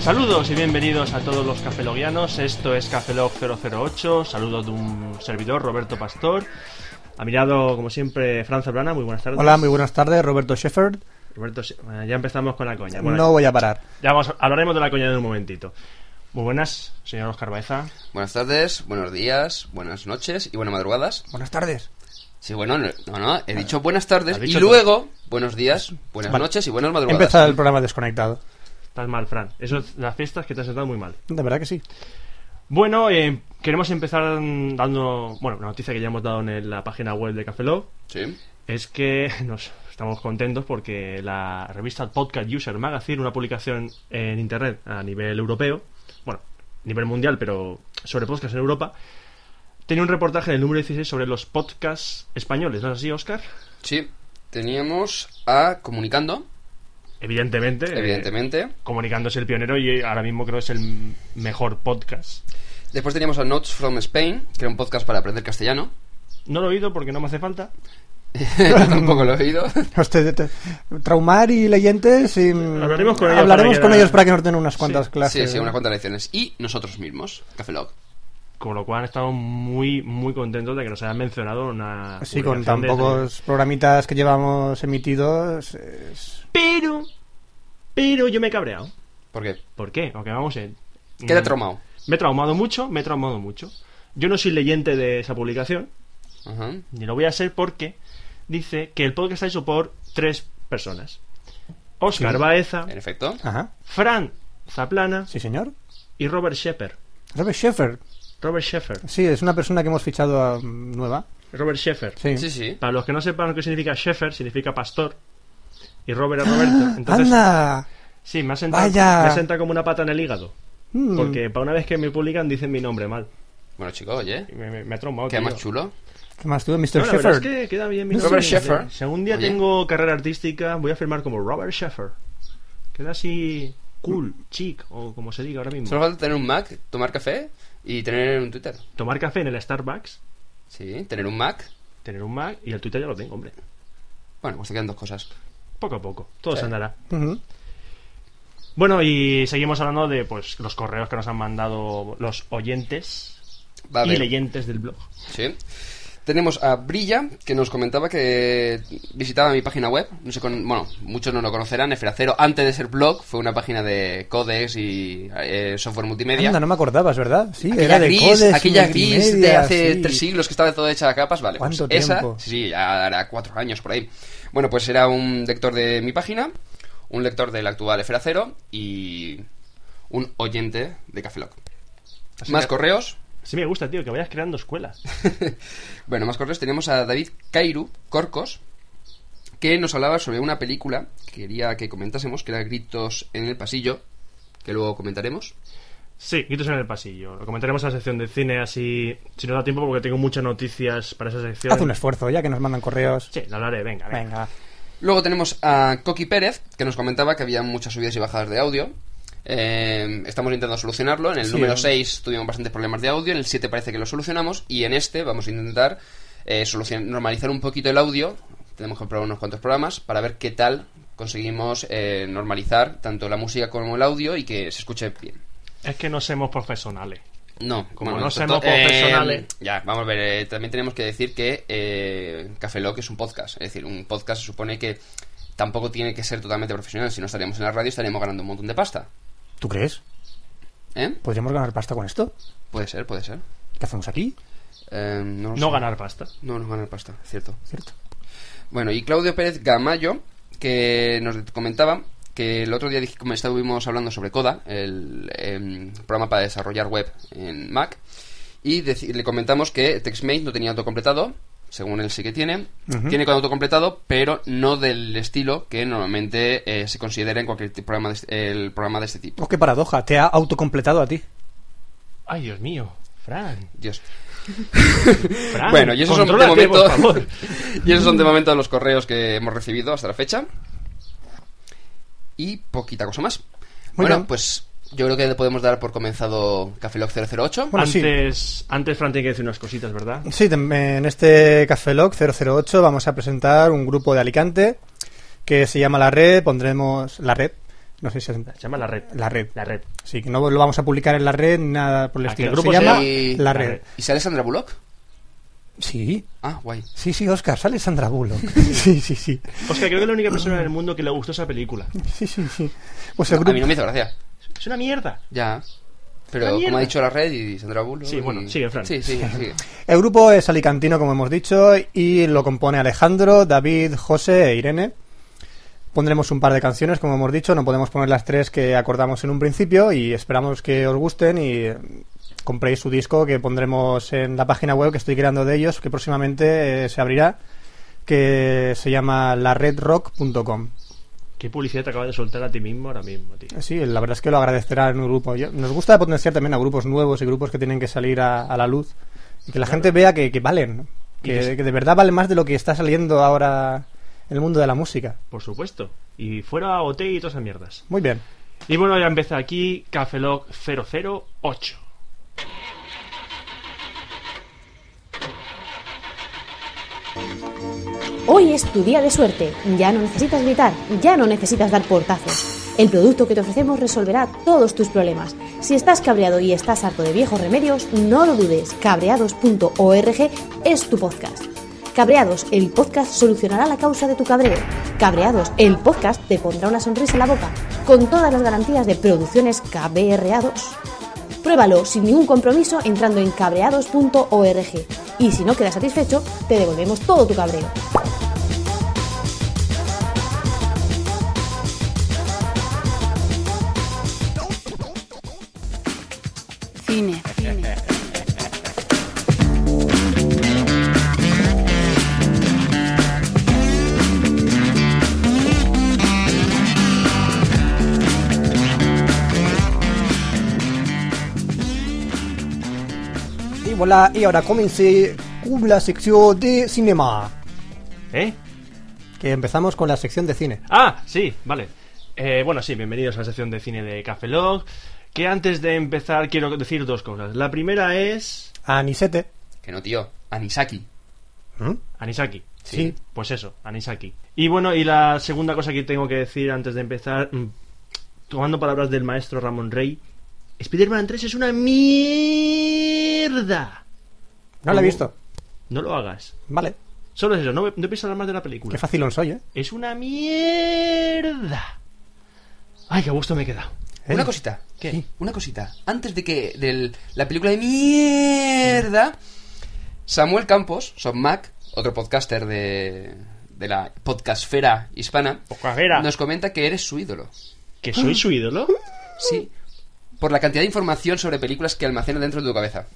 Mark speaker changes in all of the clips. Speaker 1: Saludos y bienvenidos a todos los cafeloguianos. Esto es Cafelog 008. Saludos de un servidor, Roberto Pastor. A mi lado, como siempre, Franza Plana. Muy buenas tardes.
Speaker 2: Hola, muy buenas tardes, Roberto Shefford.
Speaker 1: Roberto, eh, ya empezamos con la coña. Bueno,
Speaker 2: No voy a parar.
Speaker 1: ya vamos, hablaremos de la coña en un momentito. Muy buenas, señor Oscar Baeza.
Speaker 3: Buenas tardes, buenos días, buenas noches y buenas madrugadas.
Speaker 2: Buenas tardes.
Speaker 3: Sí, bueno, no, no, no, he dicho buenas tardes
Speaker 1: Has
Speaker 3: y
Speaker 1: dicho
Speaker 3: luego buenos días, buenas
Speaker 2: Vale.
Speaker 3: noches y buenas madrugadas.
Speaker 2: Empieza el programa desconectado.
Speaker 1: Estás mal, Fran. Eso, las fiestas que te has dado muy mal.
Speaker 2: De verdad que sí.
Speaker 1: Bueno, eh, queremos empezar mm, dando. Bueno, una noticia que ya hemos dado en el- la página web de Cafelog
Speaker 3: Sí.
Speaker 1: es que nos estamos contentos porque la revista Podcast User Magazine, una publicación en internet a nivel europeo, bueno, nivel mundial, pero sobre podcast en Europa, tenía un reportaje en el número 16 sobre los podcasts españoles, ¿no es así, Oscar?
Speaker 3: Sí, teníamos a Comunicando,
Speaker 1: Evidentemente. eh,
Speaker 3: evidentemente.
Speaker 1: Comunicando es el pionero y ahora mismo creo que es el mejor podcast.
Speaker 3: Después teníamos a Notes from Spain, que era un podcast para aprender castellano.
Speaker 1: No lo he oído porque no me hace falta.
Speaker 3: Yo tampoco lo he oído.
Speaker 2: Usted, eh, te- traumar y leyentes y... mm,
Speaker 1: Hablaremos con ellos
Speaker 2: Hablaremos
Speaker 1: para
Speaker 2: con
Speaker 1: que-
Speaker 2: ellos para que nos den unas cuantas
Speaker 1: Sí,
Speaker 3: Sí,
Speaker 2: clases.
Speaker 3: sí, unas cuantas lecciones. Y nosotros mismos, Café Lock.
Speaker 1: Con lo cual estamos muy, muy contentos de que nos hayan mencionado una.
Speaker 2: Sí, con tan
Speaker 1: publicación de- este
Speaker 2: pocos programitas que llevamos emitidos. es-
Speaker 1: Pero. Pero yo me he cabreado.
Speaker 3: ¿Por qué?
Speaker 1: ¿Por qué? Porque vamos en.
Speaker 3: ¿Qué te ha traumado?
Speaker 1: Me he traumado mucho, me he traumado mucho. Yo no soy leyente de esa publicación,
Speaker 3: Ajá.
Speaker 1: ni lo voy a ser porque dice que el podcast está hecho por tres personas. Oscar
Speaker 2: Sí.
Speaker 1: Baeza,
Speaker 3: En efecto.
Speaker 2: Ajá.
Speaker 1: Fran Zaplana
Speaker 2: Sí, señor.
Speaker 1: y Robert Shepard.
Speaker 2: Robert Sheffer.
Speaker 1: Robert Shepard.
Speaker 2: Sí, es una persona que hemos fichado a- mm, nueva.
Speaker 1: Robert Shepard.
Speaker 2: Sí.
Speaker 3: Sí, sí.
Speaker 1: Para los que no sepan lo que significa Shepard, significa pastor. Y Robert es Roberto. Entonces,
Speaker 2: Ah, ¡Anda!
Speaker 1: sí, me ha sentado,
Speaker 2: Vaya.
Speaker 1: me ha sentado como una pata en el hígado.
Speaker 2: Mm.
Speaker 1: Porque para una vez que me publican dicen mi nombre mal.
Speaker 3: Bueno, chicos, oye.
Speaker 1: Y Me, me- me ha traumado.
Speaker 3: Queda
Speaker 1: Oh, tío.
Speaker 3: más chulo.
Speaker 2: ¿Qué más tú, Mr.
Speaker 1: No, la verdad
Speaker 2: Sheffer?
Speaker 1: es que queda bien mi
Speaker 2: No sé.
Speaker 1: nombre.
Speaker 3: Robert Sheffer.
Speaker 1: Si algún día
Speaker 3: Oye.
Speaker 1: tengo carrera artística, voy a firmar como Robert Sheffer. Queda así cool, chic, o como se diga ahora
Speaker 3: Solo
Speaker 1: mismo.
Speaker 3: falta tener un Mac, tomar café y tener un Twitter.
Speaker 1: Tomar café en el Starbucks,
Speaker 3: Sí, tener un Mac.
Speaker 1: tener un Mac y el Twitter ya lo tengo, hombre.
Speaker 3: Bueno, pues te quedan dos cosas.
Speaker 1: Poco a poco, todo
Speaker 3: Sí.
Speaker 1: se andará.
Speaker 2: Ujú.
Speaker 1: Bueno, y seguimos hablando de pues los correos que nos han mandado los oyentes
Speaker 3: Va a
Speaker 1: y
Speaker 3: haber-
Speaker 1: leyentes del blog.
Speaker 3: Sí. Tenemos a Brilla, que nos comentaba que visitaba mi página web. No sé con, bueno, muchos no lo conocerán. Esferacero, antes de ser blog, fue una página de codecs y eh, software multimedia.
Speaker 2: Anda, no me acordabas, ¿verdad? Sí,
Speaker 3: aquella
Speaker 2: era de
Speaker 3: gris,
Speaker 2: codes,
Speaker 3: aquella gris de
Speaker 2: multimedia,
Speaker 3: hace
Speaker 2: sí.
Speaker 3: tres siglos que estaba toda hecha a capas, vale. pues
Speaker 2: ¿Cuánto
Speaker 3: esa,
Speaker 2: tiempo?
Speaker 3: sí, ya hará cuatro años por ahí. Bueno, pues era un lector de mi página, un lector del actual Esferacero y un oyente de Café Lock.
Speaker 1: Así
Speaker 3: Más
Speaker 1: que-
Speaker 3: correos.
Speaker 1: Sí me gusta, tío, que vayas creando escuelas.
Speaker 3: Bueno, más correos tenemos a David Cairu Corcos, que nos hablaba sobre una película que quería que comentásemos, que era Gritos en el Pasillo, que luego comentaremos.
Speaker 1: Sí, gritos en el pasillo. Lo comentaremos en la sección de cine así, si nos da tiempo, porque tengo muchas noticias para esa sección.
Speaker 2: Haz un esfuerzo, ya que nos mandan correos.
Speaker 1: Sí, lo hablaré, venga, venga.
Speaker 2: Venga.
Speaker 3: Luego tenemos a Coqui Pérez, que nos comentaba que había muchas subidas y bajadas de audio. Eh, estamos intentando solucionarlo. En el
Speaker 2: Sí.
Speaker 3: número 6 tuvimos bastantes problemas de audio, en el 7 parece que lo solucionamos, y en este vamos a intentar eh, solucion- normalizar un poquito el audio. Tenemos que probar unos cuantos programas para ver qué tal conseguimos eh, normalizar tanto la música como el audio y que se escuche bien.
Speaker 1: Es que no somos profesionales.
Speaker 3: No,
Speaker 1: Como
Speaker 3: bueno,
Speaker 1: no
Speaker 3: esto-
Speaker 1: seamos
Speaker 3: to- eh,
Speaker 1: profesionales.
Speaker 3: ya, vamos a ver. eh, también tenemos que decir que eh, Café Lock es un podcast. Es decir, un podcast se supone que tampoco tiene que ser totalmente profesional. Si no estaríamos en la radio, estaríamos ganando un montón de pasta.
Speaker 2: ¿Tú crees?
Speaker 3: ¿Eh?
Speaker 2: ¿Podríamos ganar pasta con esto?
Speaker 3: Puede ser, puede ser.
Speaker 2: ¿Qué hacemos aquí?
Speaker 3: Eh, no lo
Speaker 1: No
Speaker 3: sé.
Speaker 1: ganar pasta.
Speaker 3: No, no ganar pasta, cierto.
Speaker 2: ¿Cierto?
Speaker 3: Bueno, y Claudio Pérez Gamayo, que nos comentaba que el otro día dij- como estuvimos hablando sobre Coda, el em, programa para desarrollar web en Mac, y deci- le comentamos que TextMate no tenía autocompletado, según él sí que tiene.
Speaker 2: Ujú.
Speaker 3: Tiene con autocompletado, pero no del estilo que normalmente eh, se considera en cualquier ti- programa de, este- el programa de este tipo.
Speaker 2: Pues qué paradoja, te ha autocompletado a ti.
Speaker 1: Ay, Dios mío. Fran.
Speaker 3: Dios.
Speaker 1: Fran.
Speaker 3: Bueno, y esos son de
Speaker 1: contrólate,
Speaker 3: momento-
Speaker 1: por favor.
Speaker 3: Y esos son de momento los correos que hemos recibido hasta la fecha. Y poquita cosa más.
Speaker 2: Muy
Speaker 3: bueno,
Speaker 2: bien.
Speaker 3: pues yo creo que le podemos dar por comenzado Café Lock 008.
Speaker 2: Bueno, sí.
Speaker 1: antes, antes, Fran tiene que decir unas cositas, ¿verdad?
Speaker 2: Sí, tem- en este Café Lock 008 vamos a presentar un grupo de Alicante que se llama La Red. Pondremos La Red, no sé si es
Speaker 1: Se llama La Red.
Speaker 2: La Red.
Speaker 1: La Red.
Speaker 2: Sí, que no lo vamos a publicar en la red ni nada por el
Speaker 1: Ah, que
Speaker 2: estilo.
Speaker 1: el grupo
Speaker 2: se
Speaker 1: se
Speaker 2: llama
Speaker 3: llama-
Speaker 2: La
Speaker 1: La
Speaker 2: Red.
Speaker 1: Red.
Speaker 3: Ah, ¿Y sale Sandra Bullock?
Speaker 2: Sí,
Speaker 3: Ah, guay.
Speaker 2: sí, sí, Oscar, sale Sandra Bullock. sí, sí, sí.
Speaker 1: Oscar, creo Pues que es la única persona en el mundo que le gustó esa película.
Speaker 2: Sí, sí, sí. Pues el
Speaker 3: No, a mí
Speaker 2: grupo.
Speaker 3: no me hizo gracia.
Speaker 1: Es una mierda.
Speaker 3: Ya.
Speaker 1: Una
Speaker 3: Pero como
Speaker 1: mierda.
Speaker 3: ha dicho la red y Sandra Bullock.
Speaker 1: Sí, bueno,
Speaker 3: y-
Speaker 1: sigue, Fran.
Speaker 3: Sí, sí, sigue.
Speaker 2: El grupo es alicantino, como hemos dicho, y lo compone Alejandro, David, José e Irene. Pondremos un par de canciones, como hemos dicho, no podemos poner las tres que acordamos en un principio y esperamos que os gusten y eh, compréis su disco que pondremos en la página web que estoy creando de ellos, que próximamente eh, se abrirá, que se llama laredrock.com.
Speaker 1: ¿Qué publicidad te acabas de soltar a ti mismo ahora mismo, tío?
Speaker 2: Sí, la verdad es que lo agradecerá en un grupo. Yo- nos gusta potenciar también a grupos nuevos y grupos que tienen que salir a, a la luz. Y que la gente vea que, que valen.
Speaker 1: Y que
Speaker 2: Que,
Speaker 1: es-
Speaker 2: que de verdad valen más de lo que está saliendo ahora en el mundo de la música.
Speaker 1: Por supuesto. Y fuera OT y todas esas mierdas.
Speaker 2: Muy bien.
Speaker 1: Y bueno, ya empieza aquí Café Lock 008.
Speaker 4: Hoy es tu día de suerte. Ya no necesitas gritar, ya no necesitas dar portazos. El producto que te ofrecemos resolverá todos tus problemas. Si estás cabreado y estás harto de viejos remedios, no lo dudes. Cabreados.org es tu podcast. Cabreados, el podcast solucionará la causa de tu cabreo. Cabreados, el podcast te pondrá una sonrisa en la boca, con todas las garantías de producciones KBRA2. Pruébalo sin ningún compromiso entrando en cabreados.org. Y si no quedas satisfecho, te devolvemos todo tu cabreo.
Speaker 5: Cine.
Speaker 2: Y voilà, y ahora comencé con la sección de cinema.
Speaker 1: ¿Eh?
Speaker 2: Que empezamos con la sección de cine.
Speaker 1: Ah, sí, vale. Eh, bueno, sí, bienvenidos a la sección de cine de Café Lock. Que antes de empezar quiero decir dos cosas. La primera es.
Speaker 2: Anisete.
Speaker 3: Que no, tío. Anisaki.
Speaker 2: ¿Mm?
Speaker 1: Anisaki.
Speaker 2: Sí.
Speaker 1: Pues eso, Anisaki. Y bueno, y la segunda cosa que tengo que decir antes de empezar, mm, tomando palabras del maestro Ramón Rey, Spider-Man 3 es una mierda.
Speaker 2: No la he
Speaker 1: ¿Cómo?
Speaker 2: visto.
Speaker 1: No lo hagas.
Speaker 2: Vale.
Speaker 1: Solo es eso, no, me- no pienses hablar más de la película.
Speaker 2: Qué fácil soy, ¿eh?
Speaker 1: Es una mierda. Ay, qué gusto me he quedado.
Speaker 3: Una
Speaker 2: Eh,
Speaker 3: cosita.
Speaker 1: ¿Qué?
Speaker 3: Sí, Una cosita. Antes de que del, la película de mierda, Samuel Campos, Son Mac, otro podcaster de, de la podcastfera hispana,
Speaker 1: Podcastfera.
Speaker 3: nos comenta que eres su ídolo.
Speaker 1: ¿Que
Speaker 2: Ah.
Speaker 1: soy su ídolo?
Speaker 3: Sí. Por la cantidad de información sobre películas que almacena dentro de tu cabeza.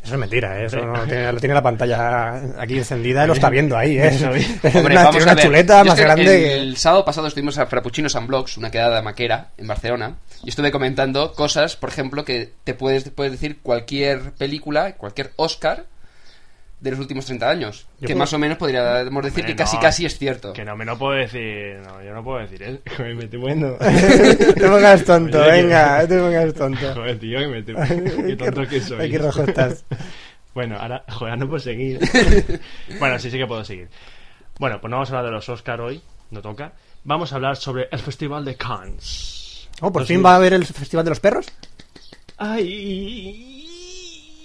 Speaker 2: Eso es mentira, ¿eh? eso no, tiene, lo tiene la pantalla aquí encendida y lo está viendo ahí. ¿eh?
Speaker 1: Eso, ¿eh?
Speaker 2: Es
Speaker 3: Hombre,
Speaker 2: una,
Speaker 3: vamos
Speaker 2: tiene
Speaker 3: a
Speaker 2: una
Speaker 3: ver.
Speaker 2: chuleta
Speaker 3: Yo es
Speaker 2: más
Speaker 3: que
Speaker 2: grande
Speaker 3: El,
Speaker 2: que...
Speaker 3: el sábado pasado estuvimos a Frappuccino San Blogs, una quedada maquera en Barcelona, y estuve comentando cosas, por ejemplo, que te puedes, te puedes decir cualquier película, cualquier Oscar de los últimos 30 años.
Speaker 1: Yo
Speaker 3: que
Speaker 1: puedo-
Speaker 3: más o menos podríamos decir
Speaker 1: Hombre,
Speaker 3: que casi
Speaker 1: no,
Speaker 3: casi es cierto.
Speaker 1: Que no me lo puedo decir. No, yo no puedo decir eso. Que me estoy poniendo.
Speaker 2: no te pongas tonto,
Speaker 1: Oye, que-
Speaker 2: venga, no te pongas tonto.
Speaker 1: Joder, tío, que me estoy poniendo. Qué tonto que soy.
Speaker 2: Ay, qué rojo estás.
Speaker 1: Bueno, ahora, joder, no puedo seguir. bueno, sí, sí que puedo seguir. Bueno, pues no vamos a hablar de los Oscar hoy, no toca. Vamos a hablar sobre el Festival de Cannes.
Speaker 2: Oh, por
Speaker 1: Dos
Speaker 2: fin
Speaker 1: mil-
Speaker 2: va a haber el Festival de los Perros.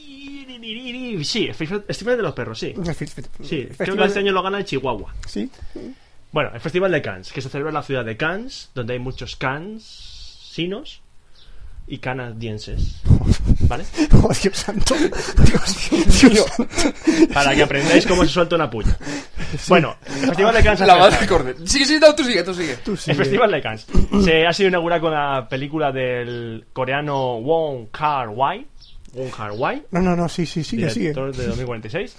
Speaker 1: Ay. Sí, el Festival Festival de los Perros, sí.
Speaker 2: El fe- fe-
Speaker 1: Sí, creo que
Speaker 2: festival
Speaker 1: este año lo gana el Chihuahua.
Speaker 2: Sí.
Speaker 1: Bueno, el Festival de Cannes, que se celebra en la ciudad de Cannes, donde hay muchos cansinos y canadienses. ¿Vale?
Speaker 2: Oh, Dios santo. Dios, Dios santo.
Speaker 1: Para que aprendáis cómo se suelta una puya. Bueno, el Festival de Cannes... ha
Speaker 3: La madre
Speaker 1: empezado.
Speaker 3: del cordel. Sigue, sigue, no, tú sigue, tú sigue.
Speaker 2: Tú sigue.
Speaker 1: El Festival de Cannes se ha sido inaugurado con la película del coreano Wong Kar Wai, Wong Kar Wai,
Speaker 2: No, no, no, sí, sí, sigue, sigue.
Speaker 1: director de 2046,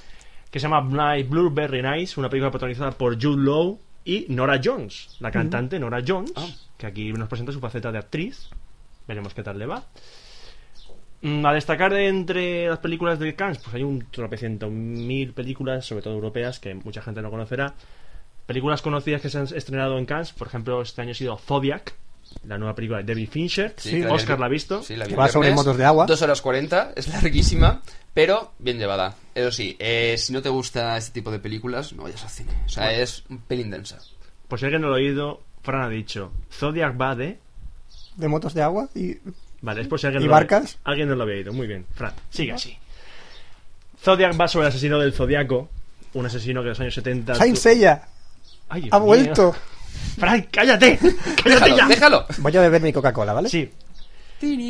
Speaker 1: que se llama Bly- Blueberry Nights, una película protagonizada por Jude Law y Nora Jones, la cantante Nora Jones,
Speaker 3: Ah.
Speaker 1: que aquí nos presenta su faceta de actriz. Veremos qué tal le va. Mm, A destacar de entre las películas de Cannes, pues hay un tropecientos mil películas, sobre todo europeas, que mucha gente no conocerá. Películas conocidas que se han estrenado en Cannes, por ejemplo, este año ha sido Zodiac, la nueva película de David Fincher.
Speaker 3: Sí, que
Speaker 1: Oscar
Speaker 3: vi-
Speaker 1: la ha visto.
Speaker 3: Sí, la vi
Speaker 2: Que
Speaker 3: el
Speaker 2: va sobre
Speaker 3: viernes.
Speaker 2: motos de agua.
Speaker 3: Dos horas 40, es larguísima, pero bien llevada. Eso sí, eh, si no te gusta este tipo de películas, no vayas al cine. O sea, es un pelín densa.
Speaker 1: Por si alguien no lo ha oído, Fran ha dicho, Zodiac va de...
Speaker 2: De motos de agua y
Speaker 1: Vale, es por si alguien,
Speaker 2: ¿Y
Speaker 1: no lo había-
Speaker 2: barcas?
Speaker 1: alguien no lo había ido. Muy bien, Fran, sigue así. Zodiac va sobre el asesino del Zodiaco, un asesino que en los años 70...
Speaker 2: Saint
Speaker 1: tu-
Speaker 2: Seiya
Speaker 1: Ay, Dios
Speaker 2: ha
Speaker 1: mío.
Speaker 2: vuelto.
Speaker 1: Fran, cállate. Cállate
Speaker 3: Déjalo,
Speaker 1: ya.
Speaker 3: déjalo.
Speaker 2: Voy a beber mi Coca-Cola, ¿vale?
Speaker 1: Sí.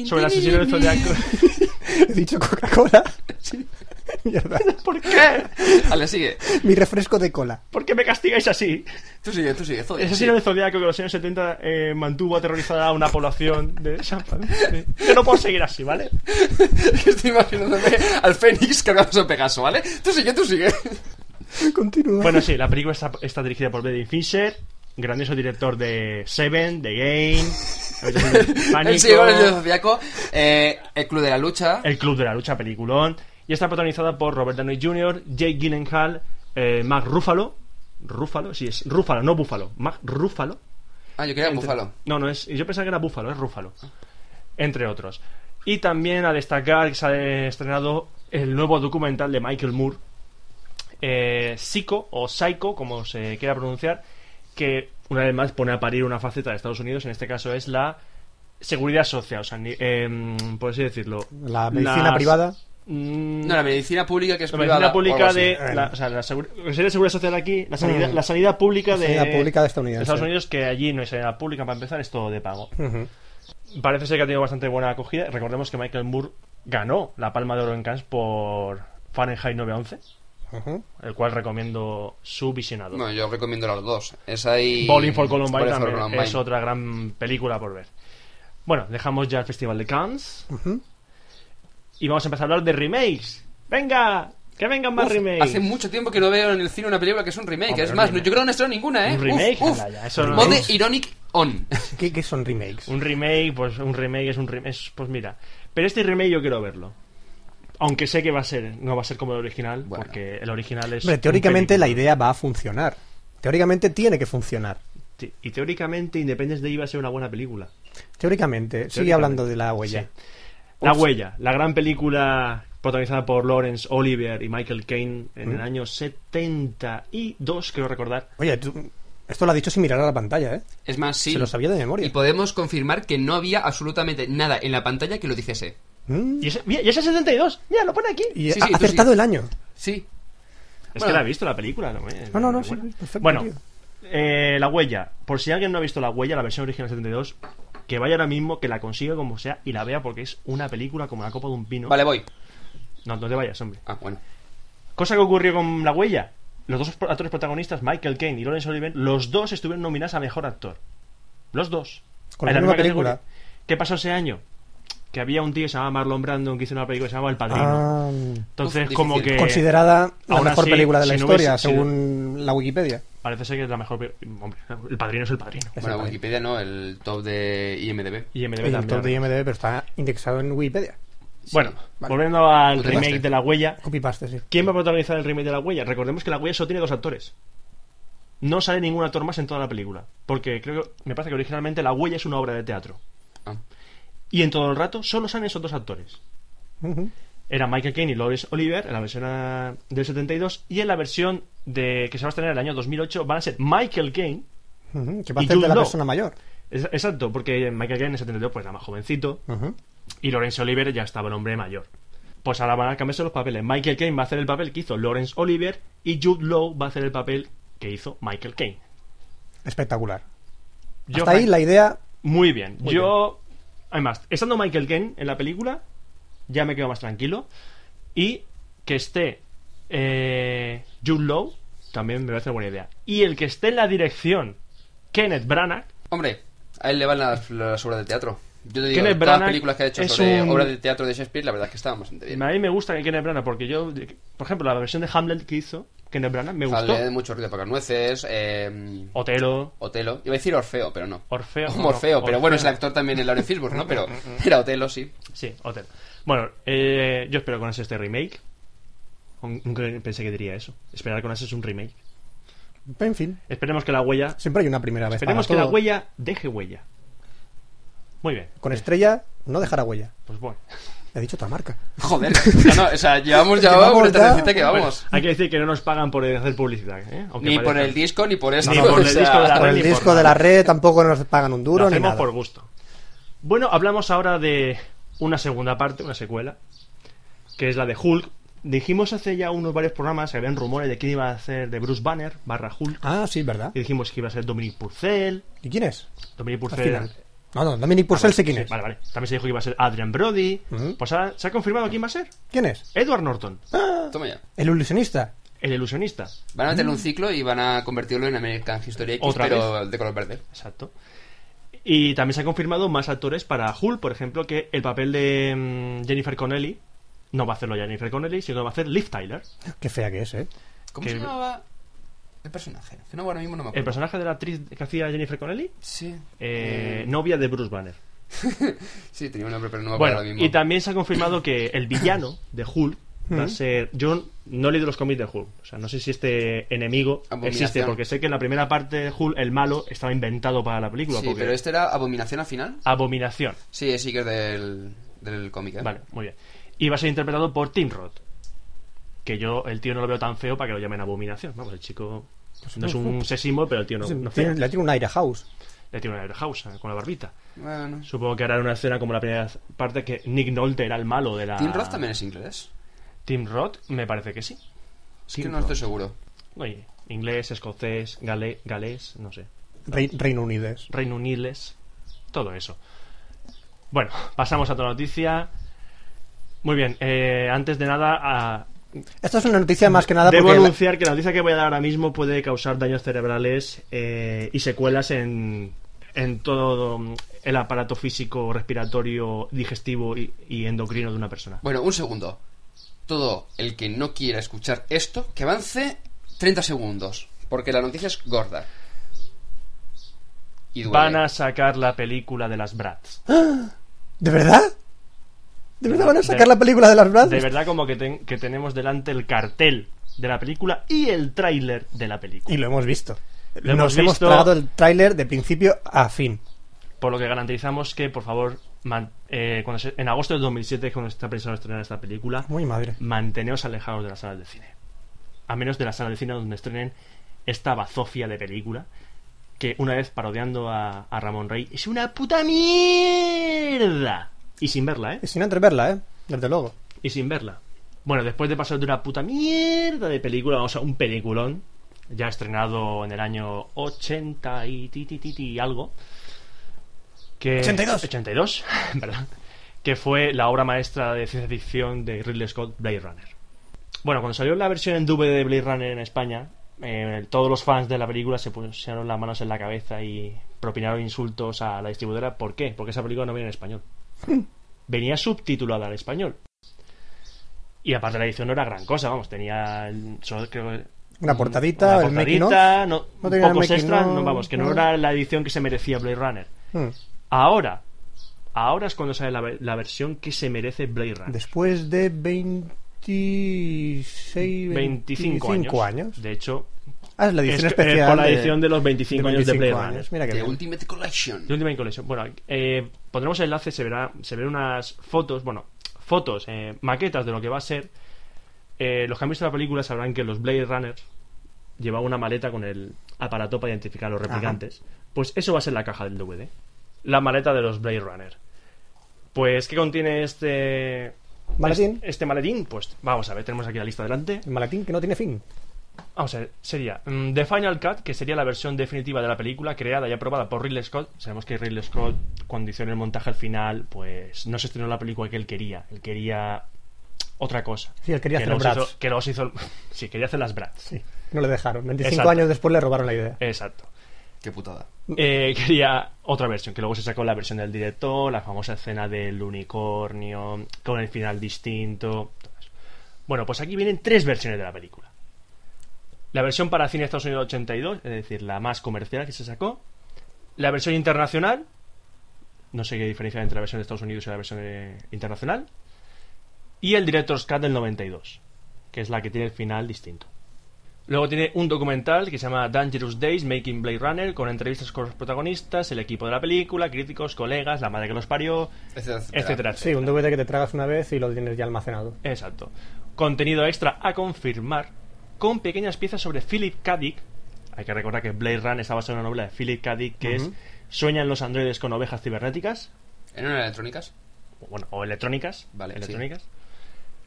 Speaker 1: Sobre el asesino del Zodiaco.
Speaker 2: He dicho Coca-Cola. Sí. Mierda.
Speaker 1: ¿Por qué?
Speaker 3: Vale, sigue.
Speaker 2: Mi refresco de cola.
Speaker 1: ¿Por qué me castigáis así?
Speaker 3: Tú sigue, tú sigue.
Speaker 1: El
Speaker 2: Pues
Speaker 3: Zodiac,
Speaker 1: asesino del Zodiaco que en los años 70 eh, mantuvo aterrorizada a una población de San Francisco. Yo no puedo seguir así, ¿vale?
Speaker 3: sí. Estoy imaginándome al Fénix cargándose a Pegaso, ¿vale? Tú sigue, tú sigue.
Speaker 2: Continúa.
Speaker 1: Bueno, sí, la película está, está dirigida por David Fincher, grandioso director de Seven, The Game, Habitación del
Speaker 3: Él sigue con el Dios
Speaker 1: Pánico,
Speaker 3: Zodiaco. eh, el Club de la Lucha.
Speaker 1: El Club de la Lucha, peliculón, y está protagonizada por Robert Downey Jr., Jake Gyllenhaal, eh, Mark Ruffalo, Ruffalo, sí es Ruffalo, no Búfalo, Mark Ruffalo.
Speaker 3: Ah, yo quería el
Speaker 1: Entre-
Speaker 3: Búfalo.
Speaker 1: No, no es. Yo pensaba que era Búfalo, es Rúfalo. Entre otros. Y también a destacar que se ha estrenado el nuevo documental de Michael Moore, eh, Psycho, o Psycho, como se quiera pronunciar, que una vez más pone a parir una faceta de Estados Unidos, en este caso es la seguridad social, o sea, ni- em, por así decirlo.
Speaker 2: La medicina
Speaker 1: Las-
Speaker 2: privada.
Speaker 1: Mm,
Speaker 3: No, la medicina pública que es
Speaker 1: la
Speaker 3: privada.
Speaker 1: medicina
Speaker 3: o
Speaker 1: pública
Speaker 3: algo así.
Speaker 1: de. La, o sea, la, segura- lo que sería seguridad social aquí, la sanidad,
Speaker 2: Mm.
Speaker 1: la sanidad pública
Speaker 2: La
Speaker 1: de.
Speaker 2: sanidad pública de Estados Unidos, sí.
Speaker 1: Unidos, que allí no hay sanidad pública para empezar, es todo de pago.
Speaker 2: Ujú.
Speaker 1: Parece ser que ha tenido bastante buena acogida. Recordemos que Michael Moore ganó la Palma de Oro en Cannes por Fahrenheit 911,
Speaker 2: Ujú.
Speaker 1: el cual recomiendo su visionado.
Speaker 3: No, yo recomiendo las dos. Esa y.
Speaker 1: Bowling for Columbine
Speaker 3: Bowling for
Speaker 1: también
Speaker 3: Columbine.
Speaker 1: es otra gran película por ver. Bueno, dejamos ya el Festival de Cannes
Speaker 2: Ujú.
Speaker 1: y vamos a empezar a hablar de remakes. ¡Venga! ¡Que vengan más
Speaker 3: Uf,
Speaker 1: remakes!
Speaker 3: Hace mucho tiempo que no veo en el cine una película que es un remake.
Speaker 1: Hombre,
Speaker 3: es
Speaker 1: un
Speaker 3: más,
Speaker 1: remake.
Speaker 3: yo creo que no he estado ninguna, ¿eh?
Speaker 1: Un remake,
Speaker 3: Uf, uf.
Speaker 1: ala, ya, eso no
Speaker 3: Mode
Speaker 1: es.
Speaker 3: Ironic On.
Speaker 2: ¿Qué, qué son remakes?
Speaker 1: Un remake, pues un remake es un remake. es- pues mira. Pero este remake yo quiero verlo. Aunque sé que va a ser, no va a ser como el original,
Speaker 3: Bueno.
Speaker 1: porque el original es.
Speaker 2: Hombre,
Speaker 1: un
Speaker 2: teóricamente la
Speaker 1: película.
Speaker 2: idea va a funcionar. Teóricamente tiene que funcionar.
Speaker 1: Te- Y teóricamente Independence Day iba a ser una buena película.
Speaker 2: Teóricamente, sigue hablando de la huella.
Speaker 1: Sí. La Huella, la gran película protagonizada por Lawrence Oliver y Michael Caine en el año 72, creo recordar.
Speaker 2: Oye, tú- esto lo ha dicho sin mirar a la pantalla, ¿eh?
Speaker 3: Es más, sí.
Speaker 2: Se lo sabía de memoria.
Speaker 3: Y podemos confirmar que no había absolutamente nada en la pantalla que lo dijese.
Speaker 2: Mm.
Speaker 1: Y ese, mira, y ese 72, mira, lo pone aquí.
Speaker 2: Y
Speaker 3: Sí,
Speaker 2: ha
Speaker 3: sí, tú
Speaker 2: acertado
Speaker 3: sigue.
Speaker 2: el año.
Speaker 3: Sí.
Speaker 1: Es
Speaker 3: Bueno.
Speaker 1: que la he visto la película, ¿no? Eh,
Speaker 2: No, no, no,
Speaker 1: eh,
Speaker 2: sí,
Speaker 1: bueno.
Speaker 2: perfecto,
Speaker 1: Bueno,
Speaker 2: tío.
Speaker 1: eh, La Huella. Por si alguien no ha visto La Huella, la versión original 72, que vaya ahora mismo, que la consiga como sea y la vea porque es una película como la copa de un pino.
Speaker 3: Vale, voy.
Speaker 1: No, no te vayas, hombre.
Speaker 3: Ah, bueno.
Speaker 1: Cosa que ocurrió con La Huella. Los dos pro- actores protagonistas, Michael Caine y Lawrence Oliver, los dos estuvieron nominados a Mejor Actor. Los dos.
Speaker 2: Con
Speaker 1: En
Speaker 2: la misma
Speaker 1: categoría.
Speaker 2: película.
Speaker 1: ¿Qué pasó ese año? Que había un tío que se llamaba Marlon Brandon que hizo una película que se llamaba El Padrino.
Speaker 2: Ah,
Speaker 1: Entonces,
Speaker 3: Uf,
Speaker 1: como
Speaker 3: difícil.
Speaker 1: que...
Speaker 2: considerada la
Speaker 1: aún
Speaker 2: mejor
Speaker 1: así,
Speaker 2: película de la
Speaker 1: si no
Speaker 2: historia,
Speaker 1: hubiese- si
Speaker 2: según la Wikipedia.
Speaker 1: Parece ser que es la mejor... pe- Hombre, El Padrino es El Padrino.
Speaker 3: Bueno, Wikipedia no, el top de IMDB.
Speaker 1: Y MDB
Speaker 2: Oye, el
Speaker 1: también.
Speaker 2: top de IMDb, pero está indexado en Wikipedia.
Speaker 1: Bueno,
Speaker 2: vale.
Speaker 1: volviendo al
Speaker 3: Copy-paste.
Speaker 1: remake de La Huella.
Speaker 2: Copy paste, sí.
Speaker 1: ¿Quién va a protagonizar el remake de La Huella? Recordemos que La Huella solo tiene dos actores. No sale ningún actor más en toda la película. Porque creo que... Me parece que originalmente La Huella es una obra de teatro.
Speaker 3: Ah.
Speaker 1: Y en todo el rato solo salen esos dos actores.
Speaker 2: Ujú.
Speaker 1: Era Michael Caine y Lawrence Oliver en la versión ah, del 72 y en la versión de que se va a estrenar en el año 2008 van a ser Michael Caine.
Speaker 2: Ujú, Que va a
Speaker 1: Y
Speaker 2: ser de
Speaker 1: Jude
Speaker 2: la
Speaker 1: Law.
Speaker 2: persona mayor.
Speaker 1: Es- Exacto, porque Michael Caine en el 72 pues era más jovencito
Speaker 2: Ujú.
Speaker 1: y Lawrence Oliver ya estaba el hombre mayor. Pues ahora van a cambiarse los papeles. Michael Caine va a hacer el papel que hizo Lawrence Oliver y Jude Law va a hacer el papel que hizo Michael Caine.
Speaker 2: Espectacular.
Speaker 1: Yo,
Speaker 2: Hasta ahí
Speaker 1: Frank,
Speaker 2: la idea.
Speaker 1: Muy bien.
Speaker 2: Muy
Speaker 1: Yo, además, estando Michael Caine en la película, ya me quedo más tranquilo. Y que esté eh, Jude Law, también me parece buena idea. Y el que esté en la dirección, Kenneth Branagh,
Speaker 3: Hombre, a él le van las, las obras de teatro. Yo te digo,
Speaker 1: Kenneth
Speaker 3: todas las
Speaker 1: Branagh
Speaker 3: películas que ha hecho
Speaker 1: es
Speaker 3: sobre
Speaker 1: un-
Speaker 3: obras de teatro de Shakespeare, la verdad es que estaban bastante bien.
Speaker 1: A mí me gusta que Kenneth Branagh porque yo, por ejemplo, la versión de Hamlet que hizo Kenneth Branagh me
Speaker 3: Fable
Speaker 1: gustó.
Speaker 3: de mucho ruido para nueces, eh,
Speaker 1: Otelo,
Speaker 3: Otelo. Iba a decir Orfeo, pero no.
Speaker 1: Orfeo,
Speaker 3: O
Speaker 1: no,
Speaker 3: Morfeo, pero bueno, es el
Speaker 1: Orfeo.
Speaker 3: actor también en Lauren Fishburne, ¿no? Pero era Otelo, sí.
Speaker 1: sí, Otelo. Bueno, eh, yo espero con eso este remake. Aun- Nunca pensé que diría eso. Esperar con eso es un remake.
Speaker 2: En fin,
Speaker 1: Esperemos que la huella,
Speaker 2: siempre hay una primera vez.
Speaker 1: esperemos que
Speaker 2: para
Speaker 1: la
Speaker 2: todo.
Speaker 1: huella deje huella. Muy bien,
Speaker 2: Con estrella no dejará huella.
Speaker 1: pues bueno.
Speaker 2: He dicho otra marca.
Speaker 3: Joder, no, no, o sea, llevamos ya
Speaker 2: Llevamos
Speaker 3: una
Speaker 2: ya-
Speaker 3: tardecita que vamos.
Speaker 1: Bueno, hay que decir que no nos pagan por hacer publicidad, ¿eh? Aunque
Speaker 3: Ni
Speaker 1: parezca.
Speaker 3: por el disco, ni por esto.
Speaker 1: Ni por
Speaker 3: o
Speaker 1: el
Speaker 3: sea,
Speaker 1: disco de la
Speaker 2: Por
Speaker 1: red,
Speaker 2: el
Speaker 1: ni por
Speaker 2: disco
Speaker 1: nada.
Speaker 2: de la red tampoco nos pagan un
Speaker 1: Lo
Speaker 2: duro ni
Speaker 1: hacemos
Speaker 2: nada.
Speaker 1: por gusto. Bueno, hablamos ahora de una segunda parte, una secuela, que es la de Hulk. Dijimos hace ya unos varios programas que habían rumores de quién iba a hacer de Bruce Banner barra Hulk.
Speaker 2: Ah, sí, ¿verdad?
Speaker 1: Y dijimos que iba a ser Dominic Purcell.
Speaker 2: ¿Y quién es?
Speaker 1: Dominic
Speaker 2: Al
Speaker 1: Purcell.
Speaker 2: final. No, no, Dominic Purcell sí quién
Speaker 1: Sí,
Speaker 2: es.
Speaker 1: Ah,
Speaker 2: Mm.
Speaker 1: Vale, vale. También se dijo que iba a ser Adrian Brody.
Speaker 2: Ujú.
Speaker 1: Pues ahora se ha confirmado quién va a ser.
Speaker 2: ¿Quién es? Ah,
Speaker 1: Edward Norton,
Speaker 3: Toma ya.
Speaker 2: El ilusionista.
Speaker 1: el ilusionista.
Speaker 3: Van a meterle un ciclo y van a convertirlo en American History X,
Speaker 1: Otra
Speaker 3: pero de color verde.
Speaker 1: Exacto. Y también se han confirmado más actores para Hulk, por ejemplo, que el papel de mm, Jennifer Connelly no va a hacerlo Jennifer Connelly, sino va a hacer Liv Tyler.
Speaker 2: Qué fea que es, ¿eh?
Speaker 3: ¿Cómo
Speaker 1: Que-
Speaker 3: se llamaba el personaje? Que no, ahora mismo no me
Speaker 1: El
Speaker 3: acuerdo.
Speaker 1: personaje de la actriz que hacía Jennifer Connelly,
Speaker 3: Sí.
Speaker 1: eh, novia de Bruce Banner.
Speaker 3: Sí, tenía un nombre, pero no me acuerdo
Speaker 1: Bueno,
Speaker 3: ahora mismo.
Speaker 1: y también se ha confirmado que el villano de Hulk va a ser. Yo no he leído los cómics de Hulk, o sea, no sé si este enemigo
Speaker 3: Abominación.
Speaker 1: existe, porque sé que en la primera parte de Hulk el malo estaba inventado para la película.
Speaker 3: Sí,
Speaker 1: porque- Ah.
Speaker 3: pero este era Abominación al final.
Speaker 1: Abominación.
Speaker 3: Sí, sí que es del, del cómic. ¿eh?
Speaker 1: Vale, muy bien. Y va a ser interpretado por Tim Roth. Que yo, el tío no lo veo tan feo para que lo llamen abominación. Vamos, el chico no es un sesimo, pero el tío no, no
Speaker 2: pues, Tiene-
Speaker 1: fea.
Speaker 2: le tiene un aire house.
Speaker 1: Le tiene una house con la barbita.
Speaker 3: Bueno.
Speaker 1: Supongo que hará una escena como la primera parte que Nick Nolte era el malo de la.
Speaker 3: Tim Roth también es inglés.
Speaker 1: Tim Roth, me parece que sí.
Speaker 3: Es
Speaker 1: Tim
Speaker 3: que no
Speaker 1: Roth.
Speaker 3: estoy seguro.
Speaker 1: Oye, inglés, escocés, gale- galés, no sé.
Speaker 2: Rei- Reino Unido es.
Speaker 1: Reino Uniles, todo eso. Bueno, pasamos a otra noticia. Muy bien, eh, antes de nada, a,
Speaker 2: Esta es una noticia más que nada
Speaker 1: Debo
Speaker 2: porque... la-
Speaker 1: anunciar que la noticia que voy a dar ahora mismo puede causar daños cerebrales eh, y secuelas en, en todo mm, el aparato físico, respiratorio, digestivo y, y endocrino de una persona.
Speaker 3: Bueno, un segundo. Todo el que no quiera escuchar esto, que avance 30 segundos. Porque la noticia es gorda. Y duele.
Speaker 1: Van a sacar la película de las Brats.
Speaker 2: ¿De verdad? ¿De verdad van a
Speaker 1: De-
Speaker 2: sacar la película de las Brazos?
Speaker 1: De verdad como que, ten- que tenemos delante el cartel de la película y el tráiler de la
Speaker 2: Y
Speaker 1: película.
Speaker 2: lo hemos visto.
Speaker 1: Lo
Speaker 2: Nos
Speaker 1: hemos
Speaker 2: hemos
Speaker 1: visto.
Speaker 2: tragado el tráiler de principio a fin.
Speaker 1: Por lo que garantizamos que, por favor, man- eh, cuando se- en agosto de 2007, cuando está pensado estrenar esta película,
Speaker 2: Muy madre.
Speaker 1: manteneos alejados de las salas de cine. A menos de las salas de cine donde estrenen esta bazofia de película. Que una vez parodiando a, a Ramón Rey, es una puta mierda. Y sin verla, ¿eh?
Speaker 2: Y sin entreverla, ¿eh? Desde luego.
Speaker 1: Y sin verla. Bueno, después de pasar de una puta mierda de película, vamos a un peliculón, ya estrenado en el año 80 y ti, ti, ti, ti, algo. Que,
Speaker 2: 82.
Speaker 1: 82, perdón. Que fue la obra maestra de ciencia ficción de Ridley Scott, Blade Runner. Bueno, cuando salió la versión en DVD de Blade Runner en España, eh, todos los fans de la película se pusieron las manos en la cabeza y propinaron insultos a la distribuidora. ¿Por qué? Porque esa película no venía en español. venía subtitulada al español. Y aparte la edición no era gran cosa, vamos, tenía el- solo creo que-
Speaker 2: Una portadita, el making
Speaker 1: Mm, portadita,
Speaker 2: of.
Speaker 1: no,
Speaker 2: No tenía el
Speaker 1: pocos
Speaker 2: making
Speaker 1: extras,
Speaker 2: of,
Speaker 1: no, vamos, que no
Speaker 2: no.
Speaker 1: era la edición que se merecía Blade Runner.
Speaker 2: Hmm.
Speaker 1: Ahora, ahora es cuando sale la, ve- la versión que se merece Blade Runner.
Speaker 2: Después de 26...
Speaker 1: 25 años.
Speaker 2: años.
Speaker 1: De hecho,
Speaker 2: Ah, es la edición
Speaker 1: es, que-
Speaker 2: especial.
Speaker 1: es por la
Speaker 2: de-
Speaker 1: edición de, los 25, años de
Speaker 2: 25
Speaker 1: Blade Runner.
Speaker 2: años. Mira que
Speaker 3: The
Speaker 2: bien.
Speaker 3: Ultimate Collection.
Speaker 1: The Ultimate Collection. Bueno, eh, pondremos el enlace, se verá, se ven unas fotos, bueno, fotos, eh, maquetas de lo que va a ser. Eh, los que han visto la película sabrán que los Blade Runners llevaban una maleta con el aparato para identificar a los replicantes. Pues eso va a ser la caja del DVD. La maleta de los Blade Runner. Pues, ¿qué contiene este
Speaker 2: Maletín.
Speaker 1: Este, este maletín, pues vamos a ver, tenemos aquí la lista delante.
Speaker 2: El maletín que no tiene fin.
Speaker 1: Vamos a ver, sería mm, The Final Cut, que sería la versión definitiva de la película creada y aprobada por Ridley Scott. Sabemos que Ridley Scott, cuando hicieron el montaje al final, pues no se estrenó la película que él quería. Él quería otra cosa.
Speaker 2: Sí, él quería
Speaker 1: que
Speaker 2: hacer
Speaker 1: los
Speaker 2: Bratz.
Speaker 1: hizo- que los hizo. Sí, quería hacer las Bratz.
Speaker 2: Sí, no le dejaron. 25
Speaker 1: Exacto.
Speaker 2: años después le robaron la idea.
Speaker 1: Exacto.
Speaker 3: Qué putada.
Speaker 2: Mm.
Speaker 1: Eh, quería otra versión, que luego se sacó la versión del director, la famosa escena del unicornio, con el final distinto. todo eso. Bueno, pues aquí vienen tres versiones de la película. La versión para cine Estados Unidos 82, es decir, la más comercial que se sacó. La versión internacional, no sé qué diferencia hay entre la versión de Estados Unidos y la versión eh, internacional. Y el Director's Cut del 92, que es la que tiene el final distinto. Luego tiene un documental que se llama Dangerous Days Making Blade Runner, con entrevistas con los protagonistas, el equipo de la película, críticos, colegas, la madre que los parió,
Speaker 3: Etcétera, etcétera.
Speaker 1: etcétera, etcétera.
Speaker 2: Sí, un DVD que te tragas una vez y lo tienes ya almacenado.
Speaker 1: Exacto. Contenido extra a confirmar con pequeñas piezas sobre Philip K. Dick. Hay que recordar que Blade Runner está basada en una novela de Philip K. Dick que es
Speaker 2: Ujú.
Speaker 1: Sueñan los androides con ovejas cibernéticas,
Speaker 3: ¿Eran electrónicas?
Speaker 1: o, bueno, o electrónicas,
Speaker 3: Vale, sí.
Speaker 1: electrónicas.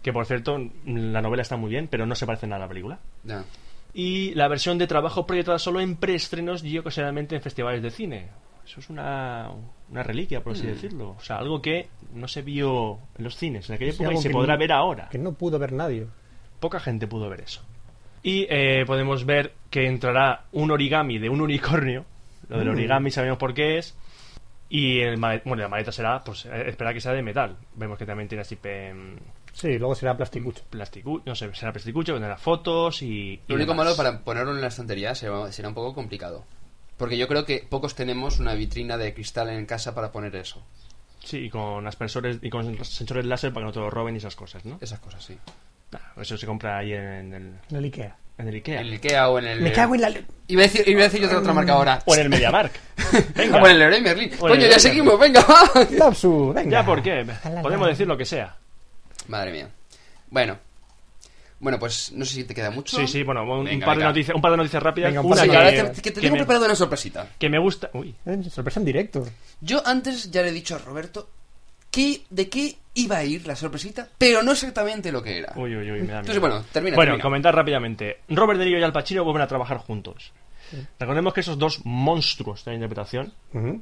Speaker 1: Que por cierto, la novela está muy bien, pero no se parece nada a la película.
Speaker 3: Ya.
Speaker 1: Y la versión de trabajo proyectada solo en preestrenos y ocasionalmente en festivales de cine. Eso es una, una reliquia, por así
Speaker 2: Mm.
Speaker 1: decirlo. O sea, algo que no se vio en los cines en aquella
Speaker 2: Sí,
Speaker 1: época y
Speaker 2: algo
Speaker 1: se
Speaker 2: que
Speaker 1: podrá
Speaker 2: no-
Speaker 1: ver ahora.
Speaker 2: Que no pudo ver nadie.
Speaker 1: Poca gente pudo ver eso. Y eh, podemos ver que entrará un origami de un unicornio. Lo
Speaker 3: Mm.
Speaker 1: del origami sabemos por qué es. Y el male- bueno, la maleta será, pues, eh, espera que sea de metal. Vemos que también tiene así pe- mm,
Speaker 2: Sí, luego será plasticucho.
Speaker 1: plasticu, no sé, será plasticucho, tendrá fotos y. y
Speaker 3: Lo único
Speaker 1: demás.
Speaker 3: malo para ponerlo en la estantería será, será un poco complicado. Porque yo creo que pocos tenemos una vitrina de cristal en casa para poner eso.
Speaker 1: Sí, y con aspersores y con sensores láser para que no te lo roben y esas cosas, ¿no?
Speaker 3: Esas cosas, sí.
Speaker 1: Ah, Eso se compra ahí en el,
Speaker 2: En el Ikea.
Speaker 1: en el Ikea.
Speaker 3: En el Ikea o en el...
Speaker 2: Me cago en la... luz.
Speaker 3: Iba a decir, iba a decir yo otra, otra marca ahora.
Speaker 1: O en el MediaMark. Venga.
Speaker 3: Ah, o en el Leroy Merlin.
Speaker 1: O en el
Speaker 3: Coño,
Speaker 1: Leroy
Speaker 3: ya seguimos, venga, va.
Speaker 2: Lapsus, venga.
Speaker 1: Ya, ¿por qué?
Speaker 2: Ala,
Speaker 1: Podemos
Speaker 2: ala.
Speaker 1: decir lo que sea.
Speaker 3: Madre mía. Bueno. Bueno, pues no sé si te queda mucho.
Speaker 1: Sí, sí, bueno, un, un
Speaker 3: Venga,
Speaker 1: par, de
Speaker 3: venga. Pues
Speaker 1: noticias, un par de noticias rápidas.
Speaker 2: Venga, un
Speaker 1: una
Speaker 2: par
Speaker 3: Sí,
Speaker 2: de
Speaker 3: la
Speaker 1: que,
Speaker 3: verdad es que te
Speaker 1: que
Speaker 3: tengo
Speaker 1: me,
Speaker 3: preparado una sorpresita.
Speaker 1: que me gusta. Uy,
Speaker 2: Eh, Sorpresa en directo.
Speaker 3: Yo antes ya le he dicho a Roberto que, de qué iba a ir la sorpresita, pero no exactamente lo que era.
Speaker 1: uy, uy, uy, me da
Speaker 3: Entonces,
Speaker 1: miedo.
Speaker 3: bueno, termina,
Speaker 1: Bueno,
Speaker 3: termina.
Speaker 1: comentar rápidamente. Robert De Niro y Al Pacino vuelven a trabajar juntos. Recordemos que esos dos monstruos de la interpretación
Speaker 2: Ujú.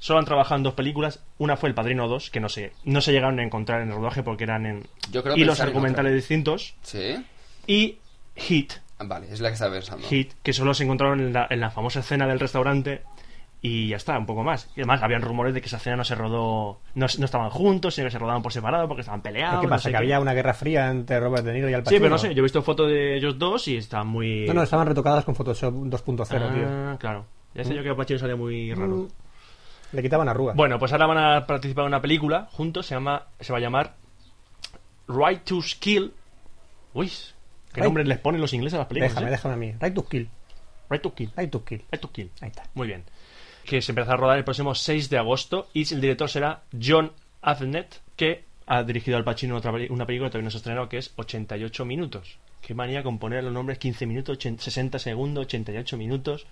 Speaker 1: solo han trabajado en dos películas. Una fue El Padrino 2, que no se, no se llegaron a encontrar en el rodaje porque eran en
Speaker 3: Yo creo
Speaker 1: hilos
Speaker 3: pensar en
Speaker 1: argumentales
Speaker 3: otra.
Speaker 1: distintos.
Speaker 3: Sí.
Speaker 1: Y Hit,
Speaker 3: Ah, Vale, es la que estaba pensando.
Speaker 1: Hit, que solo se encontraron en la, en la famosa escena del restaurante y ya está, un poco más. Y además habían rumores de que esa escena no se rodó, no, no estaban juntos, sino que se rodaban por separado porque estaban peleados.
Speaker 2: ¿Qué
Speaker 1: Ah, no
Speaker 2: pasa?
Speaker 1: sé
Speaker 2: que había una guerra fría entre Robert De Niro y Al
Speaker 1: Sí,
Speaker 2: Pacino.
Speaker 1: pero no sé, yo he visto fotos de ellos dos y están muy...
Speaker 2: No, no, estaban retocadas con Photoshop 2.0, tío. Mm.
Speaker 1: Ah, Claro, ya sé yo que Pacino salía muy raro.
Speaker 2: Le quitaban arrugas.
Speaker 1: Bueno, pues ahora van a participar en una película juntos, se, llama, se va a llamar Right to Kill. Uy, qué
Speaker 2: Right-
Speaker 1: nombres les ponen los ingleses a las películas.
Speaker 2: déjame,
Speaker 1: eh?
Speaker 2: déjame a mí. Right to kill.
Speaker 1: Right to Kill.
Speaker 2: Right to kill.
Speaker 1: Right to Kill.
Speaker 2: Ahí está.
Speaker 1: Muy bien. Que se empezará a rodar el próximo 6 de agosto y el director será John Avnet, que ha dirigido al Pacino otra peli- una película que todavía no se ha estrenado, que es 88 minutos. Qué manía con poner los nombres 15 minutos, 80 60 segundos, 88 minutos.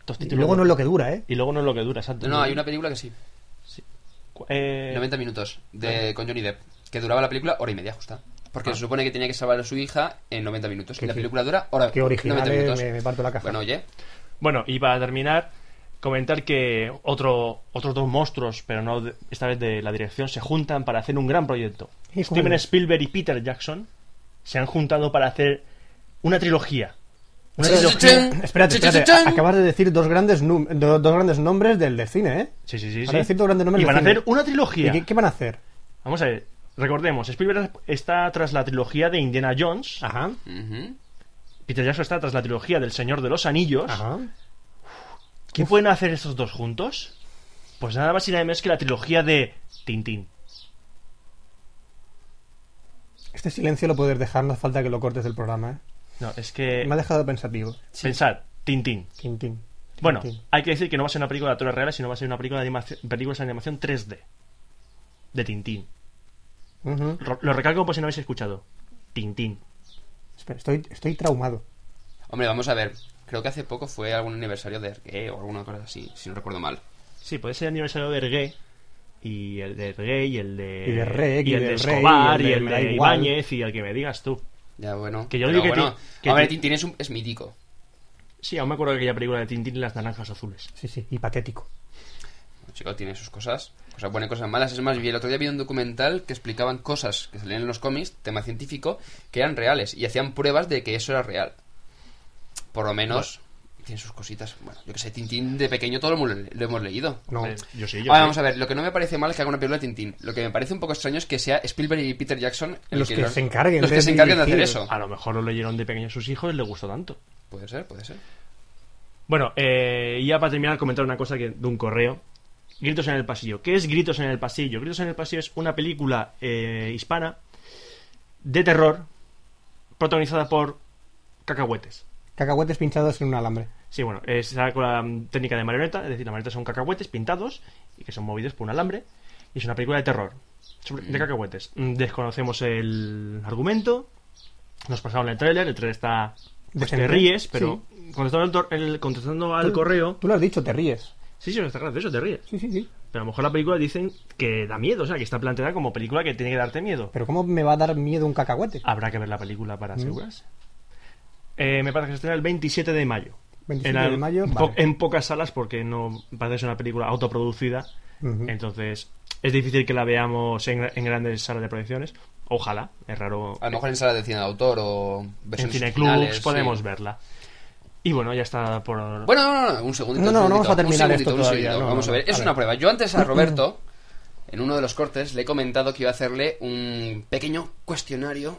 Speaker 1: Estos
Speaker 2: Y
Speaker 1: títulos-
Speaker 2: luego no es lo que dura, ¿eh?
Speaker 1: y luego no es lo que dura, exacto.
Speaker 3: No, no, hay una película que sí.
Speaker 1: Cu- eh,
Speaker 3: 90 minutos de, con Johnny Depp. Que duraba la película hora y media justa. Porque
Speaker 1: Ah.
Speaker 3: se supone que tenía que salvar a su hija en 90 minutos. Y
Speaker 2: Qué-
Speaker 3: la película dura hora
Speaker 2: qué original,
Speaker 3: 90
Speaker 2: eh,
Speaker 3: minutos.
Speaker 2: me- me parto la caja.
Speaker 3: Bueno, oye.
Speaker 1: Bueno, y para terminar, comentar que otro, otros dos monstruos, pero no de- esta vez de la dirección, se juntan para hacer un gran proyecto.
Speaker 2: Híjole.
Speaker 1: Steven Spielberg y Peter Jackson se han juntado para hacer una trilogía.
Speaker 2: Una
Speaker 3: Chin,
Speaker 2: trilogía-
Speaker 3: chin, chin.
Speaker 2: Espérate,
Speaker 3: Chin, chin,
Speaker 2: espérate.
Speaker 3: chin.
Speaker 2: Acabas de decir dos grandes, num- do- dos grandes nombres del, del cine, ¿eh?
Speaker 1: Sí, sí, sí.
Speaker 2: Ahora
Speaker 1: sí.
Speaker 2: decir tu grande nombre
Speaker 1: y
Speaker 2: del
Speaker 1: van a
Speaker 2: cine.
Speaker 1: hacer una
Speaker 2: ¿Y
Speaker 1: trilogía.
Speaker 2: qué, qué van a hacer?
Speaker 1: Vamos a ver. Recordemos, Spielberg está tras la trilogía de Indiana Jones.
Speaker 2: Ajá.
Speaker 3: Ujú.
Speaker 1: Peter Jackson está tras la trilogía del Señor de los Anillos.
Speaker 2: Ajá.
Speaker 1: ¿Qué pueden hacer estos dos juntos? Pues nada más y nada menos que la trilogía de Tintín.
Speaker 2: Este silencio lo puedes dejar, no hace falta que lo cortes del programa,
Speaker 1: No, es
Speaker 2: ¿eh?
Speaker 1: que.
Speaker 2: Me ha dejado pensativo.
Speaker 1: Pensad, Tintín.
Speaker 2: Tintín.
Speaker 1: Bueno,
Speaker 2: Tintín.
Speaker 1: hay que decir que no va a ser una película de actores reales, sino va a ser una película de animación, películas de animación 3D. De Tintín.
Speaker 2: Ujú.
Speaker 1: Ro- Lo recalco por si no habéis escuchado. Tintín.
Speaker 2: Espera, estoy, estoy traumado.
Speaker 3: Hombre, vamos a ver. Creo que hace poco fue algún aniversario de Ergue o alguna cosa así, si no recuerdo mal.
Speaker 1: Sí, puede ser el aniversario de Ergué. Y el de Ergué, y el de.
Speaker 2: Y de Rec,
Speaker 1: y,
Speaker 2: y
Speaker 1: el
Speaker 2: de
Speaker 1: de
Speaker 2: Rey,
Speaker 1: Escobar, y el
Speaker 2: me
Speaker 1: de,
Speaker 2: da igual.
Speaker 1: Ibáñez, y el que me digas tú.
Speaker 3: Ya, bueno.
Speaker 1: Que yo digo
Speaker 3: Pero
Speaker 1: que
Speaker 3: bueno,
Speaker 1: ti- que
Speaker 3: a ver,
Speaker 1: ti-
Speaker 3: Tintín es, un- es mítico.
Speaker 1: Sí, aún me acuerdo de aquella película de Tintín y las naranjas azules.
Speaker 2: Sí, sí, y patético.
Speaker 3: El chico tiene sus cosas. Cosas buenas y cosas malas. Es más, vi el otro día vi un documental que explicaban cosas que salían en los cómics, tema científico, que eran reales. Y hacían pruebas de que eso era real. Por lo menos, tiene sus cositas. Bueno, yo que sé, Tintín de pequeño todo lo, hemos- lo hemos leído.
Speaker 2: No.
Speaker 1: Eh, yo sí, yo
Speaker 3: Ahora
Speaker 1: sí.
Speaker 3: vamos a ver, lo que no me parece mal es que haga una película de Tintín. Lo que me parece un poco extraño es que sea Spielberg y Peter Jackson el
Speaker 2: Los que se encarguen
Speaker 3: los que
Speaker 2: de
Speaker 3: se encarguen de hacer
Speaker 2: dirigir.
Speaker 3: eso.
Speaker 1: A lo mejor lo leyeron de pequeños sus hijos y les gustó tanto.
Speaker 3: Puede ser, puede ser.
Speaker 1: Bueno, eh, ya para terminar, comentar una cosa que, de un correo. Gritos en el pasillo. ¿Qué es Gritos en el pasillo? Gritos en el pasillo es una película eh, hispana de terror protagonizada por cacahuetes.
Speaker 2: Cacahuetes pinchados en un alambre.
Speaker 1: Sí, bueno, es la- con la mm, técnica de marioneta, es decir, la marioneta son cacahuetes pintados y que son movidos por un alambre. Y es una película de terror, sobre- de cacahuetes. Mm, Desconocemos el argumento, nos pasaron el tráiler, el tráiler está... Pues te
Speaker 2: Decente.
Speaker 1: ríes, pero contestando, al tor- el- contestando al
Speaker 2: Tú-
Speaker 1: correo...
Speaker 2: Tú lo has dicho, te ríes.
Speaker 1: Sí, sí, no está claro, de eso te ríes.
Speaker 2: Sí, sí, sí.
Speaker 1: Pero a lo mejor la película dicen que da miedo, o sea, que está planteada como película que tiene que darte miedo.
Speaker 2: Pero ¿Mm? ¿cómo me va a dar miedo un cacahuete?
Speaker 1: Habrá que ver la película para asegurarse. Eh, me parece que se estrena el 27 de mayo.
Speaker 2: 27
Speaker 1: En al-
Speaker 2: de mayo,
Speaker 1: po-
Speaker 2: vale.
Speaker 1: En pocas salas porque no parece ser una película autoproducida.
Speaker 2: Ujú.
Speaker 1: Entonces es difícil que la veamos en, en grandes salas de proyecciones. Ojalá, es raro.
Speaker 3: A lo mejor en sala de cine de autor o
Speaker 1: En
Speaker 3: versiones originales,
Speaker 1: cineclubs
Speaker 3: sí.
Speaker 1: podemos verla. Y bueno, ya está por...
Speaker 3: Bueno, no, no, no, un segundito.
Speaker 2: No, no,
Speaker 3: un
Speaker 2: no vamos
Speaker 3: segundito,
Speaker 2: a terminar
Speaker 3: un
Speaker 2: esto
Speaker 3: segundito, un
Speaker 2: todavía,
Speaker 3: segundito.
Speaker 2: no,
Speaker 3: vamos
Speaker 2: no,
Speaker 3: a ver,
Speaker 2: no,
Speaker 3: es
Speaker 2: a
Speaker 3: una
Speaker 2: ver.
Speaker 3: prueba. Yo antes a Roberto, en uno de los cortes, le he comentado que iba a hacerle un pequeño cuestionario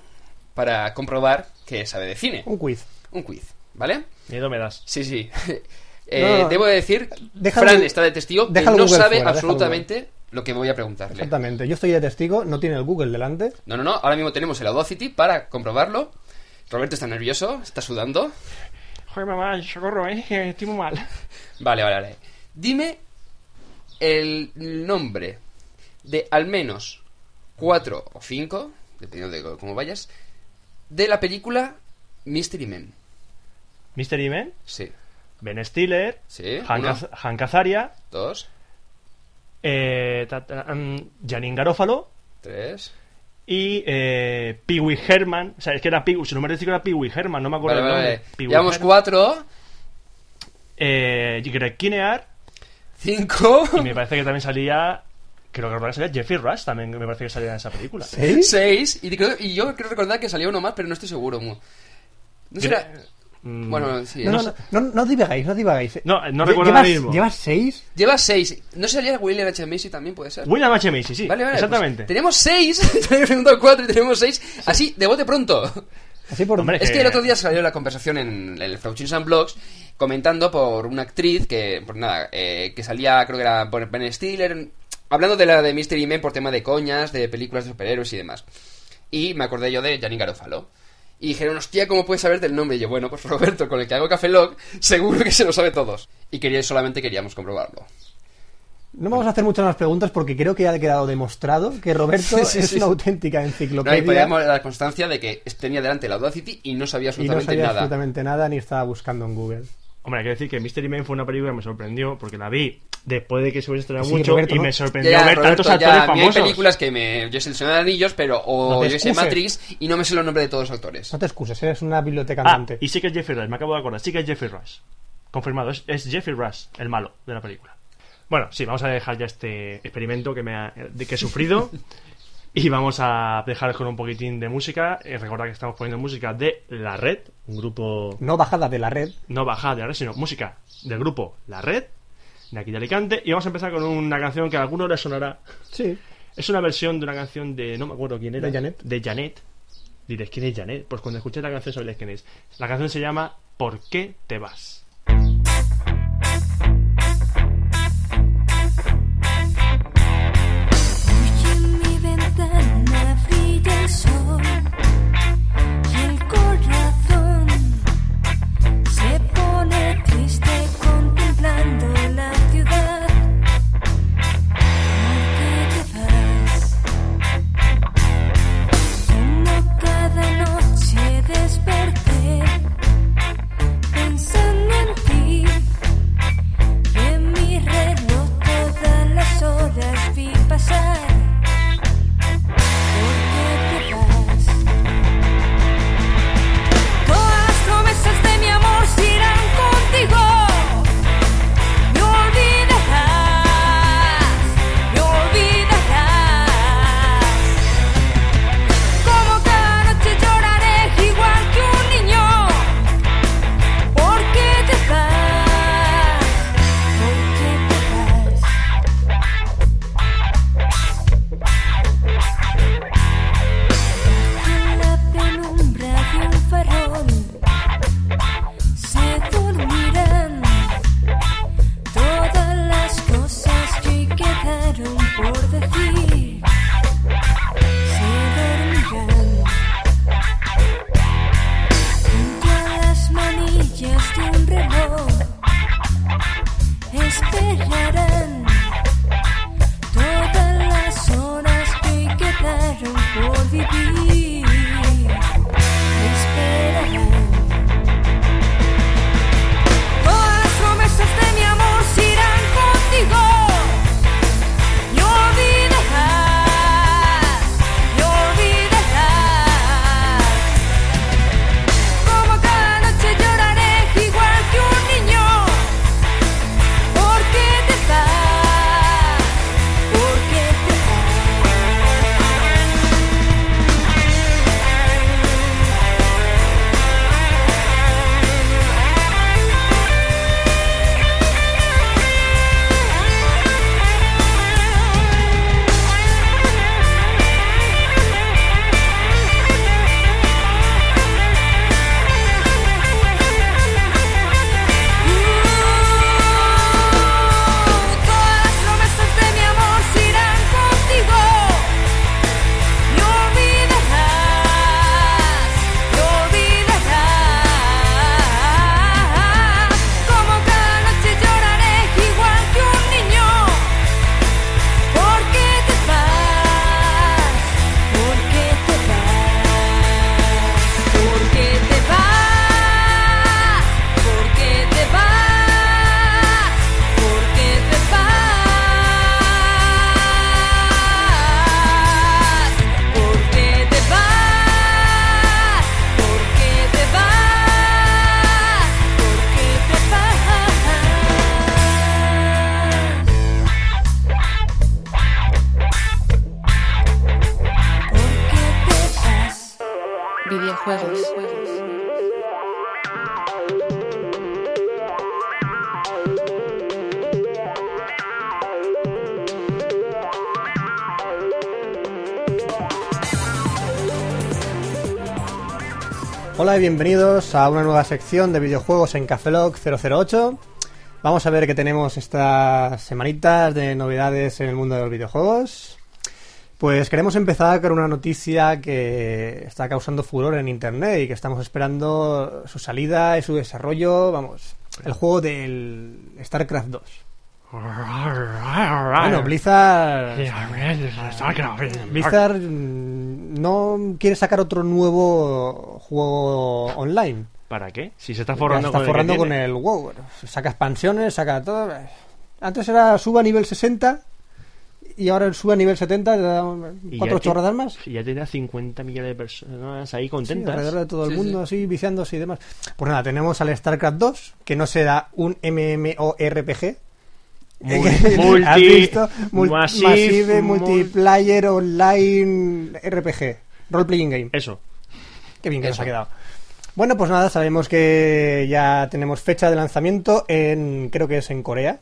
Speaker 3: para comprobar que sabe de cine.
Speaker 2: Un quiz.
Speaker 3: Un quiz, ¿vale?
Speaker 1: Miedo me das.
Speaker 3: Sí, sí. Eh,
Speaker 2: No, no.
Speaker 3: Debo decir,
Speaker 2: Déjalo-
Speaker 3: Fran está de testigo que
Speaker 2: déjalo
Speaker 3: no
Speaker 2: Google
Speaker 3: sabe
Speaker 2: fuera, déjalo
Speaker 3: absolutamente lo que voy a preguntarle.
Speaker 2: Exactamente. Yo estoy de testigo, no tiene el Google delante.
Speaker 3: No, no, no. Ahora mismo tenemos el Audacity para comprobarlo. Roberto está nervioso, está sudando.
Speaker 1: Joder, mamá, socorro, eh, que estoy muy mal.
Speaker 3: Vale, vale, vale. Dime el nombre de al menos cuatro o cinco, dependiendo de co- cómo vayas, de la película Mystery Men.
Speaker 1: Mystery Men,
Speaker 3: Sí.
Speaker 1: Ben Stiller,
Speaker 3: Sí,
Speaker 1: Hank
Speaker 3: uno.
Speaker 1: Az- Hank Azaria,
Speaker 3: Dos,
Speaker 1: eh, ta- ta- mm, Janine Garofalo
Speaker 3: tres.
Speaker 1: y eh, Pee Wee Herman. O sea, es que era Pee Wee, su nombre decía que era Pee Wee Herman, no me acuerdo
Speaker 3: Vale,
Speaker 1: el
Speaker 3: vale,
Speaker 1: nombre.
Speaker 3: vale.
Speaker 1: Pee Wee
Speaker 3: Llevamos
Speaker 1: Herman.
Speaker 3: cuatro,
Speaker 1: Eh, Greg Kinnear
Speaker 3: cinco,
Speaker 1: y me parece que también salía... Creo que recordar que salía Jeffrey Rush también, me parece que salía en esa película.
Speaker 2: ¿Sí?
Speaker 3: seis. Y, creo- y yo creo recordar que salía uno más, pero no estoy seguro. mu. No
Speaker 1: Gre-
Speaker 3: será...
Speaker 1: Mm,
Speaker 3: Bueno, sí.
Speaker 2: No,
Speaker 3: no
Speaker 2: no,
Speaker 3: sé.
Speaker 2: no, no, no divagáis, no divagáis.
Speaker 1: No, no
Speaker 2: Lle-
Speaker 1: recuerdo
Speaker 2: llevas,
Speaker 1: ahora mismo.
Speaker 2: ¿Llevas seis?
Speaker 3: Lleva seis. ¿No salía William H. Macy también, puede ser?
Speaker 1: William H. Macy, sí,
Speaker 3: Vale, vale.
Speaker 1: exactamente.
Speaker 3: pues tenemos seis. Te he preguntado cuatro y tenemos seis. Así, de bote pronto.
Speaker 2: Así por
Speaker 1: Hombre,
Speaker 3: Es que
Speaker 1: Eh.
Speaker 3: el otro día salió la conversación en el Frauchins and Blogs comentando por una actriz que, pues nada, eh, que salía, creo que era por Ben Stiller, hablando de la de Mystery Men por tema de coñas, de películas de superhéroes y demás. Y me acordé yo de Janine Garofalo. Y dijeron, hostia, ¿cómo puedes saber del nombre? Y yo, bueno, pues Roberto, con el que hago Café Log, seguro que se lo sabe todos. Y quería, solamente queríamos comprobarlo.
Speaker 2: No vamos a hacer muchas más preguntas porque creo que ya ha quedado demostrado que Roberto
Speaker 3: Sí, sí,
Speaker 2: es
Speaker 3: sí.
Speaker 2: una auténtica
Speaker 3: No, y
Speaker 2: enciclopedia
Speaker 3: podíamos dar constancia de que tenía delante la Audacity y no
Speaker 2: y
Speaker 3: sabía
Speaker 2: no
Speaker 3: absolutamente
Speaker 2: sabía
Speaker 3: nada.
Speaker 2: absolutamente nada ni estaba buscando en Google.
Speaker 1: Hombre, hay que decir que Mystery Men fue una película que me sorprendió porque la vi después de que se hubiese estrenado
Speaker 2: Sí,
Speaker 1: mucho
Speaker 2: Roberto,
Speaker 1: y
Speaker 2: ¿no?
Speaker 1: me sorprendió ver
Speaker 3: Roberto,
Speaker 1: tantos actores
Speaker 3: a mí
Speaker 1: famosos.
Speaker 3: Hay películas que me. Yo sé el Señor de los Anillos, pero.
Speaker 2: No
Speaker 3: O
Speaker 2: te
Speaker 3: yo sé
Speaker 2: excuses.
Speaker 3: Matrix y no me sé los nombres de todos los actores.
Speaker 2: No te excuses, eres una biblioteca
Speaker 1: Ah,
Speaker 2: andante.
Speaker 1: y sí que es Jeffrey Rush, me acabo de acordar, sí que es Jeffrey Rush. Confirmado, es, es Jeffrey Rush, el malo de la película. Bueno, sí, vamos a dejar ya este experimento que, me ha- de que he sufrido. y vamos a dejaros con un poquitín de música. Eh, recordad que estamos poniendo música de La Red, un grupo
Speaker 2: No bajada de la red.
Speaker 1: no bajada de La Red, sino música del grupo La Red, de aquí de Alicante. Y vamos a empezar con una canción que a alguno le sonará.
Speaker 2: Sí.
Speaker 1: Es una versión de una canción de. No me acuerdo quién era.
Speaker 2: De Janet.
Speaker 1: De Janet. Diréis, ¿quién es Janet? Pues cuando escuché la canción sabréis quién es. La canción se llama ¿Por qué te vas?
Speaker 6: Hoy en mi ventana brilla el sol y el corazón se pone triste contemplando la ciudad. ¿Por qué te vas? Como cada noche desperté pensando en
Speaker 2: Hola y bienvenidos a una nueva sección de videojuegos en Cafelog 008. Vamos a ver qué tenemos estas semanitas de novedades en el mundo de los videojuegos. Pues queremos empezar con una noticia que está causando furor en internet y que estamos esperando su salida y su desarrollo. Vamos, el juego del StarCraft 2.
Speaker 1: Ah, eh.
Speaker 2: Bueno, Blizzard. Blizzard mm, no quiere sacar otro nuevo juego online.
Speaker 1: ¿Para qué? Si se está
Speaker 2: Ya
Speaker 1: forrando
Speaker 2: está
Speaker 1: con,
Speaker 2: forrando
Speaker 1: el, que
Speaker 2: con
Speaker 1: tiene.
Speaker 2: el WoW. Saca expansiones, saca todo. eh. Antes era suba a nivel 60 y ahora el suba a nivel 70 te da
Speaker 1: Y
Speaker 2: cuatro
Speaker 1: ya ti-
Speaker 2: chorradas más.
Speaker 1: Y ya tenía 50 millones de personas ahí
Speaker 2: Sí,
Speaker 1: contentas.
Speaker 2: alrededor de todo el
Speaker 3: Sí,
Speaker 2: mundo, así, viciándose y demás. Pues nada, tenemos al StarCraft 2, que no será un MMORPG.
Speaker 1: Mul-
Speaker 2: ¿Has
Speaker 1: multi-
Speaker 2: visto? Mul-
Speaker 1: massive,
Speaker 2: Massive
Speaker 1: mul-
Speaker 2: Multiplayer Online RPG. Role Playing Game.
Speaker 1: Eso.
Speaker 2: Qué bien que nos
Speaker 3: Eso.
Speaker 2: ha quedado. Bueno, pues nada, sabemos que ya tenemos fecha de lanzamiento en, creo que es en Corea.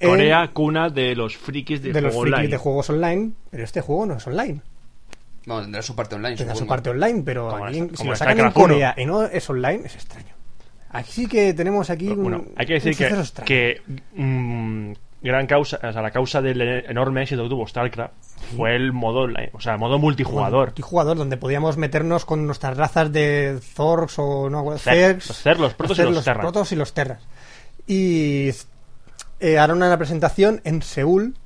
Speaker 2: En-
Speaker 1: Corea, cuna de los frikis de,
Speaker 2: Eh, de los
Speaker 1: juego
Speaker 2: frikis
Speaker 1: online.
Speaker 2: de juegos online, pero este juego no es online.
Speaker 3: Bueno, tendrá su parte online.
Speaker 2: Tendrá su
Speaker 3: supongo.
Speaker 2: parte online, pero
Speaker 1: Como
Speaker 2: aquí
Speaker 1: esta-
Speaker 2: en- si
Speaker 1: como
Speaker 2: lo
Speaker 1: esta
Speaker 2: sacan en
Speaker 1: Craft uno.
Speaker 2: Corea y no es online, es extraño. Así que tenemos aquí un,
Speaker 1: Bueno, hay que
Speaker 2: un
Speaker 1: decir que,
Speaker 2: suceso extraño.
Speaker 1: que, mm, gran causa, o sea, la causa del enorme éxito que tuvo StarCraft fue el modo online, o sea, el modo multijugador.
Speaker 2: Multijugador, donde podíamos meternos con nuestras razas de Zorgs o no, bueno,
Speaker 1: Cer-
Speaker 2: Zergs.
Speaker 1: los Cer, los Protoss y los Terras.
Speaker 2: Protoss y los Terras. Y eh, harán una presentación en Seúl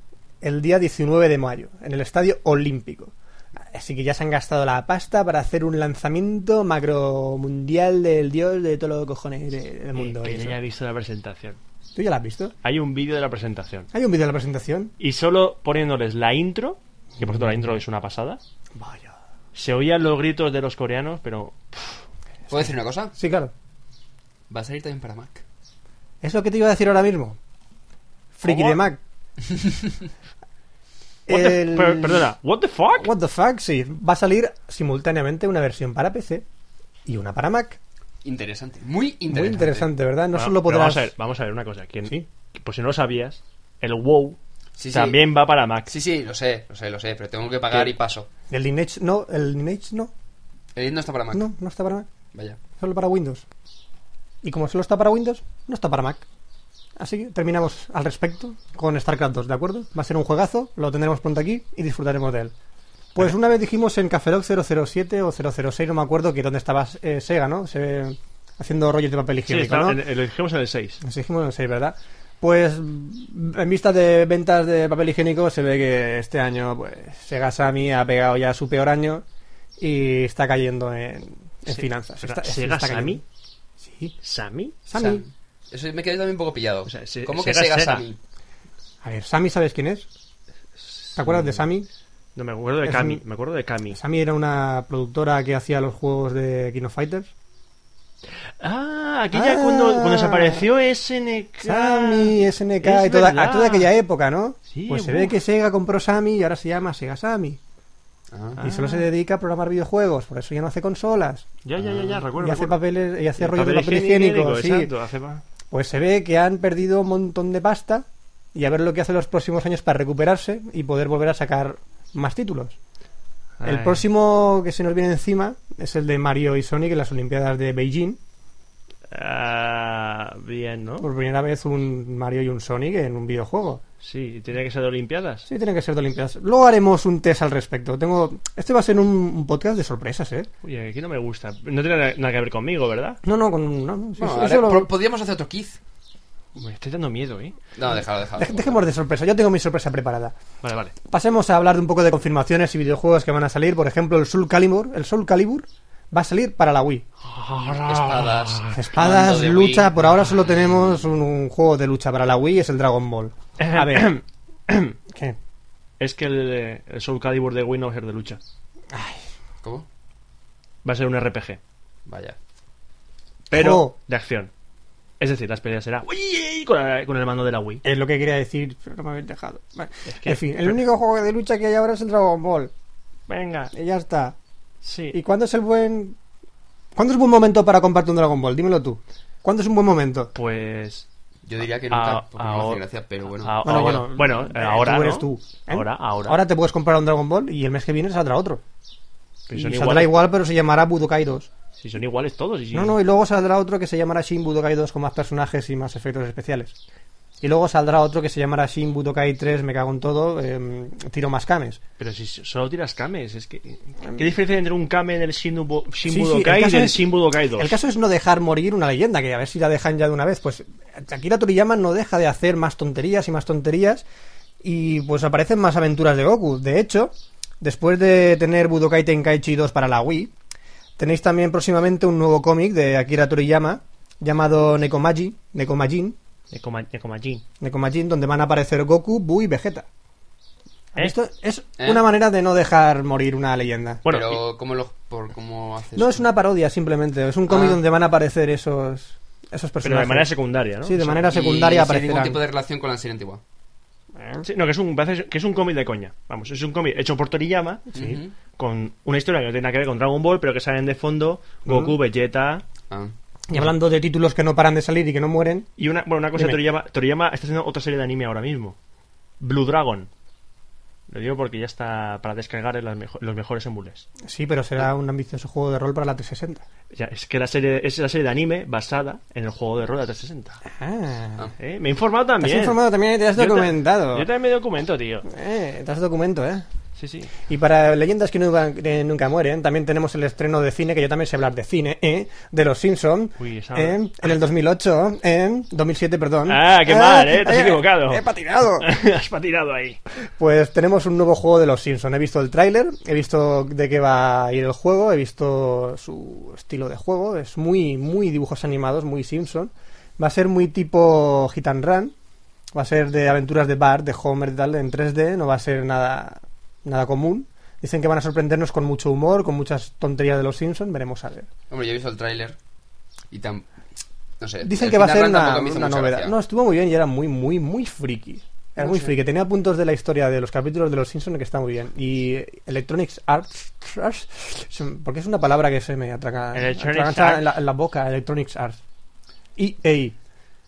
Speaker 2: el día 19 de mayo, en el Estadio Olímpico. Así que ya se han gastado la pasta para hacer un lanzamiento macro mundial del dios de todos los cojones de- del mundo.
Speaker 1: Eh,
Speaker 2: y
Speaker 1: que
Speaker 2: eso.
Speaker 1: ya he visto la presentación.
Speaker 2: ¿Tú ya la has visto?
Speaker 1: Hay un vídeo de la presentación.
Speaker 2: ¿Hay un vídeo de la presentación?
Speaker 1: Y solo poniéndoles la intro, que por cierto la intro es una pasada,
Speaker 2: Vaya.
Speaker 1: se oían los gritos de los coreanos, pero
Speaker 3: ¿Puedo decir una cosa?
Speaker 2: Sí, claro.
Speaker 3: Va a salir también para Mac.
Speaker 2: Es lo que te iba a decir ahora mismo. Friki
Speaker 1: ¿Cómo?
Speaker 2: de Mac.
Speaker 1: What the-
Speaker 2: El-
Speaker 1: per- perdona, what the fuck?
Speaker 2: What the fuck, sí. Va a salir simultáneamente una versión para PC y una para Mac.
Speaker 3: Interesante. Muy interesante.
Speaker 2: Muy interesante, ¿verdad? No
Speaker 1: Bueno,
Speaker 2: solo
Speaker 1: pero
Speaker 2: podrás...
Speaker 1: Vamos a ver, vamos a ver una cosa. Que,
Speaker 2: Sí.
Speaker 1: que por si no lo sabías, el WoW
Speaker 3: Sí, sí.
Speaker 1: también va para Mac.
Speaker 3: Sí, sí, lo sé, lo sé, lo sé, pero tengo que pagar
Speaker 1: ¿Qué?
Speaker 3: y paso.
Speaker 2: El Lineage no, el Lineage no.
Speaker 3: El no está para Mac.
Speaker 2: No, no está para Mac.
Speaker 3: Vaya.
Speaker 2: Solo para Windows. Y como solo está para Windows, no está para Mac. Así que terminamos al respecto con StarCraft 2, ¿de acuerdo? Va a ser un juegazo, lo tendremos pronto aquí y disfrutaremos de él. Pues una vez dijimos en Cafelog 007 o 006, no me acuerdo que dónde estaba eh, Sega, ¿no? Se- haciendo rollos de papel
Speaker 1: Sí,
Speaker 2: higiénico,
Speaker 1: está-
Speaker 2: ¿no?
Speaker 1: en- en- lo dijimos en el 6.
Speaker 2: Nos dijimos en el 6, ¿verdad? Pues mm, en vista de ventas de papel higiénico se ve que este año pues Sega Sammy ha pegado ya su peor año y está cayendo en, en
Speaker 1: Se-
Speaker 2: finanzas.
Speaker 1: espera,
Speaker 2: Está-
Speaker 1: ¿Sega
Speaker 2: está cayendo.
Speaker 1: Sammy?
Speaker 2: Sí,
Speaker 1: ¿Sami?
Speaker 2: Sammy.
Speaker 3: Sam. Eso me quedé también un poco pillado.
Speaker 1: O sea, se-
Speaker 3: ¿Cómo que
Speaker 1: Sega
Speaker 3: Sega,
Speaker 1: Sega.
Speaker 3: Sammy?
Speaker 2: A ver, Sammy, ¿sabes quién es? ¿Te acuerdas
Speaker 1: Mm.
Speaker 2: de Sammy?
Speaker 1: No me acuerdo de
Speaker 2: Es
Speaker 1: Kami,
Speaker 2: un-
Speaker 1: me acuerdo de Kami.
Speaker 2: Sammy era una productora que hacía los juegos de King of Fighters.
Speaker 1: Ah, aquella
Speaker 2: Ah.
Speaker 1: cuando, cuando desapareció SNK.
Speaker 2: Sammy, SNK y
Speaker 1: Es
Speaker 2: toda,
Speaker 1: verdad.
Speaker 2: a toda aquella época, ¿no?
Speaker 1: Sí, uh.
Speaker 2: pues se
Speaker 1: buf.
Speaker 2: ve que Sega compró Sammy y ahora se llama Sega Sammy.
Speaker 3: Ah.
Speaker 2: Y solo se dedica a programar videojuegos, por eso ya no hace consolas.
Speaker 1: Ya, ya, ya, ya, recuerdo.
Speaker 2: y hace
Speaker 1: recuerdo.
Speaker 2: papeles y hace
Speaker 1: El
Speaker 2: rollo de papel higiénico, sí.
Speaker 1: Exacto, hace pa-
Speaker 2: Pues se ve que han perdido un montón de pasta y a ver lo que hace los próximos años para recuperarse y poder volver a sacar más títulos. El
Speaker 1: Ay.
Speaker 2: próximo que se nos viene encima es el de Mario y Sonic en las Olimpiadas de Beijing.
Speaker 1: Ah, bien, ¿no?
Speaker 2: Por primera vez un Mario y un Sonic en un videojuego.
Speaker 1: Sí, tenía que ser de Olimpiadas.
Speaker 2: Sí, tienen que ser de Olimpiadas. Luego haremos un test al respecto. Tengo, este va a ser un, un podcast de sorpresas, ¿eh?
Speaker 1: Uy, aquí no me gusta. No tiene na- nada que ver conmigo, ¿verdad?
Speaker 2: No, no, con, no, no, sí,
Speaker 3: Bueno,
Speaker 2: sí,
Speaker 3: ahora
Speaker 2: eso lo-
Speaker 3: pro- podríamos hacer otro Keith.
Speaker 1: Me estoy dando miedo, ¿eh?
Speaker 3: No, déjalo, déjalo.
Speaker 2: Dej- Dejemos de sorpresa. Yo tengo mi sorpresa preparada.
Speaker 1: Vale, vale.
Speaker 2: Pasemos a hablar de un poco de confirmaciones y videojuegos que van a salir. Por ejemplo, el Soul Calibur. El Soul Calibur va a salir para la Wii.
Speaker 3: Espadas. mando
Speaker 2: Espadas,
Speaker 3: Ah, de
Speaker 2: lucha.
Speaker 3: Wii.
Speaker 2: Por ahora solo tenemos un, un juego de lucha para la Wii, es el Dragon Ball. A ver. ¿Qué?
Speaker 1: Es que el, eh, el Soul Calibur de Wii no va a ser de lucha.
Speaker 3: ¿Cómo?
Speaker 1: Va a ser un RPG.
Speaker 3: Vaya.
Speaker 1: Pero
Speaker 2: Jo.
Speaker 1: de acción. Es decir, las peleas será "Uy", con, la- con el mando de la Wii.
Speaker 2: Es lo que quería decir, pero no me habéis dejado. Vale.
Speaker 1: que-
Speaker 2: en fin, el único juego de lucha que hay ahora es el Dragon Ball.
Speaker 1: Venga,
Speaker 2: Y ya está.
Speaker 1: sí.
Speaker 2: Eh, ¿Y cuándo es el buen. ¿Cuándo es buen momento para comprarte un Dragon Ball? Dímelo tú. ¿Cuándo es un buen momento?
Speaker 1: Pues
Speaker 3: Yo diría que nunca,
Speaker 1: Ah,
Speaker 3: porque no me hace
Speaker 1: ahora-
Speaker 3: gracia, pero bueno.
Speaker 1: ah,
Speaker 2: Bueno,
Speaker 1: ahora-
Speaker 2: bueno,
Speaker 1: bueno,
Speaker 2: eh,
Speaker 1: ahora
Speaker 2: tú
Speaker 1: no.
Speaker 2: eres tú, ¿eh?
Speaker 1: Ahora, ahora.
Speaker 2: Ahora te puedes comprar un Dragon Ball y el mes que viene saldrá otro.
Speaker 1: Pero
Speaker 2: Y
Speaker 1: son
Speaker 2: saldrá
Speaker 1: iguales.
Speaker 2: igual, pero se llamará Budokai 2.
Speaker 1: Sí, Si son iguales todos. Y si-
Speaker 2: No, no, y luego saldrá otro que se llamará Shin Budokai 2 con más personajes y más efectos especiales. Y luego saldrá otro que se llamará Shin Budokai 3, me cago en todo, em, tiro más cames.
Speaker 1: Pero si solo tiras kames, es que. ¿Qué diferencia hay entre un kame en el Shin, Ubo- Shin
Speaker 2: Mm. Sí, sí,
Speaker 1: Budokai
Speaker 2: el
Speaker 1: y
Speaker 2: caso
Speaker 1: del
Speaker 2: es-
Speaker 1: Shin Budokai 2?
Speaker 2: El caso es no dejar morir una leyenda, que a ver si la dejan ya de una vez. Pues Akira Toriyama no deja de hacer más tonterías y más tonterías y pues aparecen más aventuras de Goku. De hecho, después de tener Budokai Tenkaichi 2 para la Wii, tenéis también próximamente un nuevo cómic de Akira Toriyama llamado Nekomaji, Nekomajin,
Speaker 1: De Koma- de Komajin.
Speaker 2: Nekomajin, donde van a aparecer Goku, Bu y Vegeta.
Speaker 1: ¿Eh?
Speaker 2: Esto es
Speaker 3: ¿Eh?
Speaker 2: una manera de no dejar morir una leyenda.
Speaker 1: Bueno,
Speaker 3: pero ¿cómo, lo, por, ¿cómo haces?
Speaker 2: No es una parodia, simplemente. Es un cómic
Speaker 3: Ah.
Speaker 2: donde van a aparecer esos, esos
Speaker 1: pero
Speaker 2: personajes.
Speaker 1: de manera secundaria, ¿no?
Speaker 2: Sí, de
Speaker 1: O sea,
Speaker 2: manera
Speaker 3: Y
Speaker 2: secundaria
Speaker 3: sin ningún
Speaker 2: aparecerán.
Speaker 3: tipo de relación con la serie antigua.
Speaker 2: ¿Eh?
Speaker 1: Sí, no, que es un, parece que es un cómic de coña. Vamos, es un cómic hecho por Toriyama,
Speaker 3: Ujú.
Speaker 1: con una historia que no tiene nada que ver con Dragon Ball, pero que salen de fondo Goku,
Speaker 2: Mm.
Speaker 1: Vegeta.
Speaker 3: Ah.
Speaker 2: Y hablando de títulos que no paran de salir y que no mueren,
Speaker 1: Y una, bueno, una cosa,
Speaker 2: Dime.
Speaker 1: Toriyama, Toriyama está haciendo otra serie de anime ahora mismo: Blue Dragon. Lo digo porque ya está para descargar en las mejo- los mejores emules.
Speaker 2: sí, pero
Speaker 1: Ah.
Speaker 2: será un ambicioso juego de rol para la 360.
Speaker 1: Ya, es que la serie es la serie de anime basada en el juego de Rueda 360.
Speaker 2: Ah.
Speaker 1: ¿Eh? Me he informado
Speaker 2: Te has
Speaker 1: también.
Speaker 2: informado también, te has
Speaker 1: Yo ta-
Speaker 2: documentado.
Speaker 1: Yo también me documento, tío.
Speaker 2: Eh, te has documento, ¿eh?
Speaker 1: Sí, sí.
Speaker 2: Y para leyendas que nunca, que nunca mueren, también tenemos el estreno de cine, que yo también sé hablar de cine, ¿eh? De Los Simpsons,
Speaker 1: Uy, esa-
Speaker 2: ¿eh? En el 2008, ¿eh? 2007, perdón.
Speaker 1: Ah, qué mal, ¿eh? Te has equivocado.
Speaker 2: He patinado.
Speaker 1: Has patinado ahí.
Speaker 2: Pues tenemos un nuevo juego de los Simpsons. He visto el tráiler, he visto de qué va a ir el juego, he visto su estilo de juego. Es muy, muy dibujos animados, muy Simpson. Va a ser muy tipo hit and run. Va a ser de aventuras de Bart, de Homer y tal, en 3D. No va a ser nada, nada común. Dicen que van a sorprendernos con mucho humor, con muchas tonterías de los Simpsons. Veremos a ver.
Speaker 3: Hombre, yo he visto el tráiler y tan... No sé.
Speaker 2: Dicen
Speaker 3: el
Speaker 2: que va a
Speaker 3: Peter
Speaker 2: ser
Speaker 3: Pan
Speaker 2: una,
Speaker 3: tampoco me hizo
Speaker 2: una
Speaker 3: mucha
Speaker 2: novedad.
Speaker 3: gracia.
Speaker 2: No, estuvo muy bien y era muy, muy, muy friki. Era
Speaker 3: No
Speaker 2: muy
Speaker 3: sé.
Speaker 2: friki. Tenía puntos de la historia de los capítulos de los Simpsons que está muy bien. Y Electronics Arts. Arts, se- Porque es una palabra que se me atraca,
Speaker 1: Electronics
Speaker 2: atragancha
Speaker 1: Arts.
Speaker 2: en, la, en la boca. Electronics Arts. E EA.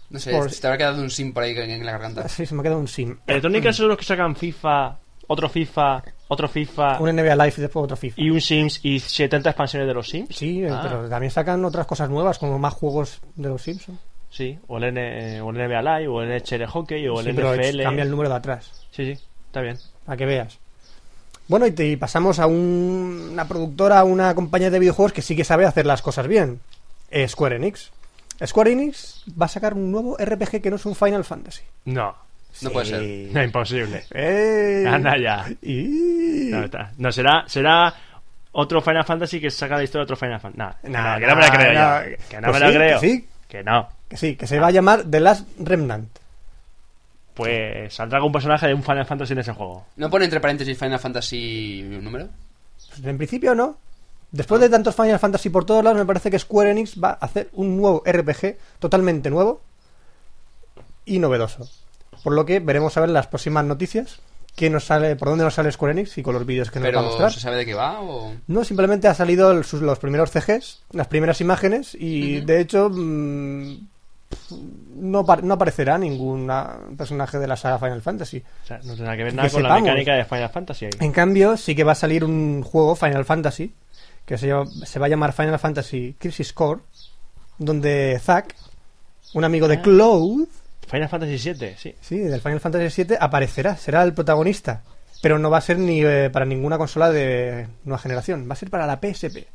Speaker 3: No sé,
Speaker 2: Sports.
Speaker 3: te habrá quedado un sim por ahí en la garganta.
Speaker 2: Sí, se me ha quedado un sim.
Speaker 1: Electrónica son los que sacan FIFA, otro FIFA, otro FIFA
Speaker 2: Un NBA Live y después otro FIFA.
Speaker 1: y un Sims y 70 expansiones de los Sims.
Speaker 2: Sí, eh,
Speaker 1: Ah,
Speaker 2: pero también sacan otras cosas nuevas, como más juegos de los Simpsons.
Speaker 1: Sí, o el, N- eh, o el NBA Live, o el NHL Hockey, o el
Speaker 2: Sí, pero
Speaker 1: NFL.
Speaker 2: cambia el número de atrás.
Speaker 1: Sí, sí, está bien.
Speaker 2: Para que veas. Bueno, y, te- y pasamos a un- una productora, a una compañía de videojuegos que sí que sabe hacer las cosas bien. Eh, Square Enix. Square Enix va a sacar un nuevo RPG que no es un Final Fantasy.
Speaker 1: No,
Speaker 3: No puede ser.
Speaker 1: no, imposible.
Speaker 2: ¡Eh!
Speaker 1: Anda ya.
Speaker 2: Y-
Speaker 1: No, está- no, será, será otro Final Fantasy que saca la historia de otro Final Fantasy. Nah, que
Speaker 2: Nah,
Speaker 1: no, que no me la
Speaker 2: nah,
Speaker 1: creo
Speaker 2: nah.
Speaker 1: yo. Que no
Speaker 2: Pues
Speaker 1: me la
Speaker 2: sí,
Speaker 1: creo.
Speaker 2: que sí.
Speaker 1: Que no.
Speaker 2: Que sí, que se va a llamar The Last Remnant.
Speaker 1: Pues saldrá algún personaje de un Final Fantasy en ese juego.
Speaker 3: ¿No pone entre paréntesis Final Fantasy un número?
Speaker 2: Pues en principio no. Después de tantos Final Fantasy por todos lados, me parece que Square Enix va a hacer un nuevo RPG totalmente nuevo y novedoso. Por lo que veremos a ver las próximas noticias, qué nos sale, por dónde nos sale Square Enix y con los vídeos que nos va a
Speaker 3: Pero
Speaker 2: mostrar.
Speaker 3: ¿se sabe de qué va o...?
Speaker 2: No, simplemente ha salido el- sus- los primeros CGs, las primeras imágenes y de hecho mm, pf, no, par- no aparecerá ningún ah, personaje de la saga Final Fantasy.
Speaker 1: O sea, no tendrá que ver nada
Speaker 2: Que
Speaker 1: con la
Speaker 2: sepamos.
Speaker 1: mecánica de Final Fantasy. ahí.
Speaker 2: En cambio, sí que va a salir un juego, Final Fantasy, que se, llama- se va a llamar Final Fantasy Crisis Core, donde Zack, un amigo de Cloud,
Speaker 1: Final Fantasy VII, sí.
Speaker 2: sí, del Final Fantasy VII, aparecerá, será el protagonista. Pero no va a ser ni eh, para ninguna consola de nueva generación, va a ser para la PSP.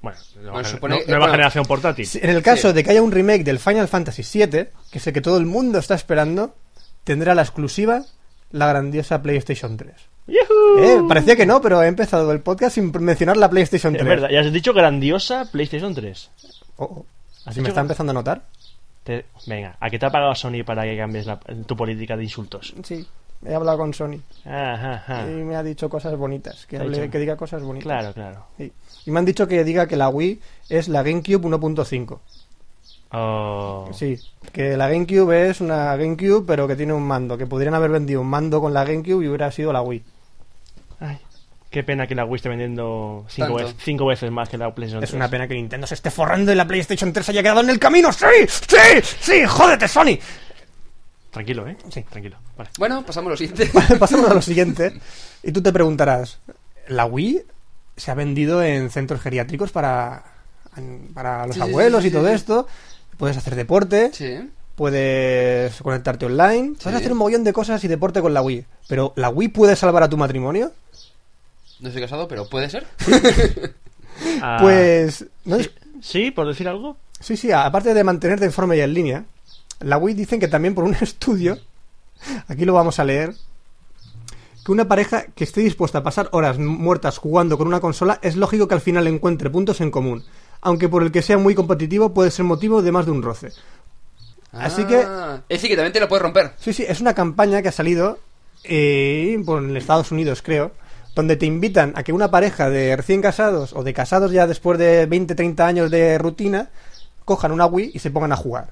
Speaker 1: Bueno, nueva,
Speaker 3: Bueno,
Speaker 1: gener-
Speaker 3: supone
Speaker 1: nu-
Speaker 3: que-
Speaker 1: nueva
Speaker 3: bueno,
Speaker 1: generación portátil.
Speaker 2: Si- En el caso
Speaker 3: Sí.
Speaker 2: de que haya un remake del Final Fantasy VII, que es el que todo el mundo está esperando, tendrá la exclusiva la grandiosa PlayStation 3.
Speaker 1: ¡Yujú!
Speaker 2: Eh, parecía que no, pero he empezado el podcast sin mencionar la PlayStation 3.
Speaker 1: Es verdad, ya has dicho grandiosa PlayStation 3.
Speaker 2: Oh, oh.
Speaker 1: ¿Has
Speaker 2: ¿Se me
Speaker 1: hecho-
Speaker 2: está empezando a notar?
Speaker 1: Te- Venga, ¿a qué te ha pagado Sony para que cambies la- tu política de insultos?
Speaker 2: Sí. He hablado con Sony
Speaker 1: Ajá, ajá.
Speaker 2: y me ha dicho cosas bonitas.
Speaker 1: Te
Speaker 2: Que,
Speaker 1: ha
Speaker 2: hable-
Speaker 1: dicho.
Speaker 2: que diga cosas bonitas.
Speaker 1: Claro, claro.
Speaker 2: Sí. Y me han dicho que diga que la Wii es la GameCube 1.5.
Speaker 1: Oh.
Speaker 2: Sí. Que la GameCube es una GameCube, pero que tiene un mando. Que podrían haber vendido un mando con la GameCube y hubiera sido la Wii.
Speaker 1: Ay, qué pena que la Wii esté vendiendo cinco,
Speaker 3: Tanto.
Speaker 1: veces, cinco veces más que la PlayStation 3.
Speaker 2: Es una pena que Nintendo se esté forrando y la PlayStation 3 haya quedado en el camino. ¡Sí! ¡Sí! ¡Sí! ¡Jódete, Sony!
Speaker 1: Tranquilo, ¿eh?
Speaker 2: Sí.
Speaker 1: Tranquilo. Vale.
Speaker 3: Bueno, pasamos a lo siguiente.
Speaker 2: Pasamos a lo siguiente. Y tú te preguntarás, ¿la Wii se ha vendido en centros geriátricos para an- para los
Speaker 3: Sí, sí,
Speaker 2: abuelos
Speaker 3: sí,
Speaker 2: y todo
Speaker 3: sí.
Speaker 2: esto. Puedes hacer deporte,
Speaker 3: Sí.
Speaker 2: puedes conectarte online, puedes
Speaker 3: Sí.
Speaker 2: hacer un mogollón de cosas y deporte con la Wii. Pero ¿la Wii puede salvar a tu matrimonio?
Speaker 3: No estoy casado, pero puede ser.
Speaker 1: Ah,
Speaker 2: Pues... No es-
Speaker 1: Sí, por decir algo.
Speaker 2: Sí, sí, aparte de mantenerte en forma y en línea, la Wii dicen que también por un estudio, aquí lo vamos a leer, que una pareja que esté dispuesta a pasar horas muertas jugando con una consola es lógico que al final encuentre puntos en común, aunque por el que sea muy competitivo puede ser motivo de más de un roce. Así que-
Speaker 3: Ah, Es decir, que también te la puedes romper.
Speaker 2: Sí, sí, es una campaña que ha salido eh, por en Estados Unidos, creo, donde te invitan a que una pareja de recién casados o de casados ya después de 20, 30 años de rutina, cojan una Wii y se pongan a jugar.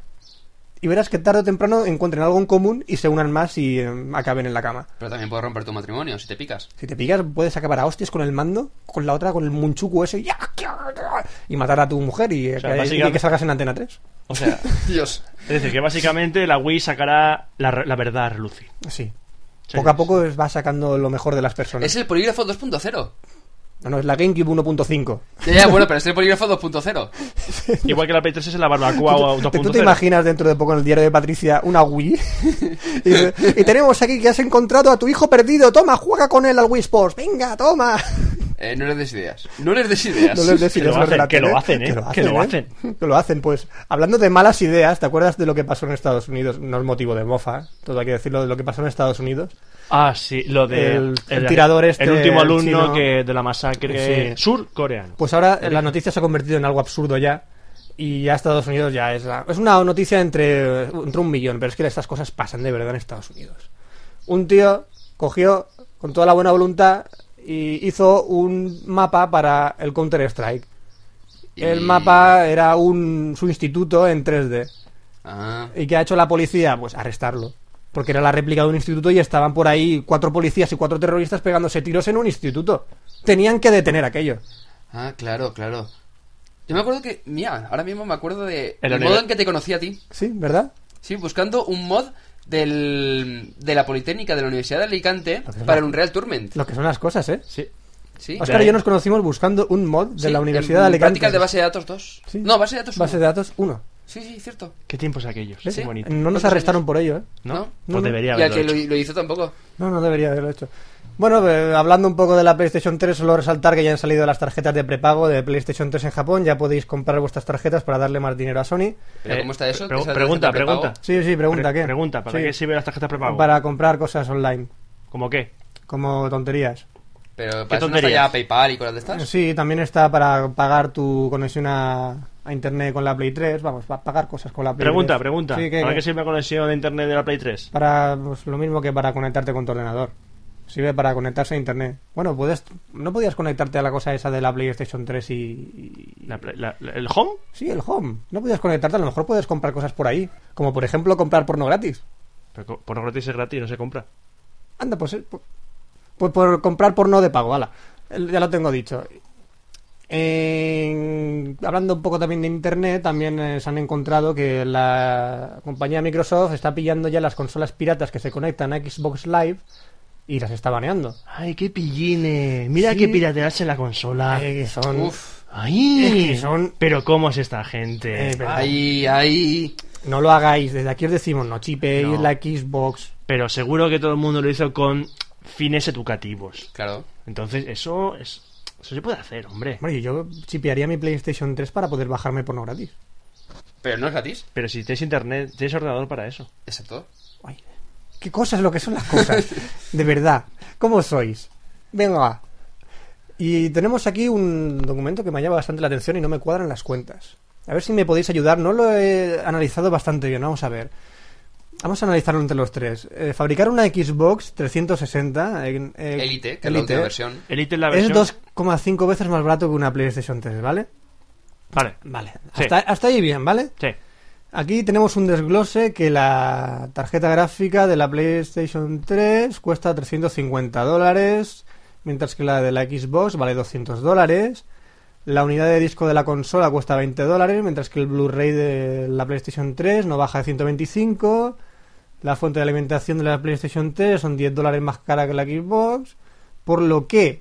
Speaker 2: Y verás que tarde o temprano encuentren algo en común y se unan más y eh, acaben en la cama.
Speaker 3: Pero también puedes romper tu matrimonio si te picas.
Speaker 2: Si te picas, puedes acabar a hostias con el mando, con la otra, con el munchuku ese, y matar a tu mujer y,
Speaker 1: sea,
Speaker 2: que- y
Speaker 1: básicamente-
Speaker 2: que salgas en Antena 3.
Speaker 1: O sea,
Speaker 3: Dios.
Speaker 1: es decir, que básicamente la Wii sacará la, re- la verdad a relucir.
Speaker 2: Así.
Speaker 1: Sí,
Speaker 2: poco a
Speaker 1: sí.
Speaker 2: poco es- va sacando lo mejor de las personas.
Speaker 3: Es el polígrafo 2.0.
Speaker 2: No, no, es la GameCube 1.5.
Speaker 3: Ya, ya, bueno, pero es el polígrafo 2.0.
Speaker 1: Igual que la Play 3 es la barbacoa o
Speaker 2: ¿Tú, tú te
Speaker 1: 2.0.
Speaker 2: imaginas dentro de poco en el diario de Patricia una Wii? y, dice, "Y tenemos aquí que has encontrado a tu hijo perdido. Toma, juega con él al Wii Sports. Venga, toma.
Speaker 3: Eh, no les des ideas. No les des ideas.
Speaker 2: No les des
Speaker 1: Que lo
Speaker 2: ideas,
Speaker 1: hacen,
Speaker 2: relaten,
Speaker 1: que lo hacen, ¿eh? Que lo
Speaker 2: ¿eh? Que lo hacen, pues. Hablando de malas ideas, ¿te acuerdas de lo que pasó en Estados Unidos? No es motivo de mofa, ¿eh? todo hay que decirlo, de lo que pasó en Estados Unidos.
Speaker 1: Ah, sí, lo de
Speaker 2: El- el tirador este,
Speaker 1: el último
Speaker 2: el
Speaker 1: alumno
Speaker 2: chino.
Speaker 1: que de la masacre
Speaker 2: Sí.
Speaker 1: surcoreano.
Speaker 2: Pues ahora eh, la noticia se ha convertido en algo absurdo ya. Y ya Estados Unidos ya es la- Es una noticia entre, entre un millón, pero es que estas cosas pasan de verdad en Estados Unidos. Un tío cogió con toda la buena voluntad y hizo un mapa para el Counter-Strike. El
Speaker 3: Y-
Speaker 2: mapa era un, su instituto en 3D.
Speaker 3: Ah.
Speaker 2: ¿Y qué ha hecho la policía? Pues arrestarlo. Porque era la réplica de un instituto y estaban por ahí cuatro policías y cuatro terroristas pegándose tiros en un instituto. Tenían que detener aquello.
Speaker 3: Ah, claro, claro. Yo me acuerdo que, mira, ahora mismo me acuerdo de
Speaker 1: En
Speaker 3: el,
Speaker 1: la
Speaker 3: modo
Speaker 1: univers-
Speaker 3: en que te conocí a ti.
Speaker 2: ¿Sí? ¿Verdad?
Speaker 3: Sí, buscando un mod del, de la Politécnica de la Universidad de Alicante
Speaker 2: Lo que es
Speaker 3: para
Speaker 2: la-
Speaker 3: el Unreal Tournament.
Speaker 2: Lo que son las cosas, ¿eh?
Speaker 1: Sí.
Speaker 3: Sí.
Speaker 2: Oscar y yo nos conocimos buscando un mod de
Speaker 3: Sí,
Speaker 2: la
Speaker 3: en
Speaker 2: Universidad de Alicante.
Speaker 3: Prácticas de base de datos 2.
Speaker 2: Sí.
Speaker 3: No, base de datos 1.
Speaker 2: Base de datos 1.
Speaker 3: Sí, sí, cierto.
Speaker 1: ¿Qué tiempos aquellos?
Speaker 2: ¿Ves?
Speaker 1: Qué bonito.
Speaker 2: No nos arrestaron por ello, ¿eh?
Speaker 1: ¿No?
Speaker 3: No.
Speaker 1: Pues
Speaker 2: No, no.
Speaker 1: debería
Speaker 3: Y al
Speaker 1: haberlo
Speaker 3: que lo,
Speaker 1: hecho.
Speaker 3: lo hizo tampoco.
Speaker 2: No, no debería haberlo hecho. Bueno, eh, hablando un poco de la PlayStation 3, solo resaltar que ya han salido las tarjetas de prepago de PlayStation 3 en Japón. Ya podéis comprar vuestras tarjetas para darle más dinero a Sony.
Speaker 3: Pero
Speaker 1: Eh,
Speaker 3: ¿cómo está eso?
Speaker 1: pre-
Speaker 3: ¿Que esa
Speaker 1: pregunta,
Speaker 3: tarjeta de
Speaker 1: pregunta.
Speaker 2: Sí, sí, pregunta,
Speaker 1: Pre-
Speaker 2: ¿qué?
Speaker 1: Pregunta, ¿para
Speaker 2: Sí.
Speaker 1: qué sirven las tarjetas prepago?
Speaker 2: Para comprar cosas online,
Speaker 1: ¿Cómo qué?
Speaker 2: como tonterías.
Speaker 3: prepago? Pero para eso no está
Speaker 1: tonterías?
Speaker 3: ya PayPal y cosas de estas.
Speaker 2: Sí, también está para pagar tu conexión a, a internet con la Play 3. Vamos, para pagar cosas con la Play
Speaker 1: Pregunta,
Speaker 2: 3.
Speaker 1: pregunta.
Speaker 2: Sí, ¿qué,
Speaker 1: ¿Para
Speaker 2: qué?
Speaker 1: qué sirve la conexión de internet de la Play 3?
Speaker 2: Para pues, lo mismo que para conectarte con tu ordenador. Sirve para conectarse a internet. Bueno, puedes, no podías conectarte a la cosa esa de la PlayStation 3 y, y-
Speaker 1: La pla- la- la- ¿El Home?
Speaker 2: Sí, el home. No podías conectarte, a lo mejor puedes comprar cosas por ahí. Como por ejemplo comprar porno gratis.
Speaker 1: Pero co- porno gratis es gratis, no se compra.
Speaker 2: Anda, pues... eh, po- Pues por comprar porno de pago, ala. El- Ya lo tengo dicho. En- hablando un poco también de internet, también eh, se han encontrado que la compañía Microsoft está pillando ya las consolas piratas que se conectan a Xbox Live y las está baneando.
Speaker 1: ¡Ay, qué pilline! Mira
Speaker 2: Sí.
Speaker 1: que piratearse la consola.
Speaker 2: Eh, que son...
Speaker 3: Uf.
Speaker 1: ¡Ay!
Speaker 2: Es que son-
Speaker 1: Pero ¿cómo es esta gente?
Speaker 2: Eh, pero-
Speaker 3: Ahí, ahí.
Speaker 2: No lo hagáis, desde aquí os decimos, no chipéis
Speaker 1: No.
Speaker 2: la Xbox.
Speaker 1: Pero seguro que todo el mundo lo hizo con fines educativos.
Speaker 3: Claro.
Speaker 1: Entonces, eso es... Eso se puede hacer, hombre.
Speaker 2: Hombre, yo chipearía mi PlayStation 3 para poder bajarme porno gratis.
Speaker 3: Pero no es gratis.
Speaker 1: Pero si tienes internet, tienes ordenador para eso.
Speaker 3: Exacto.
Speaker 2: Ay, qué cosas lo que son las cosas. De verdad, ¿cómo sois? Venga. va. Y tenemos aquí un documento que me llama bastante la atención y no me cuadran las cuentas. A ver si me podéis ayudar. No lo he analizado bastante bien. Vamos a ver. Vamos a analizarlo entre los tres. Eh, fabricar una Xbox 360 en, eh,
Speaker 3: Elite, que es la
Speaker 2: Elite,
Speaker 3: última versión.
Speaker 1: Elite es la
Speaker 2: Es
Speaker 1: versión...
Speaker 2: 2,5 veces más barato que una PlayStation 3, ¿vale?
Speaker 1: Vale.
Speaker 2: Vale.
Speaker 1: Sí.
Speaker 2: Hasta, hasta ahí bien, ¿vale?
Speaker 1: Sí.
Speaker 2: Aquí tenemos un desglose que la tarjeta gráfica de la PlayStation 3 cuesta 350 dólares, mientras que la de la Xbox vale 200 dólares. La unidad de disco de la consola cuesta 20 dólares, mientras que el Blu-ray de la PlayStation 3 no baja de 125. La fuente de alimentación de la PlayStation 3 son 10 dólares más cara que la Xbox. Por lo que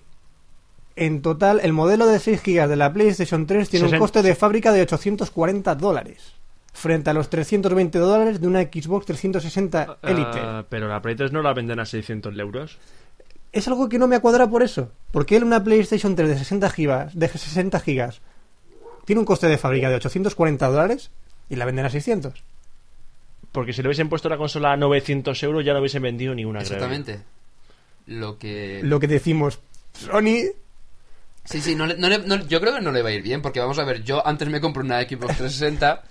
Speaker 2: En total, el modelo de 6 GB de la PlayStation 3 tiene un
Speaker 1: Sesen-
Speaker 2: coste de fábrica de 840 dólares, frente a los 320 dólares de una Xbox 360 Elite.
Speaker 1: Ah, pero la Play 3 no la venden a 600 euros.
Speaker 2: Es algo que no me cuadra por eso. ¿Por qué una PlayStation 3 de 60 gigas, de 60 gigas tiene un coste de fábrica de 840 dólares y la venden a 600?
Speaker 1: Porque si le hubiesen puesto la consola a 900 euros ya no hubiesen vendido ni una. creo.
Speaker 3: Exactamente. Lo que...
Speaker 2: Lo que decimos, Sony,
Speaker 3: Sí, sí, no le- no le- no- yo creo que no le va a ir bien, porque vamos a ver, yo antes me compro una Xbox 360,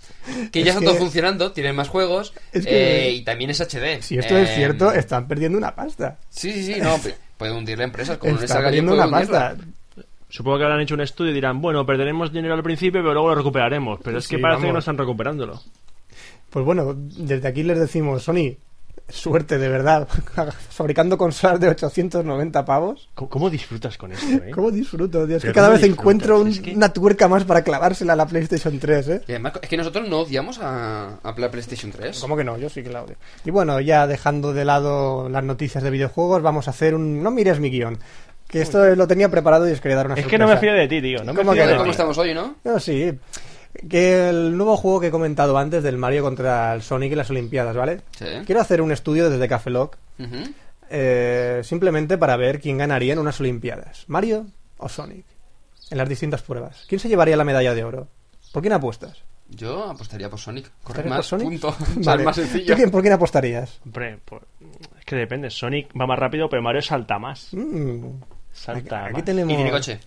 Speaker 3: que ya
Speaker 2: Es
Speaker 3: está todo
Speaker 2: que-
Speaker 3: funcionando, tiene más juegos,
Speaker 2: Es que-
Speaker 3: eh, y también es HD.
Speaker 2: si esto es
Speaker 3: Eh,
Speaker 2: cierto, están perdiendo una pasta.
Speaker 3: Sí, sí, sí, no, pe- puede hundir la empresa, como no le
Speaker 2: Están
Speaker 3: salga bien,
Speaker 2: perdiendo
Speaker 3: puede
Speaker 2: una
Speaker 3: hundirla.
Speaker 2: pasta.
Speaker 1: Supongo que habrán hecho un estudio y dirán, bueno, perderemos dinero al principio, pero luego lo recuperaremos. Pero es que
Speaker 2: Sí,
Speaker 1: parece que
Speaker 2: vamos.
Speaker 1: no están recuperándolo.
Speaker 2: Pues bueno, desde aquí les decimos, Sony, suerte de verdad, fabricando consolas de 890 pavos.
Speaker 1: ¿Cómo, cómo disfrutas con esto, eh?
Speaker 2: ¿Cómo disfruto, Dios?
Speaker 1: Pero
Speaker 2: Que cada
Speaker 1: ¿cómo
Speaker 2: vez
Speaker 1: disfrutas?
Speaker 2: encuentro un-
Speaker 1: Es que-
Speaker 2: una tuerca más para clavársela a la PlayStation 3, ¿eh?
Speaker 3: Y además, es que nosotros no odiamos a, a la PlayStation 3.
Speaker 2: ¿Cómo que no? Yo sí que la odio. Y bueno, ya dejando de lado las noticias de videojuegos, vamos a hacer un... No mires mi guión. Que esto lo tenía preparado y os quería dar una
Speaker 1: Es que no me
Speaker 2: sorpresa.
Speaker 1: fío de ti, tío. No me
Speaker 2: ¿Cómo
Speaker 1: fío
Speaker 2: que
Speaker 1: de
Speaker 2: no?
Speaker 1: ti.
Speaker 3: ¿Cómo estamos hoy, no?
Speaker 2: No, sí. Que el nuevo juego que he comentado antes del Mario contra el Sonic y las Olimpiadas, ¿vale?
Speaker 3: Sí.
Speaker 1: ¿Eh?
Speaker 2: Quiero hacer un estudio desde Café Lock,
Speaker 3: Ujú.
Speaker 2: eh, simplemente para ver quién ganaría en unas Olimpiadas, Mario o Sonic, en las distintas pruebas. ¿Quién se llevaría la medalla de oro? ¿Por quién apuestas?
Speaker 3: Yo apostaría por Sonic. Corre
Speaker 2: ¿Apuestarías
Speaker 3: más,
Speaker 2: por Sonic?
Speaker 3: punto. O sea, es
Speaker 2: Vale.
Speaker 3: más sencillo.
Speaker 2: ¿Tú quién- ¿Por quién apostarías?
Speaker 1: Hombre, pues, es que depende. Sonic va más rápido, pero Mario salta más.
Speaker 2: Mm.
Speaker 1: Salta
Speaker 2: Aquí
Speaker 1: más.
Speaker 2: tenemos-
Speaker 3: Y tiene coche.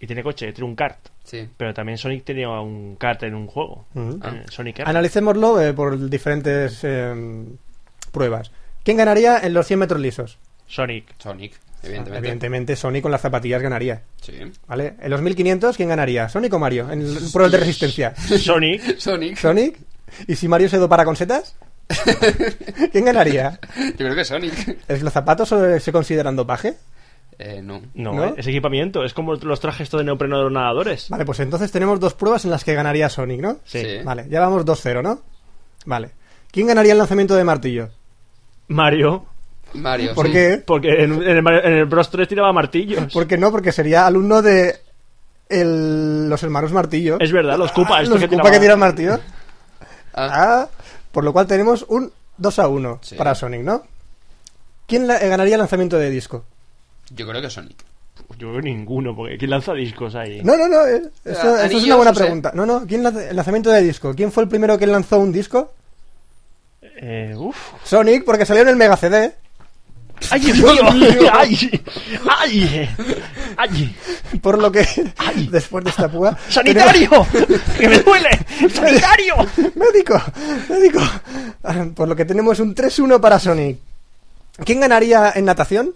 Speaker 1: Y tiene coche, tiene un kart.
Speaker 3: Sí.
Speaker 1: Pero también Sonic tenía un kart en un juego.
Speaker 2: Mm.
Speaker 1: en el Sonic Kart.
Speaker 2: Analicémoslo eh, por diferentes eh, pruebas. ¿Quién ganaría en los 100 metros lisos?
Speaker 1: Sonic.
Speaker 3: Sonic, evidentemente.
Speaker 2: Evidentemente Sony con las zapatillas ganaría.
Speaker 3: Sí.
Speaker 2: ¿Vale? En los 1500, ¿quién ganaría? ¿Sonic o Mario? En el- pruebas de resistencia.
Speaker 1: Sonic.
Speaker 3: Sonic.
Speaker 2: ¿Sonic? ¿Y si Mario se dopara con setas? ¿Quién ganaría?
Speaker 3: Yo creo que Sonic.
Speaker 2: ¿Es que los zapatos eh, se consideran dopaje?
Speaker 3: Eh, no.
Speaker 1: No,
Speaker 2: ¿No?
Speaker 1: ¿eh? es equipamiento. Es como los trajes estos de neopreno de los nadadores.
Speaker 2: Vale, pues entonces tenemos dos pruebas en las que ganaría Sonic, ¿no?
Speaker 1: Sí.
Speaker 3: Sí.
Speaker 2: Vale, ya vamos 2-0, ¿no? Vale. ¿Quién ganaría el lanzamiento de martillo?
Speaker 1: Mario.
Speaker 3: Mario.
Speaker 2: ¿Por
Speaker 3: sí.
Speaker 2: qué?
Speaker 1: Porque en, en el, Mario- en el Bros 3 tiraba martillos.
Speaker 2: ¿Por qué no? Porque sería alumno de el- los hermanos Martillo.
Speaker 1: Es verdad, los Koopa.
Speaker 2: Ah,
Speaker 1: estos
Speaker 2: los
Speaker 1: que
Speaker 2: Koopa
Speaker 1: tiraban-
Speaker 2: que tiran martillo.
Speaker 3: Ah,
Speaker 2: Ah, por lo cual tenemos un 2 a 1
Speaker 3: Sí.
Speaker 2: para Sonic, ¿no? ¿Quién la- eh, ganaría el lanzamiento de disco?
Speaker 3: Yo creo que Sonic.
Speaker 1: Yo creo ninguno, porque ¿quién lanza discos ahí?
Speaker 2: No, no, no. eh, Eso, eso es una
Speaker 3: anillos,
Speaker 2: buena
Speaker 3: no sé.
Speaker 2: pregunta. No, no. ¿Quién lanza- el lanzamiento de disco? ¿Quién fue el primero que lanzó un disco?
Speaker 1: Eh, uf.
Speaker 2: Sonic, porque salió en el Mega CD.
Speaker 1: ¡Ay, Dios mío! ¡Ay! ¡Ay! ¡Ay!
Speaker 2: Por lo que, después de esta púa.
Speaker 1: ¡Sanitario! ¡Que me duele! ¡Sanitario!
Speaker 2: tenemos- ¡Médico! ¡Médico! Ah, Por lo que tenemos un 3-1 para Sonic. ¿Quién ganaría en natación?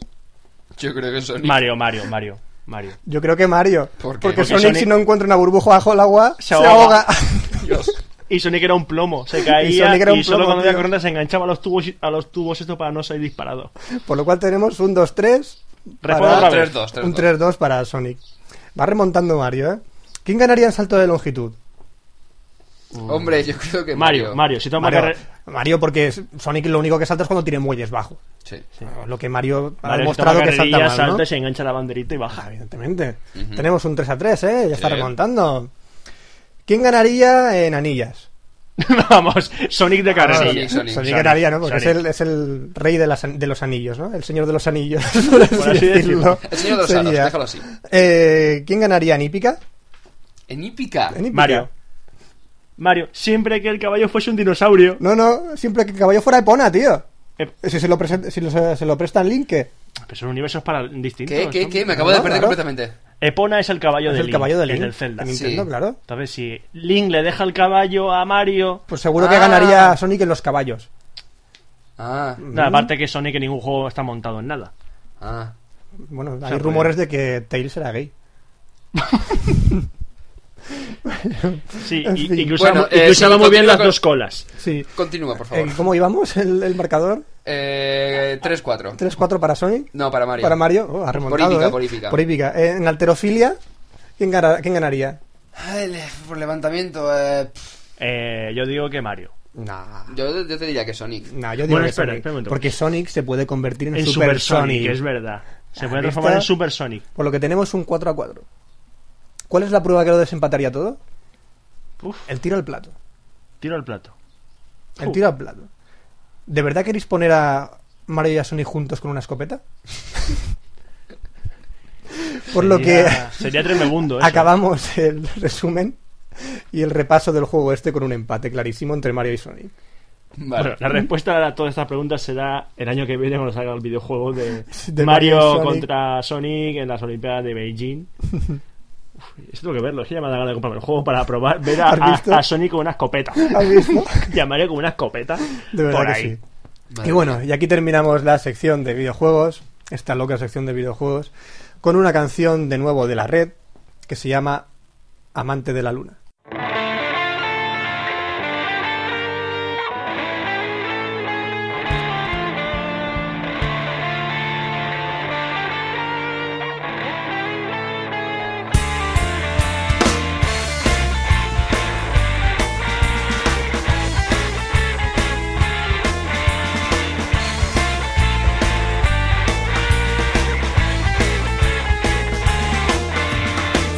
Speaker 3: Yo creo que Sonic.
Speaker 1: Mario, Mario, Mario, Mario.
Speaker 2: Yo creo que Mario.
Speaker 3: ¿Por qué?
Speaker 2: Porque,
Speaker 3: Porque
Speaker 2: Sonic,
Speaker 1: Sonic-
Speaker 2: si no encuentra una burbuja bajo el agua, se,
Speaker 1: Se
Speaker 2: ahoga.
Speaker 1: ahoga.
Speaker 3: Dios.
Speaker 1: Y Sonic era un plomo, se
Speaker 2: Y
Speaker 1: caía
Speaker 2: Sonic
Speaker 1: y,
Speaker 2: era un
Speaker 1: solo
Speaker 2: plomo,
Speaker 1: cuando había
Speaker 2: tío.
Speaker 1: corriente se enganchaba a los tubos, y- a los tubos esto para no salir disparado.
Speaker 2: Por lo cual tenemos un 2-3. para-
Speaker 3: Ah,
Speaker 1: Respondo otra vez.
Speaker 3: 3-2, 3-2.
Speaker 2: Un 3-2 para Sonic. Va remontando Mario, ¿eh? ¿Quién ganaría en salto de longitud?
Speaker 3: Hombre, yo creo que
Speaker 1: Mario, Mario, si toma
Speaker 2: Mario,
Speaker 1: carrera...
Speaker 2: Mario, porque es- Sonic lo único que salta es cuando tiene muelles bajo.
Speaker 3: Sí.
Speaker 2: Lo que Mario ha
Speaker 1: Mario, si toma
Speaker 2: demostrado que salta
Speaker 1: carrerilla,
Speaker 2: mal, ¿no?
Speaker 1: salta, se engancha la banderita y
Speaker 2: Ah,
Speaker 1: baja.
Speaker 2: Evidentemente.
Speaker 3: Ujú.
Speaker 2: Tenemos un 3 a 3, ¿eh? Ya está
Speaker 3: Sí.
Speaker 2: remontando. ¿Quién ganaría en anillas?
Speaker 1: Vamos, Sonic de carrerilla.
Speaker 3: Ah, Sonic, Sonic.
Speaker 2: Sonic
Speaker 1: Sonic,
Speaker 2: ganaría, ¿no? Porque
Speaker 1: Sonic.
Speaker 2: es el, es el rey de, las an- de los anillos, ¿no? El señor de los anillos, por así,
Speaker 1: así
Speaker 2: decirlo.
Speaker 1: decirlo.
Speaker 3: El señor de los aros,
Speaker 2: Sería-
Speaker 3: déjalo así.
Speaker 2: Eh, ¿Quién ganaría en hípica?
Speaker 3: En hípica.
Speaker 2: En hípica.
Speaker 1: Mario. Mario, siempre que el caballo fuese un dinosaurio...
Speaker 2: No, no, siempre que el caballo fuera de Pona, tío.
Speaker 1: Eh,
Speaker 2: Si se lo, presen- si lo- se lo prestan Link, ¿qué?
Speaker 1: pero son universos para distintos.
Speaker 3: ¿Qué, qué,
Speaker 1: ¿no?
Speaker 3: qué? Me acabo
Speaker 2: No,
Speaker 3: de perder
Speaker 2: claro.
Speaker 3: completamente.
Speaker 1: Epona es el caballo
Speaker 2: Es
Speaker 1: de
Speaker 2: el
Speaker 1: Link,
Speaker 2: caballo de Link.
Speaker 1: el del Zelda.
Speaker 2: de Nintendo,
Speaker 3: Sí.
Speaker 2: claro.
Speaker 1: Entonces, si Link le deja el caballo a Mario...
Speaker 2: Pues seguro que
Speaker 3: Ah.
Speaker 2: ganaría Sonic en los caballos.
Speaker 3: Ah,
Speaker 2: Mm.
Speaker 1: Nada, aparte que Sonic en ningún juego está montado en nada.
Speaker 3: ah.
Speaker 2: Bueno, hay
Speaker 1: sea,
Speaker 2: rumores de que Tails era gay.
Speaker 1: Sí,
Speaker 2: En
Speaker 1: y,
Speaker 2: fin.
Speaker 1: y que usaba,
Speaker 3: Bueno,
Speaker 1: y que
Speaker 3: eh,
Speaker 1: usaba
Speaker 3: sí,
Speaker 1: muy bien
Speaker 3: continúa
Speaker 1: las
Speaker 3: con-
Speaker 1: dos colas.
Speaker 2: Sí.
Speaker 3: Continúa, por favor.
Speaker 2: Eh, ¿Cómo íbamos el, el marcador?
Speaker 3: Eh, 3-4.
Speaker 2: 3-4 para Sonic.
Speaker 3: No, para Mario.
Speaker 2: Para Mario. Oh, ha remontado,
Speaker 3: hípica,
Speaker 2: ¿eh?
Speaker 3: por hípica.
Speaker 2: Eh, en alterofilia, ¿quién, gana- quién ganaría?
Speaker 3: Ay, le- por levantamiento. eh, pff.
Speaker 1: Eh, yo digo que Mario.
Speaker 2: Nah.
Speaker 3: yo, yo te diría que Sonic.
Speaker 2: yo digo
Speaker 1: Bueno,
Speaker 2: que
Speaker 1: espera,
Speaker 2: Sonic,
Speaker 1: espera un momento.
Speaker 2: porque Sonic se puede convertir en,
Speaker 1: En
Speaker 2: Super, Sonic.
Speaker 1: es verdad. Se puede
Speaker 2: Ah, ¿viste?
Speaker 1: transformar en Super Sonic.
Speaker 2: Por lo que tenemos un 4 a 4. ¿Cuál es la prueba que lo desempataría todo?
Speaker 1: Uf,
Speaker 2: El tiro al plato.
Speaker 1: tiro al plato.
Speaker 2: El
Speaker 1: Uh.
Speaker 2: tiro al plato. ¿De verdad queréis poner a Mario y a Sonic juntos con una escopeta? Por lo que
Speaker 1: Sería- Sería tremebundo eso.
Speaker 2: acabamos el resumen y el repaso del juego este con un empate clarísimo entre Mario y Sonic.
Speaker 3: Vale.
Speaker 1: Bueno, la respuesta a todas estas preguntas será el año que viene cuando salga el videojuego de,
Speaker 2: De Mario
Speaker 1: Mario,
Speaker 2: Sonic.
Speaker 1: contra Sonic en las Olimpiadas de Beijing. Uf, esto tengo que verlo, es que ya me da ganas de comprarme el juego para probar, ver a,
Speaker 2: ¿Has visto?
Speaker 1: a- a Sonic con una escopeta.
Speaker 2: ¿Has visto?
Speaker 1: Y a Mario con una escopeta.
Speaker 2: De verdad
Speaker 1: por
Speaker 2: que
Speaker 1: ahí.
Speaker 2: sí.
Speaker 3: Madre
Speaker 2: y bueno, y aquí terminamos la sección de videojuegos, esta loca sección de videojuegos, con una canción de nuevo de la red que se llama Amante de la Luna.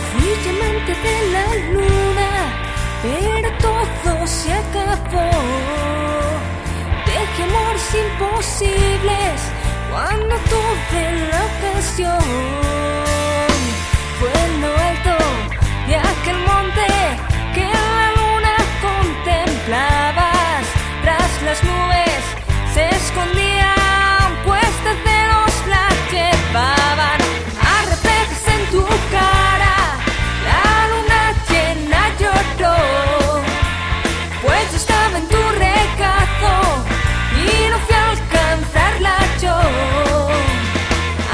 Speaker 6: Fui amante de la luna, pero todo se acabó. Dejé amores imposibles cuando tuve la ocasión. Fue en lo alto de aquel monte que la luna contemplabas. Tras las nubes se escondían, puestas de los la llevaban a reflejos en tu cara. La luna llena lloró, pues yo estaba en tu recazo y no fui a alcanzarla yo.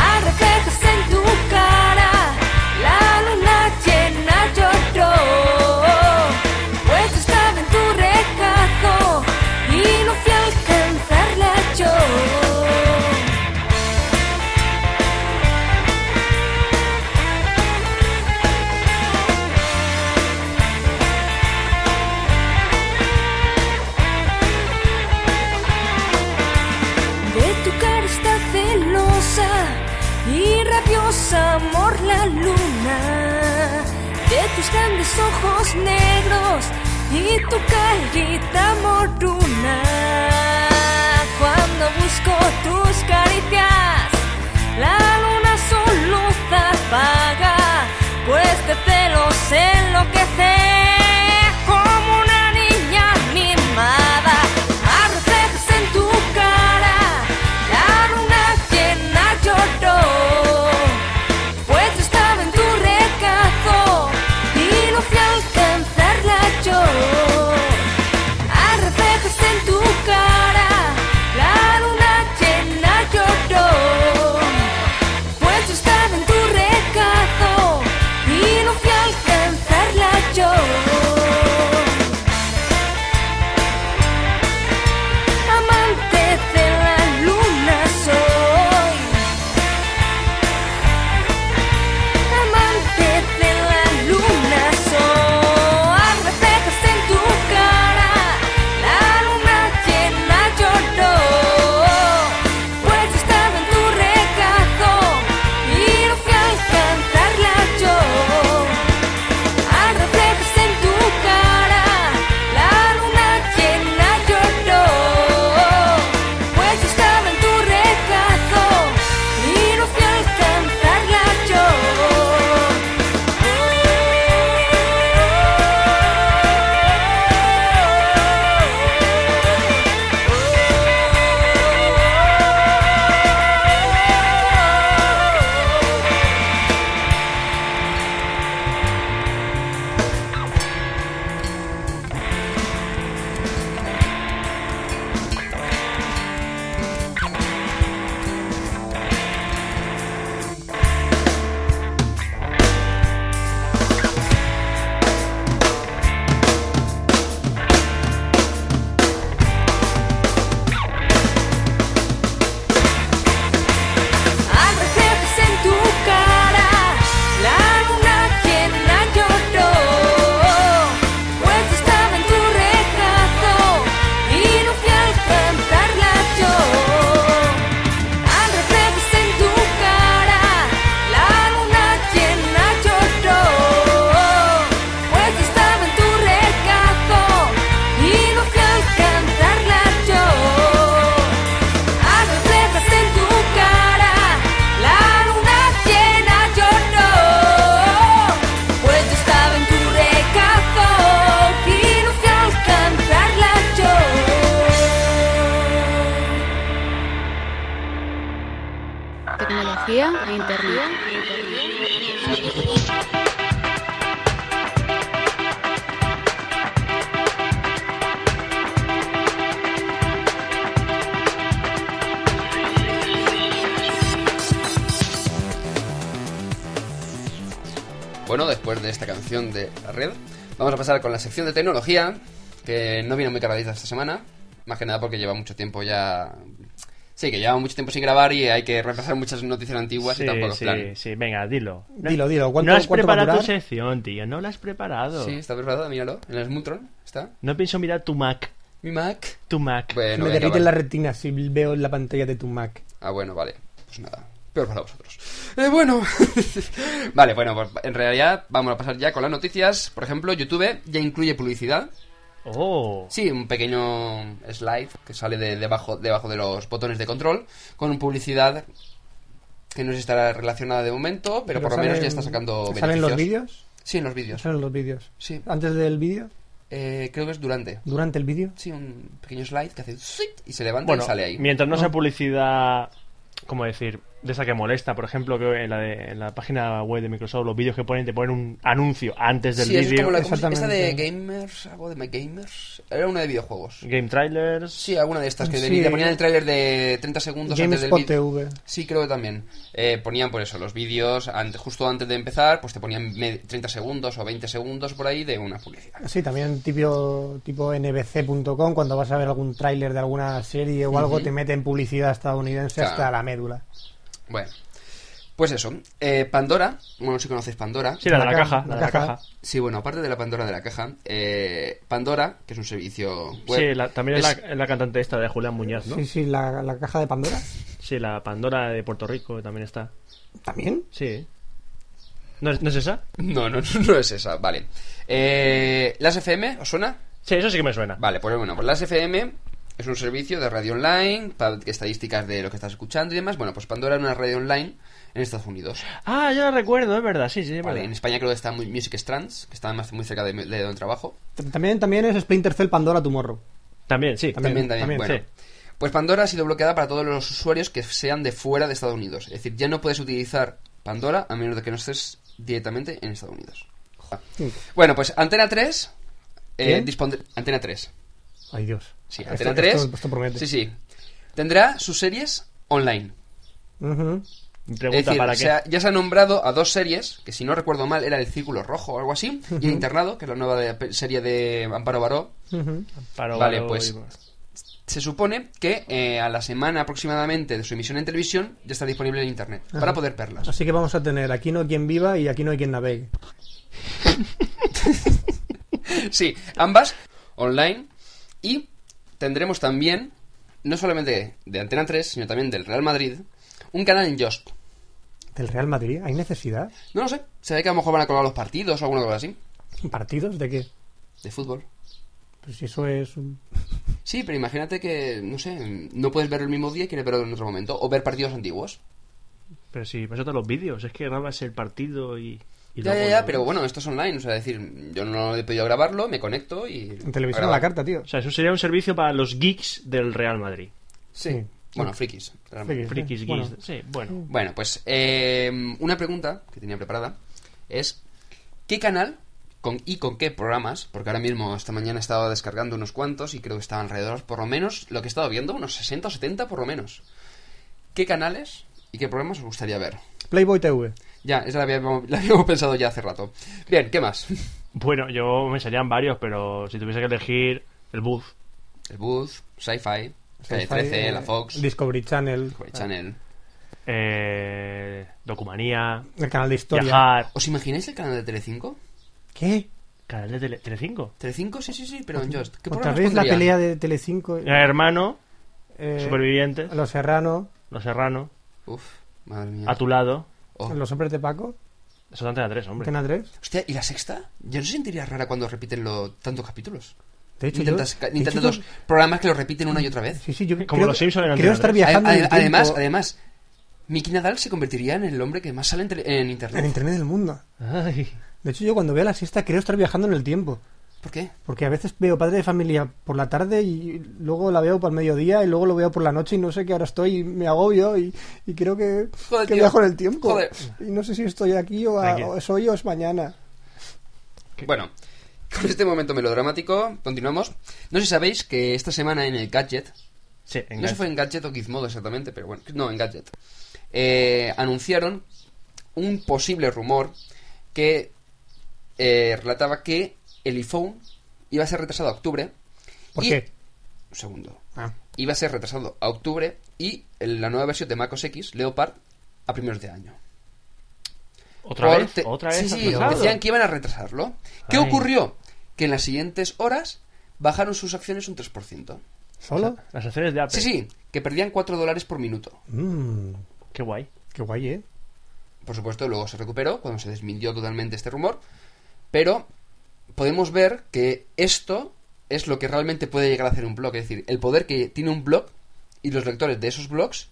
Speaker 6: A reflejos en tu cara, la luna llena lloró, pues yo estaba en tu recazo y no fui a alcanzarla yo. De tu cara está celosa y rabiosa, amor, la luna. De tus grandes ojos negros y tu carita moruna. Cuando busco tus caricias, la luna su luz apaga, pues de celos enloquece como una niña mimada. A reflejos en tu cara, la luna llena lloró. Pues yo estaba en tu recazo y no fui a alcanzarla yo. A reflejos en tu cara. Pues Pues Pues Pues Pues Pues
Speaker 5: tecnología e internet.
Speaker 3: Bueno, después de esta canción de la red, vamos a pasar con la sección de tecnología, que no viene muy cargadita esta semana, más que nada porque lleva mucho tiempo ya... Sí, que lleva mucho tiempo sin grabar y hay que repasar muchas noticias antiguas y tampoco es
Speaker 1: sí,
Speaker 3: plan.
Speaker 1: sí, venga, dilo.
Speaker 2: Dilo, dilo, ¿cuánto-
Speaker 1: no has
Speaker 2: cuánto va a
Speaker 1: preparado tu
Speaker 2: durar?
Speaker 1: sección, tío. No la has preparado.
Speaker 3: Sí, está preparado, míralo. En el Smutron está.
Speaker 1: No pienso mirar tu Mac.
Speaker 3: Mi Mac.
Speaker 1: Tu Mac.
Speaker 3: Bueno,
Speaker 2: Me
Speaker 3: venga,
Speaker 2: derriten
Speaker 3: Eh, vale.
Speaker 2: la retina si veo la pantalla de tu Mac.
Speaker 3: Ah, bueno, vale. Pues nada. Peor para vosotros. Eh, bueno. vale, bueno, pues en realidad vamos a pasar ya con las noticias. Por ejemplo, YouTube ya incluye publicidad.
Speaker 1: Oh.
Speaker 3: Sí, un pequeño slide que sale de debajo, debajo de los botones de control con publicidad que no sé si estará relacionada de momento, pero, por lo menos
Speaker 2: salen-
Speaker 3: ya está sacando beneficios.
Speaker 2: ¿Salen los vídeos?
Speaker 3: Sí, en los vídeos.
Speaker 2: ¿Salen los vídeos?
Speaker 3: Sí.
Speaker 2: ¿Antes del vídeo?
Speaker 3: Eh, creo que es durante.
Speaker 2: ¿Durante el vídeo?
Speaker 3: Sí, un pequeño slide que hace suit y se levanta
Speaker 1: Bueno,
Speaker 3: y sale ahí.
Speaker 1: mientras
Speaker 2: Ah.
Speaker 1: no sea publicidad, como decir, de esa que molesta, por ejemplo, que en la, de- en la página web de Microsoft, los vídeos que ponen, te ponen un anuncio antes del
Speaker 3: sí, es
Speaker 1: vídeo.
Speaker 3: como la como si- esta de
Speaker 2: exactamente.
Speaker 3: gamers, algo de My Gamers, era una de videojuegos.
Speaker 1: Game trailers.
Speaker 3: Sí, alguna de estas que
Speaker 2: Sí.
Speaker 3: venía- te ponían el tráiler de 30 segundos antes del
Speaker 2: GameSpot
Speaker 3: vídeo.
Speaker 2: TV.
Speaker 3: Sí, creo que también. Eh, ponían por eso los vídeos ante- justo antes de empezar, pues te ponían me- 30 segundos o 20 segundos por ahí de una publicidad.
Speaker 2: Sí, también tipo, tipo nbc.com, cuando vas a ver algún tráiler de alguna serie o algo, te meten publicidad estadounidense
Speaker 3: Claro.
Speaker 2: hasta la médula.
Speaker 3: Bueno, pues eso. Eh, Pandora, bueno, si conocéis Pandora.
Speaker 1: Sí, la de la
Speaker 2: La ca-
Speaker 1: caja.
Speaker 2: la
Speaker 1: La de la
Speaker 2: caja.
Speaker 1: caja.
Speaker 3: Sí, bueno, aparte de la Pandora de la caja, eh, Pandora, que es un servicio web.
Speaker 1: Sí, la- también es,
Speaker 3: es-
Speaker 1: la, es la cantante esta de Julián Muñoz, ¿no?
Speaker 2: Sí, sí, la, la caja de Pandora.
Speaker 1: Sí, la Pandora de Puerto Rico también está.
Speaker 2: ¿También?
Speaker 1: Sí. ¿No es, no es esa?
Speaker 3: No, no, no, no es esa, vale. Eh, ¿Las FM os suena?
Speaker 1: Sí, eso sí que me suena.
Speaker 3: Vale, pues bueno, pues las FM es un servicio de radio online, para estadísticas de lo que estás escuchando y demás. Bueno, pues Pandora es una radio online en Estados Unidos.
Speaker 1: Ah, yo la recuerdo, es verdad. Sí, sí, es
Speaker 3: Vale, en
Speaker 1: verdad.
Speaker 3: España creo que está muy- Music Strands, que está más, muy cerca de, de donde trabajo.
Speaker 2: T- También, también es Splinter Cell Pandora Tomorrow.
Speaker 1: También, sí.
Speaker 3: También,
Speaker 2: También,
Speaker 3: también,
Speaker 2: también,
Speaker 3: bueno. Pues Pandora ha sido bloqueada para todos los usuarios que sean de fuera de Estados Unidos. Es decir, ya no puedes utilizar Pandora a menos de que no estés directamente en Estados Unidos. Bueno, pues Antena 3... Eh,
Speaker 2: ¿Quién?
Speaker 3: dispone- Antena 3.
Speaker 2: Ay, Dios.
Speaker 3: Sí,
Speaker 2: Esto-
Speaker 3: Antena
Speaker 2: esto-
Speaker 3: 3.
Speaker 2: esto promete.
Speaker 3: Sí, sí. Tendrá sus series online.
Speaker 2: Ujú.
Speaker 1: Pregunta
Speaker 3: Es decir,
Speaker 1: para
Speaker 3: o
Speaker 1: qué.
Speaker 3: sea, ya se han nombrado a dos series, que si no recuerdo mal era El Círculo Rojo o algo así, y El Internado, que es la nueva de- serie de Amparo Baró.
Speaker 2: Ujú.
Speaker 1: Para
Speaker 3: vale,
Speaker 1: Ovaro
Speaker 3: pues,
Speaker 1: y-
Speaker 3: Se supone que eh, a la semana aproximadamente de su emisión en televisión ya está disponible en Internet, para poder verlas.
Speaker 2: Así que vamos a tener aquí no hay quien viva y aquí no hay quien navegue.
Speaker 3: Sí, ambas online y tendremos también, no solamente de Antena 3, sino también del Real Madrid, un canal en Just.
Speaker 2: ¿Del Real Madrid? ¿Hay necesidad?
Speaker 3: No lo sé, se ve que a lo mejor van a colar los partidos o alguna cosa así,
Speaker 2: ¿Partidos? ¿De qué?
Speaker 3: de fútbol.
Speaker 2: Pues si eso es... un-
Speaker 3: Sí, pero imagínate que, no sé, no puedes verlo el mismo día y quieres verlo en otro momento. O ver partidos antiguos.
Speaker 1: Pero sí, pues otros los vídeos. Es que grabas el partido y. y
Speaker 3: ya,
Speaker 1: luego
Speaker 3: ya, ya,
Speaker 1: lo-
Speaker 3: pero bueno, esto es online. O sea, es decir, yo no he podido grabarlo, me conecto y...
Speaker 2: En televisión a
Speaker 3: grabar.
Speaker 2: la carta, tío.
Speaker 1: O sea, eso sería un servicio para los geeks del Real Madrid.
Speaker 3: Sí. Bueno, frikis. realmente.
Speaker 2: Frikis.
Speaker 1: Frikis,
Speaker 2: Bueno.
Speaker 1: geeks. Sí, bueno.
Speaker 3: Bueno, pues eh, una pregunta que tenía preparada es... ¿Qué canal con, y con qué programas? Porque ahora mismo esta mañana he estado descargando unos cuantos y creo que estaba alrededor, por lo menos, lo que he estado viendo, unos 60 o 70 por lo menos. ¿Qué canales y qué programas os gustaría ver?
Speaker 2: Playboy TV.
Speaker 3: Ya, esa la habíamos, la habíamos pensado ya hace rato. Bien, ¿qué más?
Speaker 1: Bueno, yo me salían varios, pero si tuviese que elegir el buzz.
Speaker 3: El Buzz, Sci-Fi, Calle
Speaker 2: Sci-Fi,
Speaker 3: 13,
Speaker 2: eh,
Speaker 3: la Fox,
Speaker 2: Discovery Channel.
Speaker 3: Discovery Channel.
Speaker 1: Eh, Documanía,
Speaker 2: El canal de historia.
Speaker 1: Viajar,
Speaker 3: ¿Os imagináis el canal de Telecinco?
Speaker 2: ¿Qué?
Speaker 1: Canal de Tele- Telecinco,
Speaker 3: Telecinco, sí, sí, sí, pero en Just. ¿Qué
Speaker 2: Otra
Speaker 3: programas
Speaker 2: vez la
Speaker 3: pondrían?
Speaker 2: pelea de Telecinco.
Speaker 1: Eh, Hermano,
Speaker 2: eh,
Speaker 1: Supervivientes,
Speaker 2: Los Serrano.
Speaker 1: Los Serranos,
Speaker 3: Uf, madre mía.
Speaker 1: A tu lado.
Speaker 3: Oh.
Speaker 2: Los hombres de Paco.
Speaker 1: Eso antes de tres, hombre.
Speaker 2: Antena 3.
Speaker 3: Hostia, ¿y la sexta? Yo no sentiría rara cuando repiten lo, tantos capítulos.
Speaker 2: De hecho,
Speaker 3: y
Speaker 2: yo-
Speaker 3: tantas, ca-
Speaker 2: de
Speaker 3: y
Speaker 2: hecho,
Speaker 3: tantos
Speaker 2: yo-
Speaker 3: programas que lo repiten una y otra vez.
Speaker 2: Sí, sí, yo
Speaker 1: Como
Speaker 2: creo,
Speaker 1: los Simpson en
Speaker 2: creo
Speaker 1: Antena
Speaker 2: estar
Speaker 1: 3.
Speaker 2: viajando
Speaker 3: Ade-
Speaker 2: en el tiempo-
Speaker 3: además, además, Miki Nadal se convertiría en el hombre que más sale en, tele- en
Speaker 2: en
Speaker 3: internet.
Speaker 2: internet del mundo.
Speaker 1: Ay.
Speaker 2: De hecho, yo cuando veo la siesta creo estar viajando en el tiempo.
Speaker 3: ¿Por qué?
Speaker 2: Porque a veces veo padre de familia por la tarde y luego la veo por el mediodía y luego lo veo por la noche y no sé qué ahora estoy y me agobio y, y creo que,
Speaker 3: Joder,
Speaker 2: que
Speaker 3: tío.
Speaker 2: viajo en el tiempo.
Speaker 3: Joder.
Speaker 2: Y no sé si estoy aquí o, a-
Speaker 1: Tranquilo.
Speaker 2: o es hoy o es mañana.
Speaker 3: Bueno, con este momento melodramático continuamos. No sé si sabéis que esta semana en el Gadget,
Speaker 1: Sí, en
Speaker 3: no sé
Speaker 1: Gadget.
Speaker 3: si fue en Gadget o Gizmodo exactamente, pero bueno, no, en Gadget, eh, anunciaron un posible rumor que eh, relataba que el iPhone iba a ser retrasado a octubre.
Speaker 2: ¿Por
Speaker 3: y-
Speaker 2: qué?
Speaker 3: Un segundo.
Speaker 2: Ah.
Speaker 3: Iba a ser retrasado a octubre y el- la nueva versión de macOS X, Leopard, a primeros de año.
Speaker 1: ¿Otra
Speaker 3: Por
Speaker 1: vez?
Speaker 3: te-
Speaker 1: ¿Otra
Speaker 3: sí,
Speaker 1: vez?
Speaker 3: sí,
Speaker 1: atrasado?
Speaker 3: decían que iban a retrasarlo. ¿Qué
Speaker 1: Ay.
Speaker 3: ocurrió? Que en las siguientes horas bajaron sus acciones un 3%.
Speaker 2: ¿Solo?
Speaker 1: Las acciones de Apple.
Speaker 3: Sí, sí, que perdían 4 dólares por minuto.
Speaker 2: Mmm,
Speaker 1: Qué guay.
Speaker 2: qué guay, ¿eh?
Speaker 3: Por supuesto, luego se recuperó cuando se desmintió totalmente este rumor. Pero podemos ver que esto es lo que realmente puede llegar a hacer un blog. Es decir, el poder que tiene un blog y los lectores de esos blogs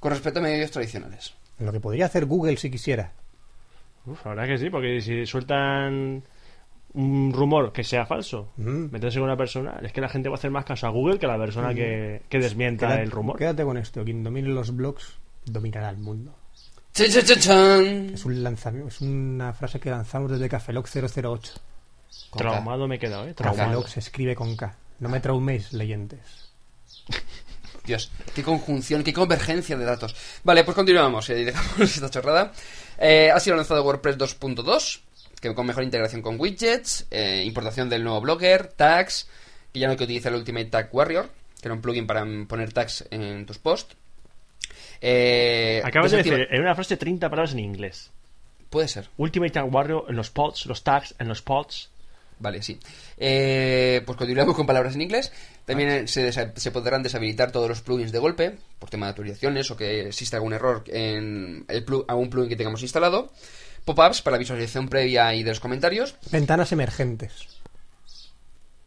Speaker 3: con respecto a medios tradicionales.
Speaker 2: Lo que podría hacer Google si quisiera.
Speaker 1: Uf, la verdad que sí, porque si sueltan un rumor que sea falso,
Speaker 2: Mm.
Speaker 1: meterse con una persona, es que la gente va a hacer más caso a Google que a la persona que, que desmienta
Speaker 2: Queda-
Speaker 1: el rumor.
Speaker 2: Quédate con esto. Quien domine los blogs dominará el mundo.
Speaker 3: ¡Chan, chan, chan, chan!
Speaker 2: Es, un lanzamiento, es una frase que lanzamos desde Cafeloc 008.
Speaker 3: Con K.
Speaker 1: Traumado me he quedado, ¿eh? Traumado.
Speaker 2: Cafeloc se escribe con K. No me trauméis, leyentes.
Speaker 3: Dios, qué conjunción, qué convergencia de datos. Vale, pues continuamos eh, y dejamos esta chorrada. Eh, ha sido lanzado WordPress 2.2, que con mejor integración con widgets, eh, importación del nuevo blogger, tags, que ya no hay que utilizar el Ultimate Tag Warrior, que era un plugin para mm, poner tags en tus posts. Eh,
Speaker 1: Acabas de
Speaker 3: desactiva-
Speaker 1: decir en una frase 30 palabras en inglés.
Speaker 3: Puede ser,
Speaker 1: Ultimate Tank Warrior en los pods, los tags en los pods.
Speaker 3: vale, sí. Eh, pues continuamos con palabras en inglés. También eh, se, desa- se podrán deshabilitar todos los plugins de golpe, por tema de actualizaciones o que exista algún error en el plu- algún plugin que tengamos instalado. Pop-ups para visualización previa y de los comentarios.
Speaker 2: Ventanas emergentes.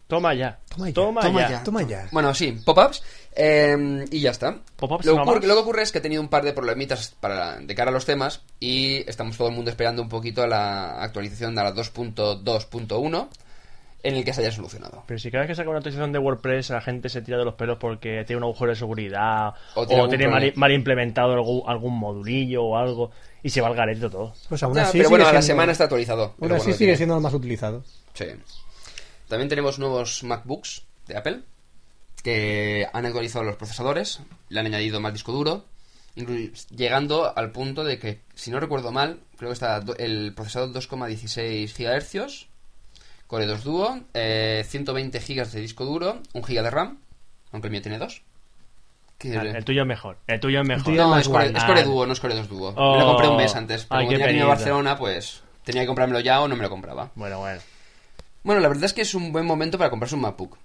Speaker 1: Toma ya.
Speaker 2: Toma ya,
Speaker 3: toma
Speaker 1: ya.
Speaker 3: ya.
Speaker 2: Toma ya.
Speaker 3: Bueno, sí, pop-ups. eh, y ya está.
Speaker 1: Pop-ups
Speaker 3: lo,
Speaker 1: no
Speaker 3: ocurre-
Speaker 1: más.
Speaker 3: lo que ocurre es que he tenido un par de problemitas para, de cara a los temas y estamos todo el mundo esperando un poquito a la actualización de la 2.2.1 en el que se haya solucionado.
Speaker 1: Pero si cada vez que saca una actualización de WordPress la gente se tira de los pelos porque tiene un agujero de seguridad
Speaker 3: O
Speaker 1: o
Speaker 3: tiene
Speaker 1: tiene,
Speaker 3: algún
Speaker 1: mal,
Speaker 3: problema.
Speaker 1: mal implementado algún, algún modulillo o algo y se va al garete todo.
Speaker 2: Pues aún
Speaker 3: Ya,
Speaker 2: así
Speaker 3: pero
Speaker 2: sigue
Speaker 3: bueno, a la
Speaker 2: siendo-
Speaker 3: semana está actualizado.
Speaker 2: Aún
Speaker 3: Pero
Speaker 2: así
Speaker 3: bueno,
Speaker 2: sigue
Speaker 3: tiene-
Speaker 2: siendo el más utilizado.
Speaker 3: Sí. También tenemos nuevos MacBooks de Apple que han actualizado los procesadores, le han añadido más disco duro, inclu- llegando al punto de que, si no recuerdo mal, creo que está do- el procesador 2,16 GHz, Core 2 Duo, eh, 120 GB de disco duro, 1 GB de RAM, aunque el mío tiene 2. Que-
Speaker 1: Ah, El tuyo es mejor. El tuyo es mejor.
Speaker 2: tuyo
Speaker 3: no,
Speaker 2: más
Speaker 3: es core,
Speaker 2: guay.
Speaker 3: es Core
Speaker 1: Ah.
Speaker 3: Duo, no es Core 2 Duo.
Speaker 1: Oh.
Speaker 3: me lo compré un mes antes, pero
Speaker 1: Ay,
Speaker 3: como
Speaker 1: qué
Speaker 3: tenía que venir a
Speaker 1: pereza.
Speaker 3: Barcelona, pues tenía que comprármelo ya o no me lo compraba.
Speaker 1: Bueno, bueno.
Speaker 3: Bueno, la verdad es que es un buen momento para comprarse un MacBook.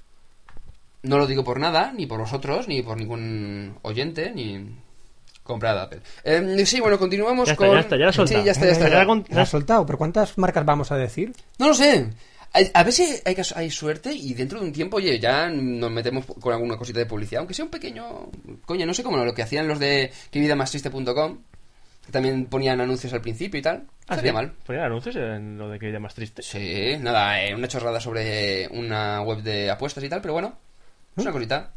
Speaker 3: No lo digo por nada, ni por vosotros, ni por ningún oyente, ni comprada Apple. Eh, sí, bueno, continuamos
Speaker 1: Ya está,
Speaker 3: con...
Speaker 1: ya está, ya la
Speaker 3: Sí,
Speaker 1: suelta.
Speaker 3: ya está, ya está.
Speaker 1: Ya la con-
Speaker 2: ¿La has soltado? ¿Pero cuántas marcas vamos a decir?
Speaker 3: No lo sé. A- A ver si hay, cas- hay suerte y dentro de un tiempo, oye, ya nos metemos con alguna cosita de publicidad, aunque sea un pequeño... Coño, no sé cómo lo que hacían los de quevidamastriste.com, que también ponían anuncios al principio y tal.
Speaker 1: Ah,
Speaker 3: Estaría
Speaker 1: ¿sí?
Speaker 3: mal.
Speaker 1: ¿Ponían anuncios en lo de que vida más triste?
Speaker 3: Sí, nada, eh, una chorrada sobre una web de apuestas y tal, pero bueno, es
Speaker 1: Mm.
Speaker 3: una cosita.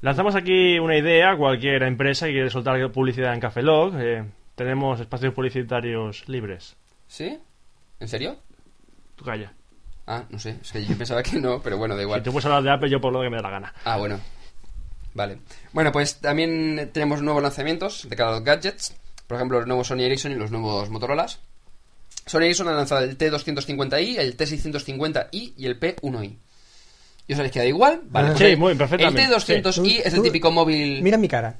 Speaker 1: Lanzamos aquí una idea, cualquier empresa que quiere soltar publicidad en Cafelog. eh, tenemos espacios publicitarios libres.
Speaker 3: ¿Sí? ¿En serio?
Speaker 1: Tú calla.
Speaker 3: Ah, no sé, es que yo pensaba que no, pero bueno, da igual.
Speaker 1: Si tú puedes hablar de Apple, yo por lo que me da la gana.
Speaker 3: Ah, bueno. Vale. Bueno, pues también tenemos nuevos lanzamientos de cada los gadgets. Por ejemplo, los nuevos Sony Ericsson y los nuevos Motorolas. Sony Ericsson ha lanzado el T250i, el T650i y el P1i. ¿Y os habéis quedado igual? Vale.
Speaker 2: Ah.
Speaker 3: pues
Speaker 1: Sí,
Speaker 3: el-
Speaker 1: muy bien, perfectamente.
Speaker 3: El T200i
Speaker 2: Tú-
Speaker 3: es el
Speaker 2: tú-
Speaker 3: típico móvil...
Speaker 2: Mira mi cara.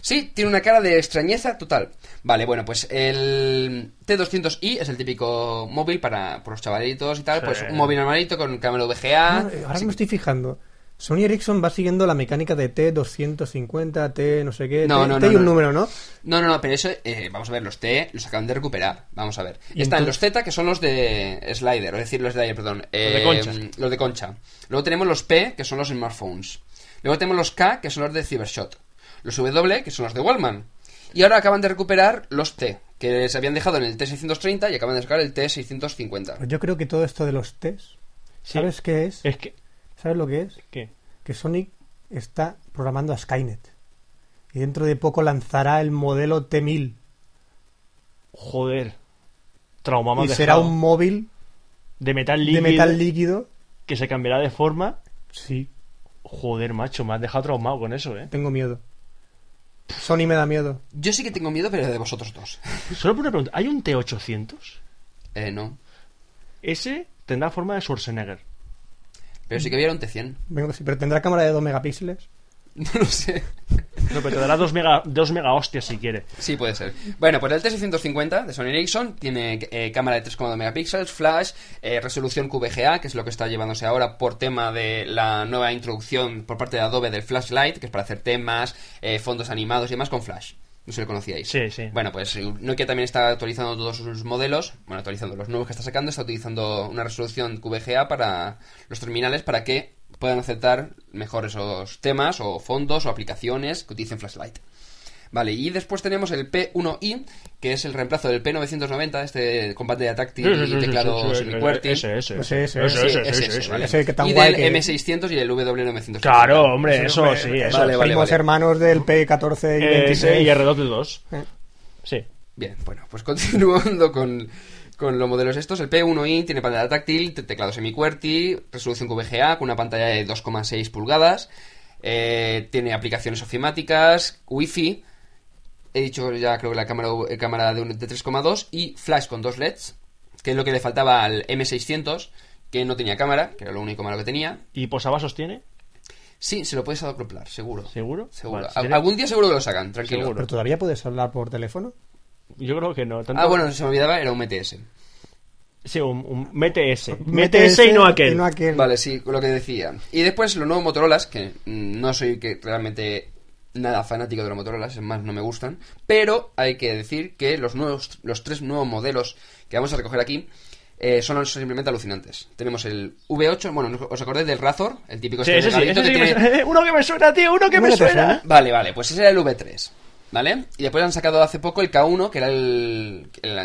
Speaker 3: Sí, tiene una cara de extrañeza total. Vale, bueno, pues el T200i es el típico móvil para por los chavalitos y tal.
Speaker 1: Sí.
Speaker 3: Pues un móvil normalito con cámara VGA.
Speaker 2: No, ahora
Speaker 3: sí.
Speaker 2: que me estoy fijando. Sony Ericsson va siguiendo la mecánica de T250, T no sé qué,
Speaker 3: No,
Speaker 2: T,
Speaker 3: no,
Speaker 2: T
Speaker 3: no,
Speaker 2: y un
Speaker 3: no.
Speaker 2: número, ¿no?
Speaker 3: No, no, no, pero eso, eh, vamos a ver, los T los acaban de recuperar. Vamos a ver.
Speaker 2: ¿Y
Speaker 3: Están
Speaker 2: entonces?
Speaker 3: los Z, que son los de Slider, es decir, los de Slider, perdón. eh,
Speaker 1: concha.
Speaker 3: Los de concha. Luego tenemos los P, que son los smartphones. Luego tenemos los K, que son los de Cybershot. Los W, que son los de Wallman. Y ahora acaban de recuperar los T, que que se habían dejado en el T630 y acaban de sacar el T650.
Speaker 2: Yo creo que todo esto de los test,
Speaker 1: Sí.
Speaker 2: ¿sabes qué es?
Speaker 1: Es que.
Speaker 2: ¿Sabes lo que es?
Speaker 1: ¿Qué?
Speaker 2: Que Sonic está programando a Skynet. Y dentro de poco lanzará el modelo T1000.
Speaker 1: Joder. Trauma me
Speaker 2: Y
Speaker 1: has
Speaker 2: será
Speaker 1: dejado.
Speaker 2: un móvil
Speaker 1: De metal líquido.
Speaker 2: de metal líquido.
Speaker 1: Que se cambiará de forma.
Speaker 2: Sí,
Speaker 1: Joder, macho, me has dejado traumado con eso, ¿eh?
Speaker 2: tengo miedo. Sony me da miedo.
Speaker 3: Yo sí que tengo miedo, pero de vosotros dos.
Speaker 1: Solo por una pregunta. ¿Hay un T800?
Speaker 3: Eh, no.
Speaker 1: Ese tendrá forma de Schwarzenegger.
Speaker 3: Pero sí que había un T100.
Speaker 2: Vengo que sí, pero tendrá cámara de 2 megapíxeles.
Speaker 3: No lo sé.
Speaker 1: No, pero te dará dos mega, dos mega hostias si quiere.
Speaker 3: Sí, puede ser. Bueno, pues el T650 de Sony Ericsson tiene eh, cámara de 3,2 megapíxeles, flash, eh, resolución QVGA, que es lo que está llevándose ahora por tema de la nueva introducción por parte de Adobe del Flashlight, que es para hacer temas, eh, fondos animados y demás con flash. No sé si lo conocíais.
Speaker 1: Sí, sí.
Speaker 3: Bueno, pues eh, Nokia también está actualizando todos sus modelos, bueno, actualizando los nuevos que está sacando, está utilizando una resolución QVGA para los terminales para que puedan aceptar mejor esos temas o fondos o aplicaciones que utilicen flashlight. Vale, y después tenemos el P1i, que es el reemplazo del P990, este combate de táctil
Speaker 1: Sí, sí, sí,
Speaker 3: y
Speaker 1: sí, sí,
Speaker 3: teclado
Speaker 1: sí,
Speaker 3: semicuerti.
Speaker 1: Ese, ese.
Speaker 2: Pues ese,
Speaker 1: Ese,
Speaker 2: ese,
Speaker 1: ese,
Speaker 3: ese,
Speaker 1: ese,
Speaker 3: ese,
Speaker 1: ese.
Speaker 3: vale.
Speaker 2: Ese que tan
Speaker 3: y
Speaker 2: guay
Speaker 3: del
Speaker 2: que-
Speaker 3: M600 y del W900.
Speaker 1: Claro, hombre, eso
Speaker 2: Hombre, eh,
Speaker 1: sí.
Speaker 2: esos
Speaker 1: Eso.
Speaker 3: Vale, vale,
Speaker 2: primos
Speaker 3: vale.
Speaker 2: hermanos del P14 y
Speaker 1: Eh,
Speaker 2: 26.
Speaker 1: y R2D2.
Speaker 2: Eh.
Speaker 1: Sí.
Speaker 3: Bien, bueno, pues continuando con, con los modelos estos, el P1i tiene pantalla táctil, te- teclado semicuerti, resolución QVGA con una pantalla de 2,6 pulgadas, eh, tiene aplicaciones ofimáticas, Wi-Fi, he dicho ya creo que la cámara, eh, cámara de, un- de 3,2 y flash con dos LEDs, que es lo que le faltaba al M600, que no tenía cámara, que era lo único malo que tenía.
Speaker 1: ¿Y posavasos tiene?
Speaker 3: Sí, se lo puedes acoplar, seguro.
Speaker 1: ¿Seguro?
Speaker 3: Seguro.
Speaker 1: Vale, si
Speaker 3: Al-
Speaker 1: tiene-
Speaker 3: Algún día seguro que lo sacan, tranquilo.
Speaker 1: Seguro.
Speaker 2: Pero todavía puedes hablar por teléfono.
Speaker 1: Yo creo que no. tanto-
Speaker 3: Ah, bueno, se me olvidaba, era un MTS.
Speaker 1: Sí, un, un- mete ese.
Speaker 2: Mete
Speaker 1: Mete ese y no aquel.
Speaker 2: y no aquel.
Speaker 3: Vale, sí, lo que decía. Y después los nuevos Motorolas, que mm, no soy que realmente nada fanático de los Motorolas, es más, no me gustan. Pero hay que decir que los nuevos, los tres nuevos modelos que vamos a recoger aquí eh, son simplemente alucinantes. Tenemos el V8, bueno, ¿os acordáis del Razor? El típico
Speaker 1: Sí,
Speaker 3: este
Speaker 1: ese sí,
Speaker 3: regalito
Speaker 1: ese sí
Speaker 3: que
Speaker 1: que me
Speaker 3: tiene-
Speaker 1: suena. Uno que me suena, tío, uno que
Speaker 2: Uno
Speaker 1: me
Speaker 2: que te
Speaker 1: suena.
Speaker 3: Vale, vale, pues ese era el V3, ¿vale? Y después han sacado hace poco el K1, que era el, el,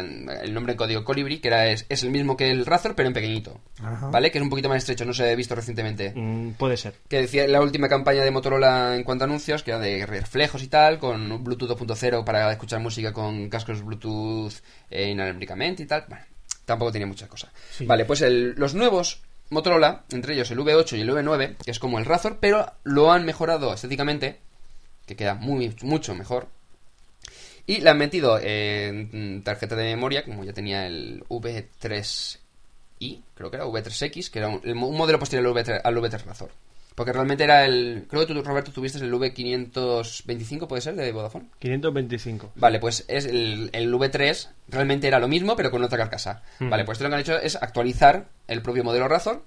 Speaker 3: el nombre en código Colibri, que era, es, es el mismo que el Razor, pero en pequeñito,
Speaker 2: Ajá.
Speaker 3: ¿vale? Que es un poquito más estrecho, no se ha visto recientemente.
Speaker 1: Mm, puede ser.
Speaker 3: Que decía la última campaña de Motorola en cuanto a anuncios, que era de reflejos y tal, con Bluetooth 2.0 para escuchar música con cascos Bluetooth eh, inalámbricamente y tal. Bueno, tampoco tenía mucha cosa.
Speaker 2: Sí.
Speaker 3: Vale, pues el- los nuevos Motorola, entre ellos el V8 y el V9, que es como el Razor, pero lo han mejorado estéticamente, que queda muy, mucho mejor. Y le han metido eh, en tarjeta de memoria, como ya tenía el V3i, creo que era V3X, que era un, el mo- un modelo posterior al, V3, al V3 Razor. Porque realmente era el. Creo que tú, Roberto, tuviste el V525, ¿puede ser? De Vodafone.
Speaker 1: 525.
Speaker 3: Vale, pues es el, el V3 realmente era lo mismo, pero con otra carcasa.
Speaker 1: Hmm.
Speaker 3: Vale, pues lo que han hecho es actualizar el propio modelo Razor.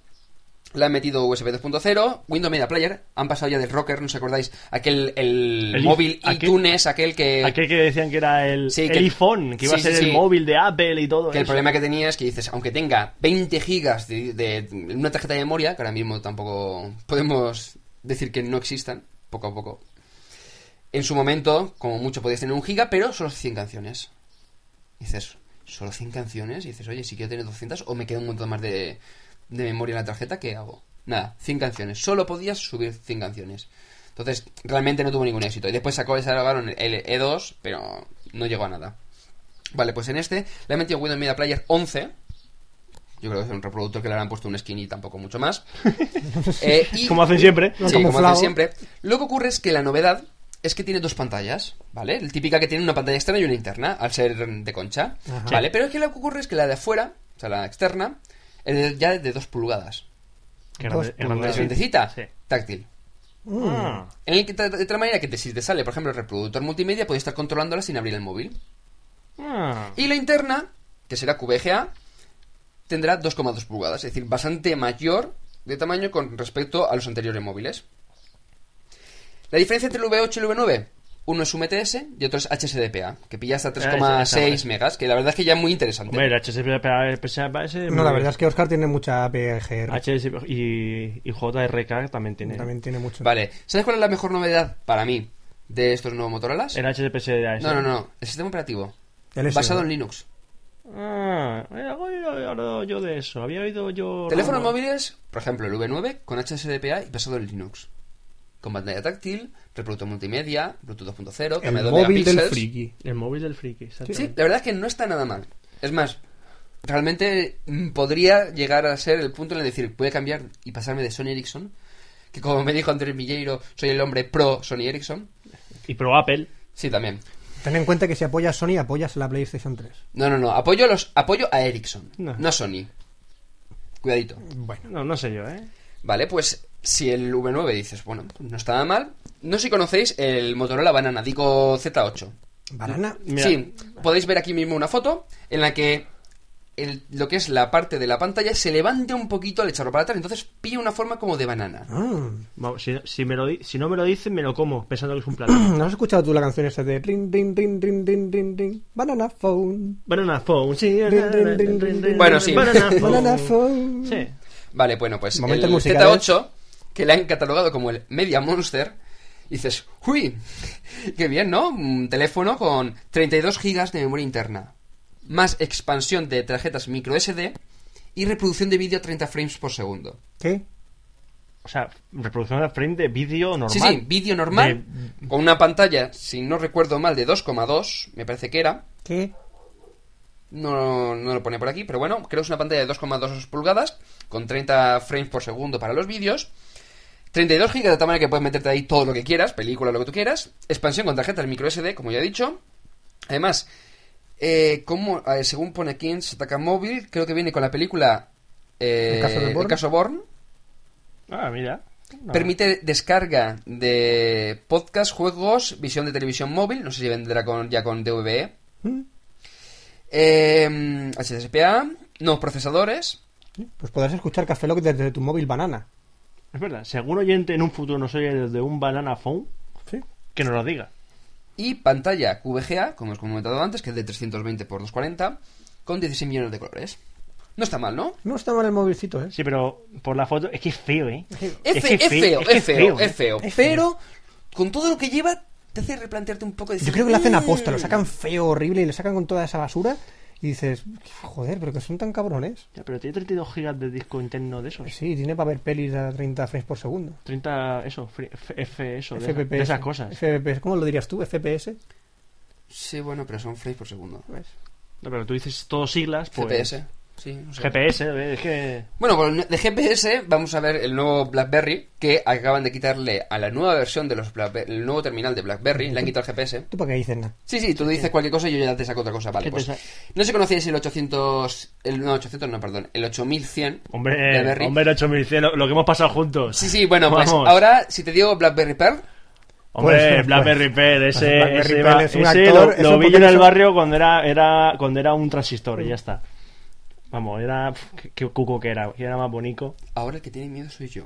Speaker 3: Le han metido USB 2.0, Windows Media Player, han pasado ya del Rocker, ¿no os acordáis? Aquel el,
Speaker 1: El
Speaker 3: móvil
Speaker 1: if- aquel-
Speaker 3: iTunes, aquel que...
Speaker 1: Aquel que decían que era el,
Speaker 3: Eh, Sí,
Speaker 1: el
Speaker 3: que-
Speaker 1: iPhone, que iba
Speaker 3: sí,
Speaker 1: a ser
Speaker 3: sí,
Speaker 1: el
Speaker 3: sí.
Speaker 1: móvil de Apple y todo
Speaker 3: Que el
Speaker 1: eso.
Speaker 3: problema que tenía es que dices, aunque tenga 20 gigas de, de- de una tarjeta de memoria, que ahora mismo tampoco podemos decir que no existan, poco a poco. En su momento, como mucho podías tener un giga, pero solo 100 canciones. Y dices, solo 100 canciones. Y dices, oye, si quiero tener 200 o me queda un montón más de, de memoria en la tarjeta, ¿qué hago? Nada, 100 canciones. Solo podías subir 100 canciones. Entonces, realmente no tuvo ningún éxito. Y después sacó, sacaron el E2, pero no llegó a nada. Vale, pues en este le han metido Windows Media Player 11. Yo creo que es un reproductor que le han puesto un skin y tampoco mucho más. Eh, y-
Speaker 1: Como hacen siempre.
Speaker 2: No,
Speaker 3: Sí,
Speaker 2: como
Speaker 3: como hacen
Speaker 2: Flau.
Speaker 3: siempre. Lo que ocurre es que la novedad es que tiene dos pantallas, ¿vale? El típica que tiene una pantalla externa y una interna, al ser de concha,
Speaker 2: Ajá.
Speaker 3: ¿vale? Pero es que lo que ocurre es que la de afuera, o sea, la externa, es de- ya de dos pulgadas.
Speaker 1: Qué
Speaker 2: Dos
Speaker 1: grande- grande-
Speaker 3: Es grandecita,
Speaker 1: Sí.
Speaker 3: táctil.
Speaker 2: Mm.
Speaker 1: Ah.
Speaker 3: En el que, ta- de tal manera que te- si te sale, por ejemplo, el reproductor multimedia, puedes estar controlándola sin abrir el móvil. Mm.
Speaker 1: Ah.
Speaker 3: Y la interna, que será QVGA, tendrá 2,2 pulgadas, es decir, bastante mayor de tamaño con respecto a los anteriores móviles. La diferencia entre el V8 y el V9, uno es UMTS y otro es HSDPA, que
Speaker 1: Ah,
Speaker 3: pilla hasta
Speaker 1: esa, esa,
Speaker 3: 3,6
Speaker 1: esa.
Speaker 3: megas, que la verdad es que ya es muy interesante.
Speaker 1: Hombre, el HSPA ese-
Speaker 2: No, la verdad es que Oscar tiene mucha PGR.
Speaker 1: HSP y, y JRK también Ah, tiene.
Speaker 2: También tiene mucho.
Speaker 3: Vale, ¿sabes cuál es la mejor novedad para mí de estos nuevos Motorolas?
Speaker 1: El HSPA ese.
Speaker 3: No, no, no, el sistema operativo.
Speaker 2: El S1.
Speaker 3: basado en Linux.
Speaker 1: Ah, eh, oye, ahora yo de eso. Había oído yo.
Speaker 3: Teléfonos
Speaker 1: rumor.
Speaker 3: móviles, por ejemplo, el V9 con HSDPA y basado en Linux. Con pantalla táctil, reproductor multimedia, Bluetooth 2.0,
Speaker 2: El
Speaker 3: cambiador
Speaker 2: móvil del
Speaker 3: megapíxeles.
Speaker 2: friki.
Speaker 1: El móvil del friki. exactamente.
Speaker 3: Sí, la verdad es que no está nada mal. Es más, realmente mm, podría llegar a ser el punto en el decir, puede cambiar y pasarme de Sony Ericsson, que como me dijo Andrés Milleiro, soy el hombre pro Sony Ericsson.
Speaker 1: Y pro Apple.
Speaker 3: Sí, también.
Speaker 2: Ten en cuenta que si apoyas Sony, apoyas la PlayStation 3.
Speaker 3: No, no, no, apoyo a, los, apoyo a Ericsson,
Speaker 1: No.
Speaker 3: no. a Sony. Cuidadito.
Speaker 2: Bueno.
Speaker 1: No, no sé yo, ¿eh?
Speaker 3: Vale, pues si el V9 dices, bueno, pues no está nada mal. No sé si conocéis el Motorola Banana, digo Z8.
Speaker 2: Banana.
Speaker 1: Mira,
Speaker 3: Sí, podéis ver aquí mismo una foto en la que el- lo que es la parte de la pantalla se levanta un poquito al echarlo para atrás, entonces pilla una forma como de banana.
Speaker 2: Ah,
Speaker 1: vamos, Si, si me lo di- si no me lo dicen, me lo como, pensando que es un plátano.
Speaker 2: ¿No has escuchado tú la canción esa de ring, ring, ring, ring, ring, ring, ring, Banana Phone?
Speaker 1: Banana phone, sí.
Speaker 3: Bueno, sí.
Speaker 1: Banana phone.
Speaker 2: Banana phone.
Speaker 1: Oh. Sí.
Speaker 3: Vale, bueno, pues
Speaker 2: Momentos
Speaker 3: el
Speaker 2: musicales.
Speaker 3: Z8, que le han catalogado como el Media Monster, dices, uy, qué bien, ¿no? Un teléfono con 32 gigas de memoria interna, más expansión de tarjetas micro SD y reproducción de vídeo a 30 frames por segundo.
Speaker 2: ¿Qué?
Speaker 1: O sea, reproducción de frame de vídeo normal.
Speaker 3: Sí, sí, vídeo normal, con una pantalla, si no recuerdo mal, de 2,2, me parece que era.
Speaker 2: ¿Qué?
Speaker 3: No, no lo pone por aquí, pero bueno, creo que es una pantalla de 2,2 pulgadas, con 30 frames por segundo para los vídeos. 32 GB de tamaño que puedes meterte ahí todo lo que quieras, película, lo que tú quieras. Expansión con tarjetas micro SD, como ya he dicho. Además, eh, como, eh, según pone aquí en Sataka Móvil, creo que viene con la película eh,
Speaker 2: ¿El caso de Bourne?
Speaker 3: Bourne.
Speaker 1: Ah, mira. No.
Speaker 3: Permite descarga de podcast, juegos, visión de televisión móvil. No sé si vendrá con, ya con DVB.
Speaker 2: Mm,
Speaker 3: Eh, HDSPA, nuevos procesadores.
Speaker 2: Pues podrás escuchar Café Lock desde tu móvil banana.
Speaker 1: Es verdad, si algún oyente en un futuro nos oye desde un banana phone,
Speaker 2: Sí.
Speaker 1: que nos lo diga.
Speaker 3: Y pantalla QVGA, como os he comentado antes, que es de 320 x 240, con 16 millones de colores. No está mal, ¿no?
Speaker 2: No está mal el móvilcito, ¿eh?
Speaker 1: Sí, pero por la foto, es que es feo, ¿eh?
Speaker 3: Es,
Speaker 1: Es
Speaker 3: fe-
Speaker 1: que
Speaker 3: es feo,
Speaker 1: es que
Speaker 3: es feo,
Speaker 1: ¿eh?
Speaker 3: es feo.
Speaker 2: Es feo.
Speaker 3: Pero con todo lo que lleva, te hace replantearte un poco. y decir,
Speaker 2: Yo creo que lo hacen
Speaker 3: "Mm".
Speaker 2: aposta, lo sacan feo, horrible y le sacan con toda esa basura. Y dices, joder, pero que son tan cabrones. Pues
Speaker 1: Ya, pero tiene 32 gigas de disco interno de esos.
Speaker 2: Sí, tiene para ver pelis a 30 frames por segundo.
Speaker 1: 30, eso, fri- F, F- eso, de,
Speaker 2: FPPS.
Speaker 1: de esas cosas.
Speaker 2: FPPS, ¿cómo lo dirías tú? ¿FPS?
Speaker 3: Sí, bueno, pero son frames por segundo.
Speaker 2: Pues,
Speaker 1: No, pero tú dices todos siglas, pues...
Speaker 3: GPS. Sí, no sé.
Speaker 1: GPS, ¿eh? es que...
Speaker 3: Bueno, pues de GPS vamos a ver el nuevo BlackBerry que acaban de quitarle a la nueva versión del nuevo terminal de BlackBerry, le han quitado el GPS.
Speaker 2: ¿Tú para qué dices nada?
Speaker 3: Sí, sí, tú dices cualquier cosa y yo ya te saco otra cosa, vale.
Speaker 1: ¿Qué
Speaker 3: Pues,
Speaker 1: te sa-
Speaker 3: no sé si conocíais el 800, el no 800, no, perdón, el 8100. de
Speaker 1: Hombre,
Speaker 3: Berry.
Speaker 1: hombre, 8100, lo, lo que hemos pasado juntos.
Speaker 3: Sí, sí, bueno, pues
Speaker 1: Vamos.
Speaker 3: ahora si te digo BlackBerry Pearl,
Speaker 1: Hombre,
Speaker 2: Pues-
Speaker 1: Blackberry Pearl, ese,
Speaker 2: Blackberry
Speaker 1: ese
Speaker 2: Pearl
Speaker 1: va-
Speaker 2: es un
Speaker 1: ese
Speaker 2: actor,
Speaker 1: lo-
Speaker 2: es
Speaker 1: lo,
Speaker 2: un
Speaker 1: vi yo en el
Speaker 2: poquito-
Speaker 1: barrio cuando era, era, cuando era un transistor y ya está. Vamos, era... pf, Qué, qué cuco que era, que era más bonito.
Speaker 3: ahora el que tiene miedo soy yo.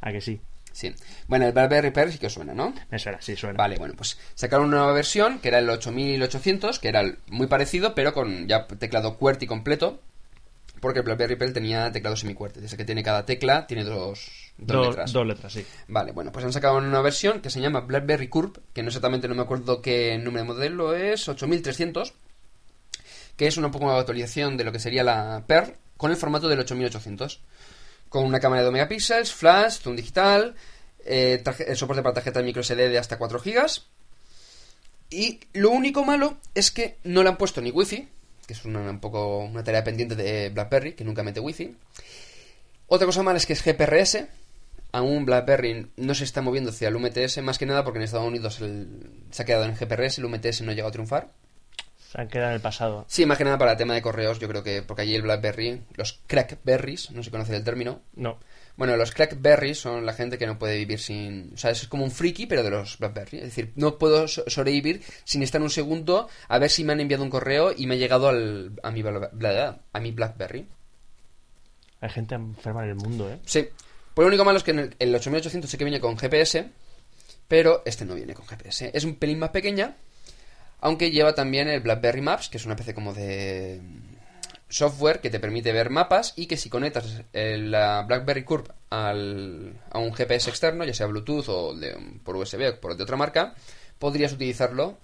Speaker 1: ¿A que sí?
Speaker 3: Sí. Bueno, el BlackBerry Pearl sí que os suena, ¿no?
Speaker 1: Me suena, sí suena.
Speaker 3: Vale, bueno, pues sacaron una nueva versión que era el 8800, que era el- muy parecido, pero con ya teclado QWERTY completo, porque el BlackBerry Pearl tenía teclado semiQWERTY, es el que tiene cada tecla, tiene dos, dos
Speaker 1: dos,
Speaker 3: letras.
Speaker 1: dos letras, sí.
Speaker 3: Vale, bueno, pues han sacado una versión que se llama BlackBerry Curve, que no exactamente no me acuerdo qué número de modelo es, 8300, que es una poco una actualización de lo que sería la PER con el formato del 8800, con una cámara de 2 megapíxeles, flash, zoom digital, eh, tarje- eh, soporte para tarjeta micro SD de hasta 4 GB. Y lo único malo es que no le han puesto ni wifi, que es una, un poco una tarea pendiente de BlackBerry, que nunca mete wifi. Otra cosa mala es que es GPRS. Aún BlackBerry no se está moviendo hacia el UMTS, más que nada porque en Estados Unidos el- se ha quedado en GPRS, el UMTS no ha llegado a triunfar.
Speaker 1: Se han quedado en el pasado.
Speaker 3: Sí, más que nada para el tema de correos, yo creo que porque allí el BlackBerry, los crackberries, no se conoce el término.
Speaker 1: No.
Speaker 3: Bueno, los crackberries son la gente que no puede vivir sin... O sea, es como un friki, pero de los BlackBerry. Es decir, no puedo so- sobrevivir sin estar un segundo a ver si me han enviado un correo y me ha llegado al, a, mi, Bla- Bla- a mi BlackBerry.
Speaker 1: Hay gente enferma en el mundo, ¿eh?
Speaker 3: Sí. Por lo único malo es que en el, el 8800 sí que viene con GPS, pero este no viene con GPS. Es un pelín más pequeña, aunque lleva también el BlackBerry Maps, que es una especie como de mm, software que te permite ver mapas y que si conectas eh, la BlackBerry Curve al, a un GPS externo, ya sea Bluetooth o de- mm, por USB o por de otra marca, podrías utilizarlo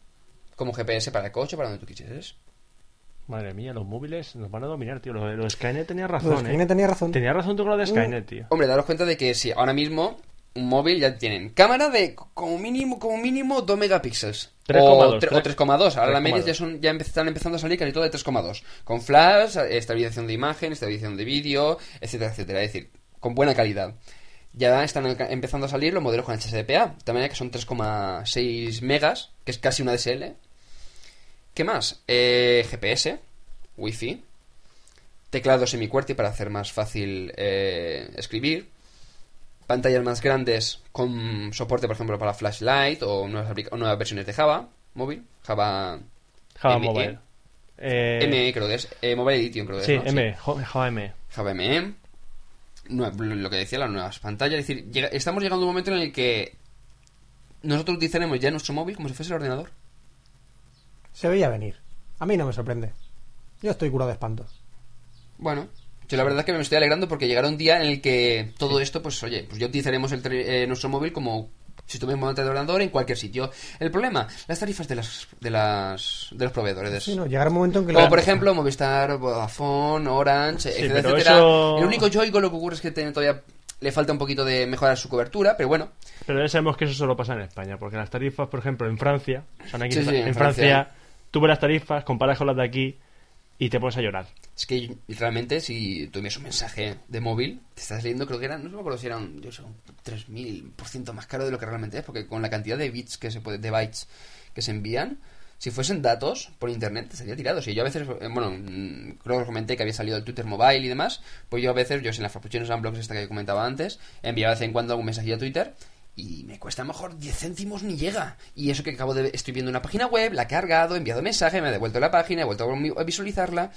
Speaker 3: como GPS para el coche, para donde tú quisieras.
Speaker 1: Madre mía, los móviles nos van a dominar, tío. Lo, de- lo de Skynet tenía razón,
Speaker 2: Pues, Irene
Speaker 1: eh.
Speaker 2: tenía razón.
Speaker 1: Tenía razón tú con lo de Skynet, tío.
Speaker 3: Hombre, daros cuenta de que si ahora mismo un móvil ya tienen cámara de como mínimo, como mínimo 2 megapíxeles.
Speaker 1: 3,2,
Speaker 3: o tre- o
Speaker 1: tres-
Speaker 3: 3,2. Ahora
Speaker 1: 3,2.
Speaker 3: las medias ya, son, ya empe- están empezando a salir casi todo de 3,2. Con flash, estabilización de imagen, estabilización de vídeo, etcétera, etcétera. Es decir, con buena calidad. Ya están enca- empezando a salir los modelos con HDPA. También que son 3,6 megas, que es casi una DSL. ¿Qué más? Eh, GPS, Wi-Fi, teclado semicuerti para hacer más fácil eh, escribir, pantallas más grandes con soporte, por ejemplo, para flashlight o nuevas, aplica- o nuevas versiones de Java móvil, Java,
Speaker 1: Java
Speaker 3: ME.
Speaker 1: Mobile. Eh,
Speaker 3: ME creo que es, eh, Mobile Edition creo que
Speaker 1: Sí,
Speaker 3: es, ¿no?
Speaker 1: M, E. jo- Java ME.
Speaker 3: Java ME, nue- lo que decía, las nuevas pantallas, es decir, llega- estamos llegando a un momento en el que nosotros utilizaremos ya nuestro móvil como si fuese el ordenador.
Speaker 2: Se veía venir. A mí no me sorprende. Yo estoy curado de espantos.
Speaker 3: Bueno, yo la verdad es que me estoy alegrando porque llegará un día en el que todo esto, pues oye, pues ya utilizaremos el tele- eh, nuestro móvil como si tuviésemos un ordenador en cualquier sitio. El problema, las tarifas de las de las de los proveedores. de
Speaker 2: Sí,
Speaker 3: eso.
Speaker 2: no, llegará un momento en que...
Speaker 3: Como
Speaker 2: la-
Speaker 3: por ejemplo Movistar, Vodafone, Orange, etcétera,
Speaker 1: pero
Speaker 3: etcétera.
Speaker 1: eso-
Speaker 3: El único joy con lo que ocurre es que tiene todavía le falta un poquito de mejorar su cobertura, pero bueno,
Speaker 1: Pero ya sabemos que eso solo pasa en España, porque las tarifas, por ejemplo, en Francia, o sea, no hay que-
Speaker 3: Sí, sí,
Speaker 1: en,
Speaker 3: en
Speaker 1: Francia,
Speaker 3: Francia.
Speaker 1: tú ves las tarifas, comparas con las de aquí y te pones a llorar.
Speaker 3: Es que realmente si tú envías un mensaje de móvil, te estás leyendo, creo que eran, no me acuerdo si eran, yo sé, un 3000% más caro de lo que realmente es, porque con la cantidad de bits que se puede, de bytes que se envían, si fuesen datos por internet, te sería tirado. Si yo a veces, eh, bueno, mm, creo que os comenté que había salido el Twitter Mobile y demás, pues yo a veces, yo en las facciones Unblocks esta que comentaba antes, enviaba de vez en cuando algún mensaje a Twitter y me cuesta a lo mejor 10 céntimos ni llega. Y eso que acabo de, estoy viendo una página web, la he cargado, he enviado mensaje, me ha devuelto la página, he vuelto a visualizarla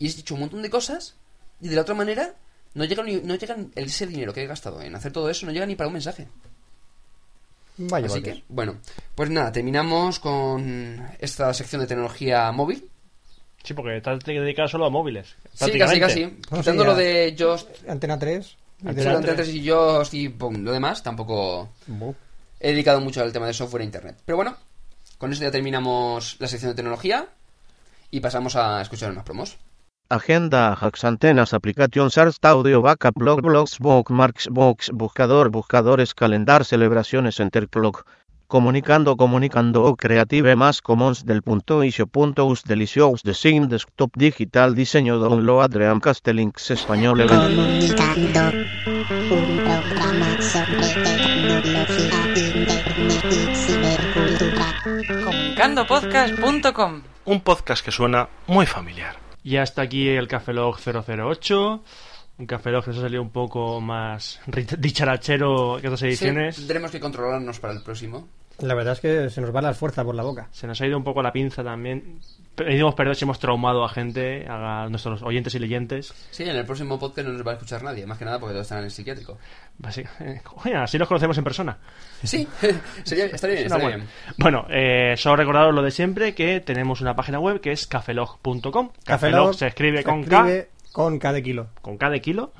Speaker 3: y he dicho un montón de cosas y de la otra manera no llega ni, no llegan el- ese dinero que he gastado en hacer todo eso no llega ni para un mensaje
Speaker 2: Vaya,
Speaker 3: así
Speaker 2: vaya.
Speaker 3: que bueno pues nada terminamos con esta sección de tecnología móvil
Speaker 1: Sí, porque estás dedicado solo a móviles.
Speaker 3: sí casi casi
Speaker 1: prácticamente.
Speaker 2: No,
Speaker 3: quitando
Speaker 2: sí,
Speaker 3: lo
Speaker 2: ya.
Speaker 3: de Just
Speaker 2: Antena 3. y de-
Speaker 1: Antena
Speaker 3: Antes y yo y pum, lo demás tampoco
Speaker 2: Bu.
Speaker 3: he dedicado mucho al tema de software e internet pero bueno con esto ya terminamos la sección de tecnología y pasamos a escuchar unas promos
Speaker 7: Agenda Hacks Antenas Applications Arts Audio Backup Blog Blogs Book Marks Box Buscador Buscadores Calendar Celebraciones Enterclock Comunicando Comunicando o Creative Más Commons del punto isio punto us delicious design desktop digital diseño download Dreamcast links español
Speaker 8: Comunicando un programa sobre tecnología, internet y cibercultura.
Speaker 9: comunicandopodcast.com.
Speaker 10: Un podcast que suena muy familiar.
Speaker 1: Y hasta aquí el Café Log 008. Un Café Log que se ha salido un poco más ri- dicharachero que otras
Speaker 3: Sí,
Speaker 1: ediciones.
Speaker 3: tendremos que controlarnos para el próximo
Speaker 2: La verdad es que se nos va la fuerza por la boca.
Speaker 1: Se nos ha ido un poco la pinza también. Pedimos perdón si hemos traumado a gente, a nuestros oyentes y leyentes.
Speaker 3: Sí, en el próximo podcast no nos va a escuchar nadie, más que nada porque todos están en el psiquiátrico.
Speaker 1: Así, Oye, así los conocemos en persona.
Speaker 3: Sí, sería, estaría bien,
Speaker 1: Suena
Speaker 3: estaría
Speaker 1: bueno.
Speaker 3: bien.
Speaker 1: Bueno, eh, solo recordaros lo de siempre que tenemos una página web que es cafelog.com. Cafelog
Speaker 2: Cafelog
Speaker 1: se escribe con K,
Speaker 2: escribe con K de kilo.
Speaker 1: con K de kilo.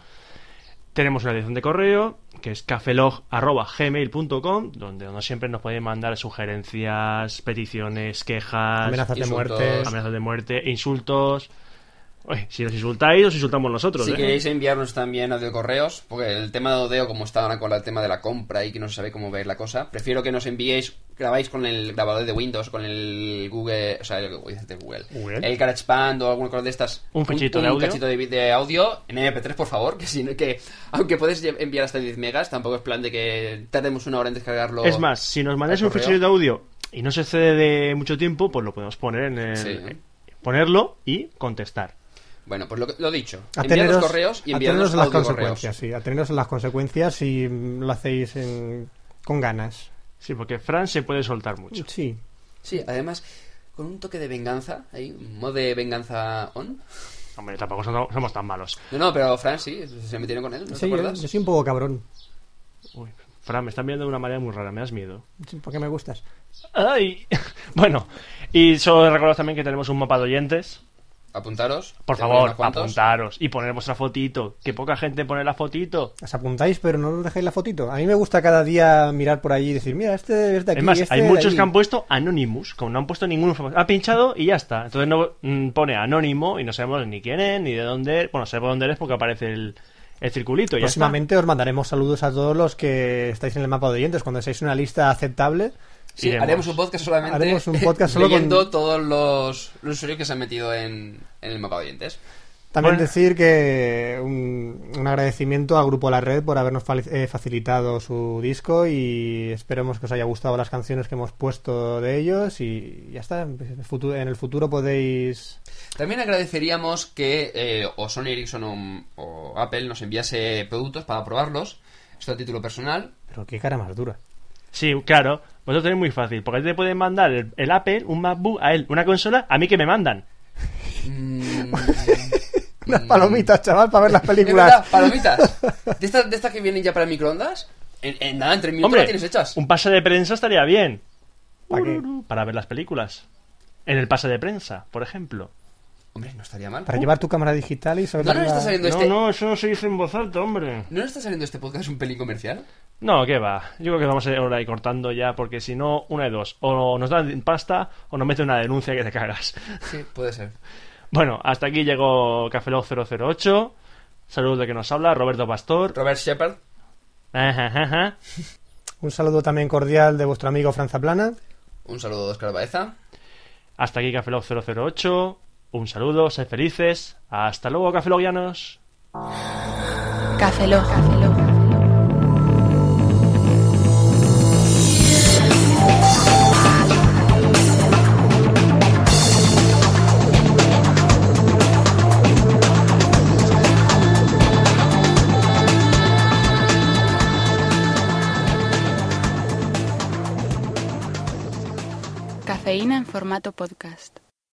Speaker 1: Tenemos una dirección de correo que es cafelog.gmail.com donde, donde siempre nos pueden mandar sugerencias, peticiones, quejas,
Speaker 2: Amenazas de
Speaker 3: insultos.
Speaker 2: muerte.
Speaker 1: amenazas de muerte, insultos. Oye, si nos insultáis, os insultamos nosotros.
Speaker 3: Si
Speaker 1: ¿eh?
Speaker 3: queréis enviarnos también audio correos, porque el tema de Odeo, como está ahora con el tema de la compra y que no se sabe cómo ver la cosa, prefiero que nos enviéis, grabáis con el grabador de Windows, con el Google, o sea, el, el Google,
Speaker 1: Google.
Speaker 3: el GarageBand o alguna cosa de estas.
Speaker 1: Un cachito de audio.
Speaker 3: cachito de, vi- de audio en MP3, por favor, que si no- que aunque puedes lle- enviar hasta 10 megas, tampoco es plan de que tardemos una hora en descargarlo.
Speaker 1: Es más, si nos mandáis
Speaker 3: al
Speaker 1: un
Speaker 3: correo.
Speaker 1: fichero de audio y no se excede de mucho tiempo, pues lo podemos poner en el-
Speaker 3: Sí.
Speaker 1: eh, ponerlo y contestar.
Speaker 3: Bueno, pues lo, que- lo dicho. Enviadnos
Speaker 2: Ateneros,
Speaker 3: correos y
Speaker 2: ateneros
Speaker 3: enviadnos
Speaker 2: a las
Speaker 3: audio
Speaker 2: consecuencias, sí. Ateneros a las consecuencias si mm, lo hacéis en- con ganas.
Speaker 1: Sí, porque Fran se puede soltar mucho.
Speaker 2: Sí.
Speaker 3: Sí, además, con un toque de venganza, ahí, un modo de venganza on.
Speaker 1: Hombre, tampoco somos, somos tan malos.
Speaker 3: No, no, pero Fran sí, se metieron con él, ¿no te
Speaker 2: Sí, yo,
Speaker 3: acuerdas?
Speaker 2: yo soy un poco cabrón.
Speaker 1: Uy, Fran, me están viendo de una manera muy rara, me das miedo.
Speaker 2: Sí, ¿Por qué me gustas?
Speaker 1: ¡Ay! Bueno, y solo recordaros también que tenemos un mapa de oyentes.
Speaker 3: apuntaros.
Speaker 1: Por
Speaker 3: Tengo
Speaker 1: favor,
Speaker 3: unos cuantos.
Speaker 1: apuntaros y poner vuestra fotito. Que poca gente pone la fotito.
Speaker 2: Os apuntáis, pero no os dejáis la fotito. A mí me gusta cada día mirar por allí y decir, mira, este es de aquí.
Speaker 1: es más,
Speaker 2: este
Speaker 1: hay
Speaker 2: de
Speaker 1: muchos
Speaker 2: allí".
Speaker 1: que han puesto Anonymous, como no han puesto ninguno. famoso. Ha pinchado y ya está. Entonces no mm, pone anónimo y no sabemos ni quién es, ni de dónde es. Bueno, sabemos dónde eres porque aparece el, el circulito. y ya está.
Speaker 2: Próximamente os mandaremos saludos a todos los que estáis en el mapa de oyentes. Cuando seáis una lista aceptable,
Speaker 3: Sí,
Speaker 1: Iremos.
Speaker 3: haremos un podcast solamente.
Speaker 2: Haremos un podcast solo
Speaker 3: leyendo
Speaker 2: con-
Speaker 3: todos los, los usuarios que se han metido en, en el mapa de oyentes.
Speaker 2: También
Speaker 1: Bueno.
Speaker 2: decir que un, un agradecimiento a Grupo La Red por habernos fali- eh, facilitado su disco y esperemos que os haya gustado las canciones que hemos puesto de ellos y ya está, en el futuro, en el futuro podéis...
Speaker 3: También agradeceríamos que eh, o Sony Ericsson o, o Apple nos enviase productos para probarlos. Esto a título personal.
Speaker 2: Pero qué cara más dura.
Speaker 1: Sí, claro. Vosotros tenéis muy fácil. Porque te pueden mandar el, el Apple, un MacBook, a él, una consola, a mí que me mandan.
Speaker 3: Mm,
Speaker 2: Unas palomitas, chaval, para ver las
Speaker 3: es verdad,
Speaker 2: películas.
Speaker 3: palomitas. De estas, de estas que vienen ya para microondas, en, en nada, en tres minutos
Speaker 1: Hombre,
Speaker 3: las tienes hechas.
Speaker 1: un pase de prensa estaría bien.
Speaker 2: ¿Para qué?
Speaker 1: Ururu, para ver las películas. En el pase de prensa, por ejemplo.
Speaker 3: Hombre, no estaría mal.
Speaker 2: Para llevar tu cámara digital y saber...
Speaker 3: ¿No nos
Speaker 2: la-
Speaker 3: está saliendo
Speaker 1: No,
Speaker 3: este,
Speaker 1: no, eso no se dice en voz alta, hombre.
Speaker 3: ¿no nos está saliendo este podcast un pelín comercial?
Speaker 1: No, que va. Yo creo que vamos a ir ahora ahí cortando ya, porque si no, una de dos. O nos dan pasta o nos meten una denuncia que te cagas.
Speaker 3: Sí, puede ser.
Speaker 1: Bueno, hasta aquí llegó Cafelog 008. Saludos de que nos habla, Roberto Pastor.
Speaker 3: Robert Shepard,
Speaker 1: Ajá, ajá, ajá.
Speaker 2: Un saludo también cordial de vuestro amigo Franza Plana.
Speaker 3: un saludo de Oscar Baeza.
Speaker 1: Hasta aquí Cafelog 008. Un saludo, sed felices. Hasta luego, Cafelogianos.
Speaker 5: Café Lock. Cafeína en formato podcast.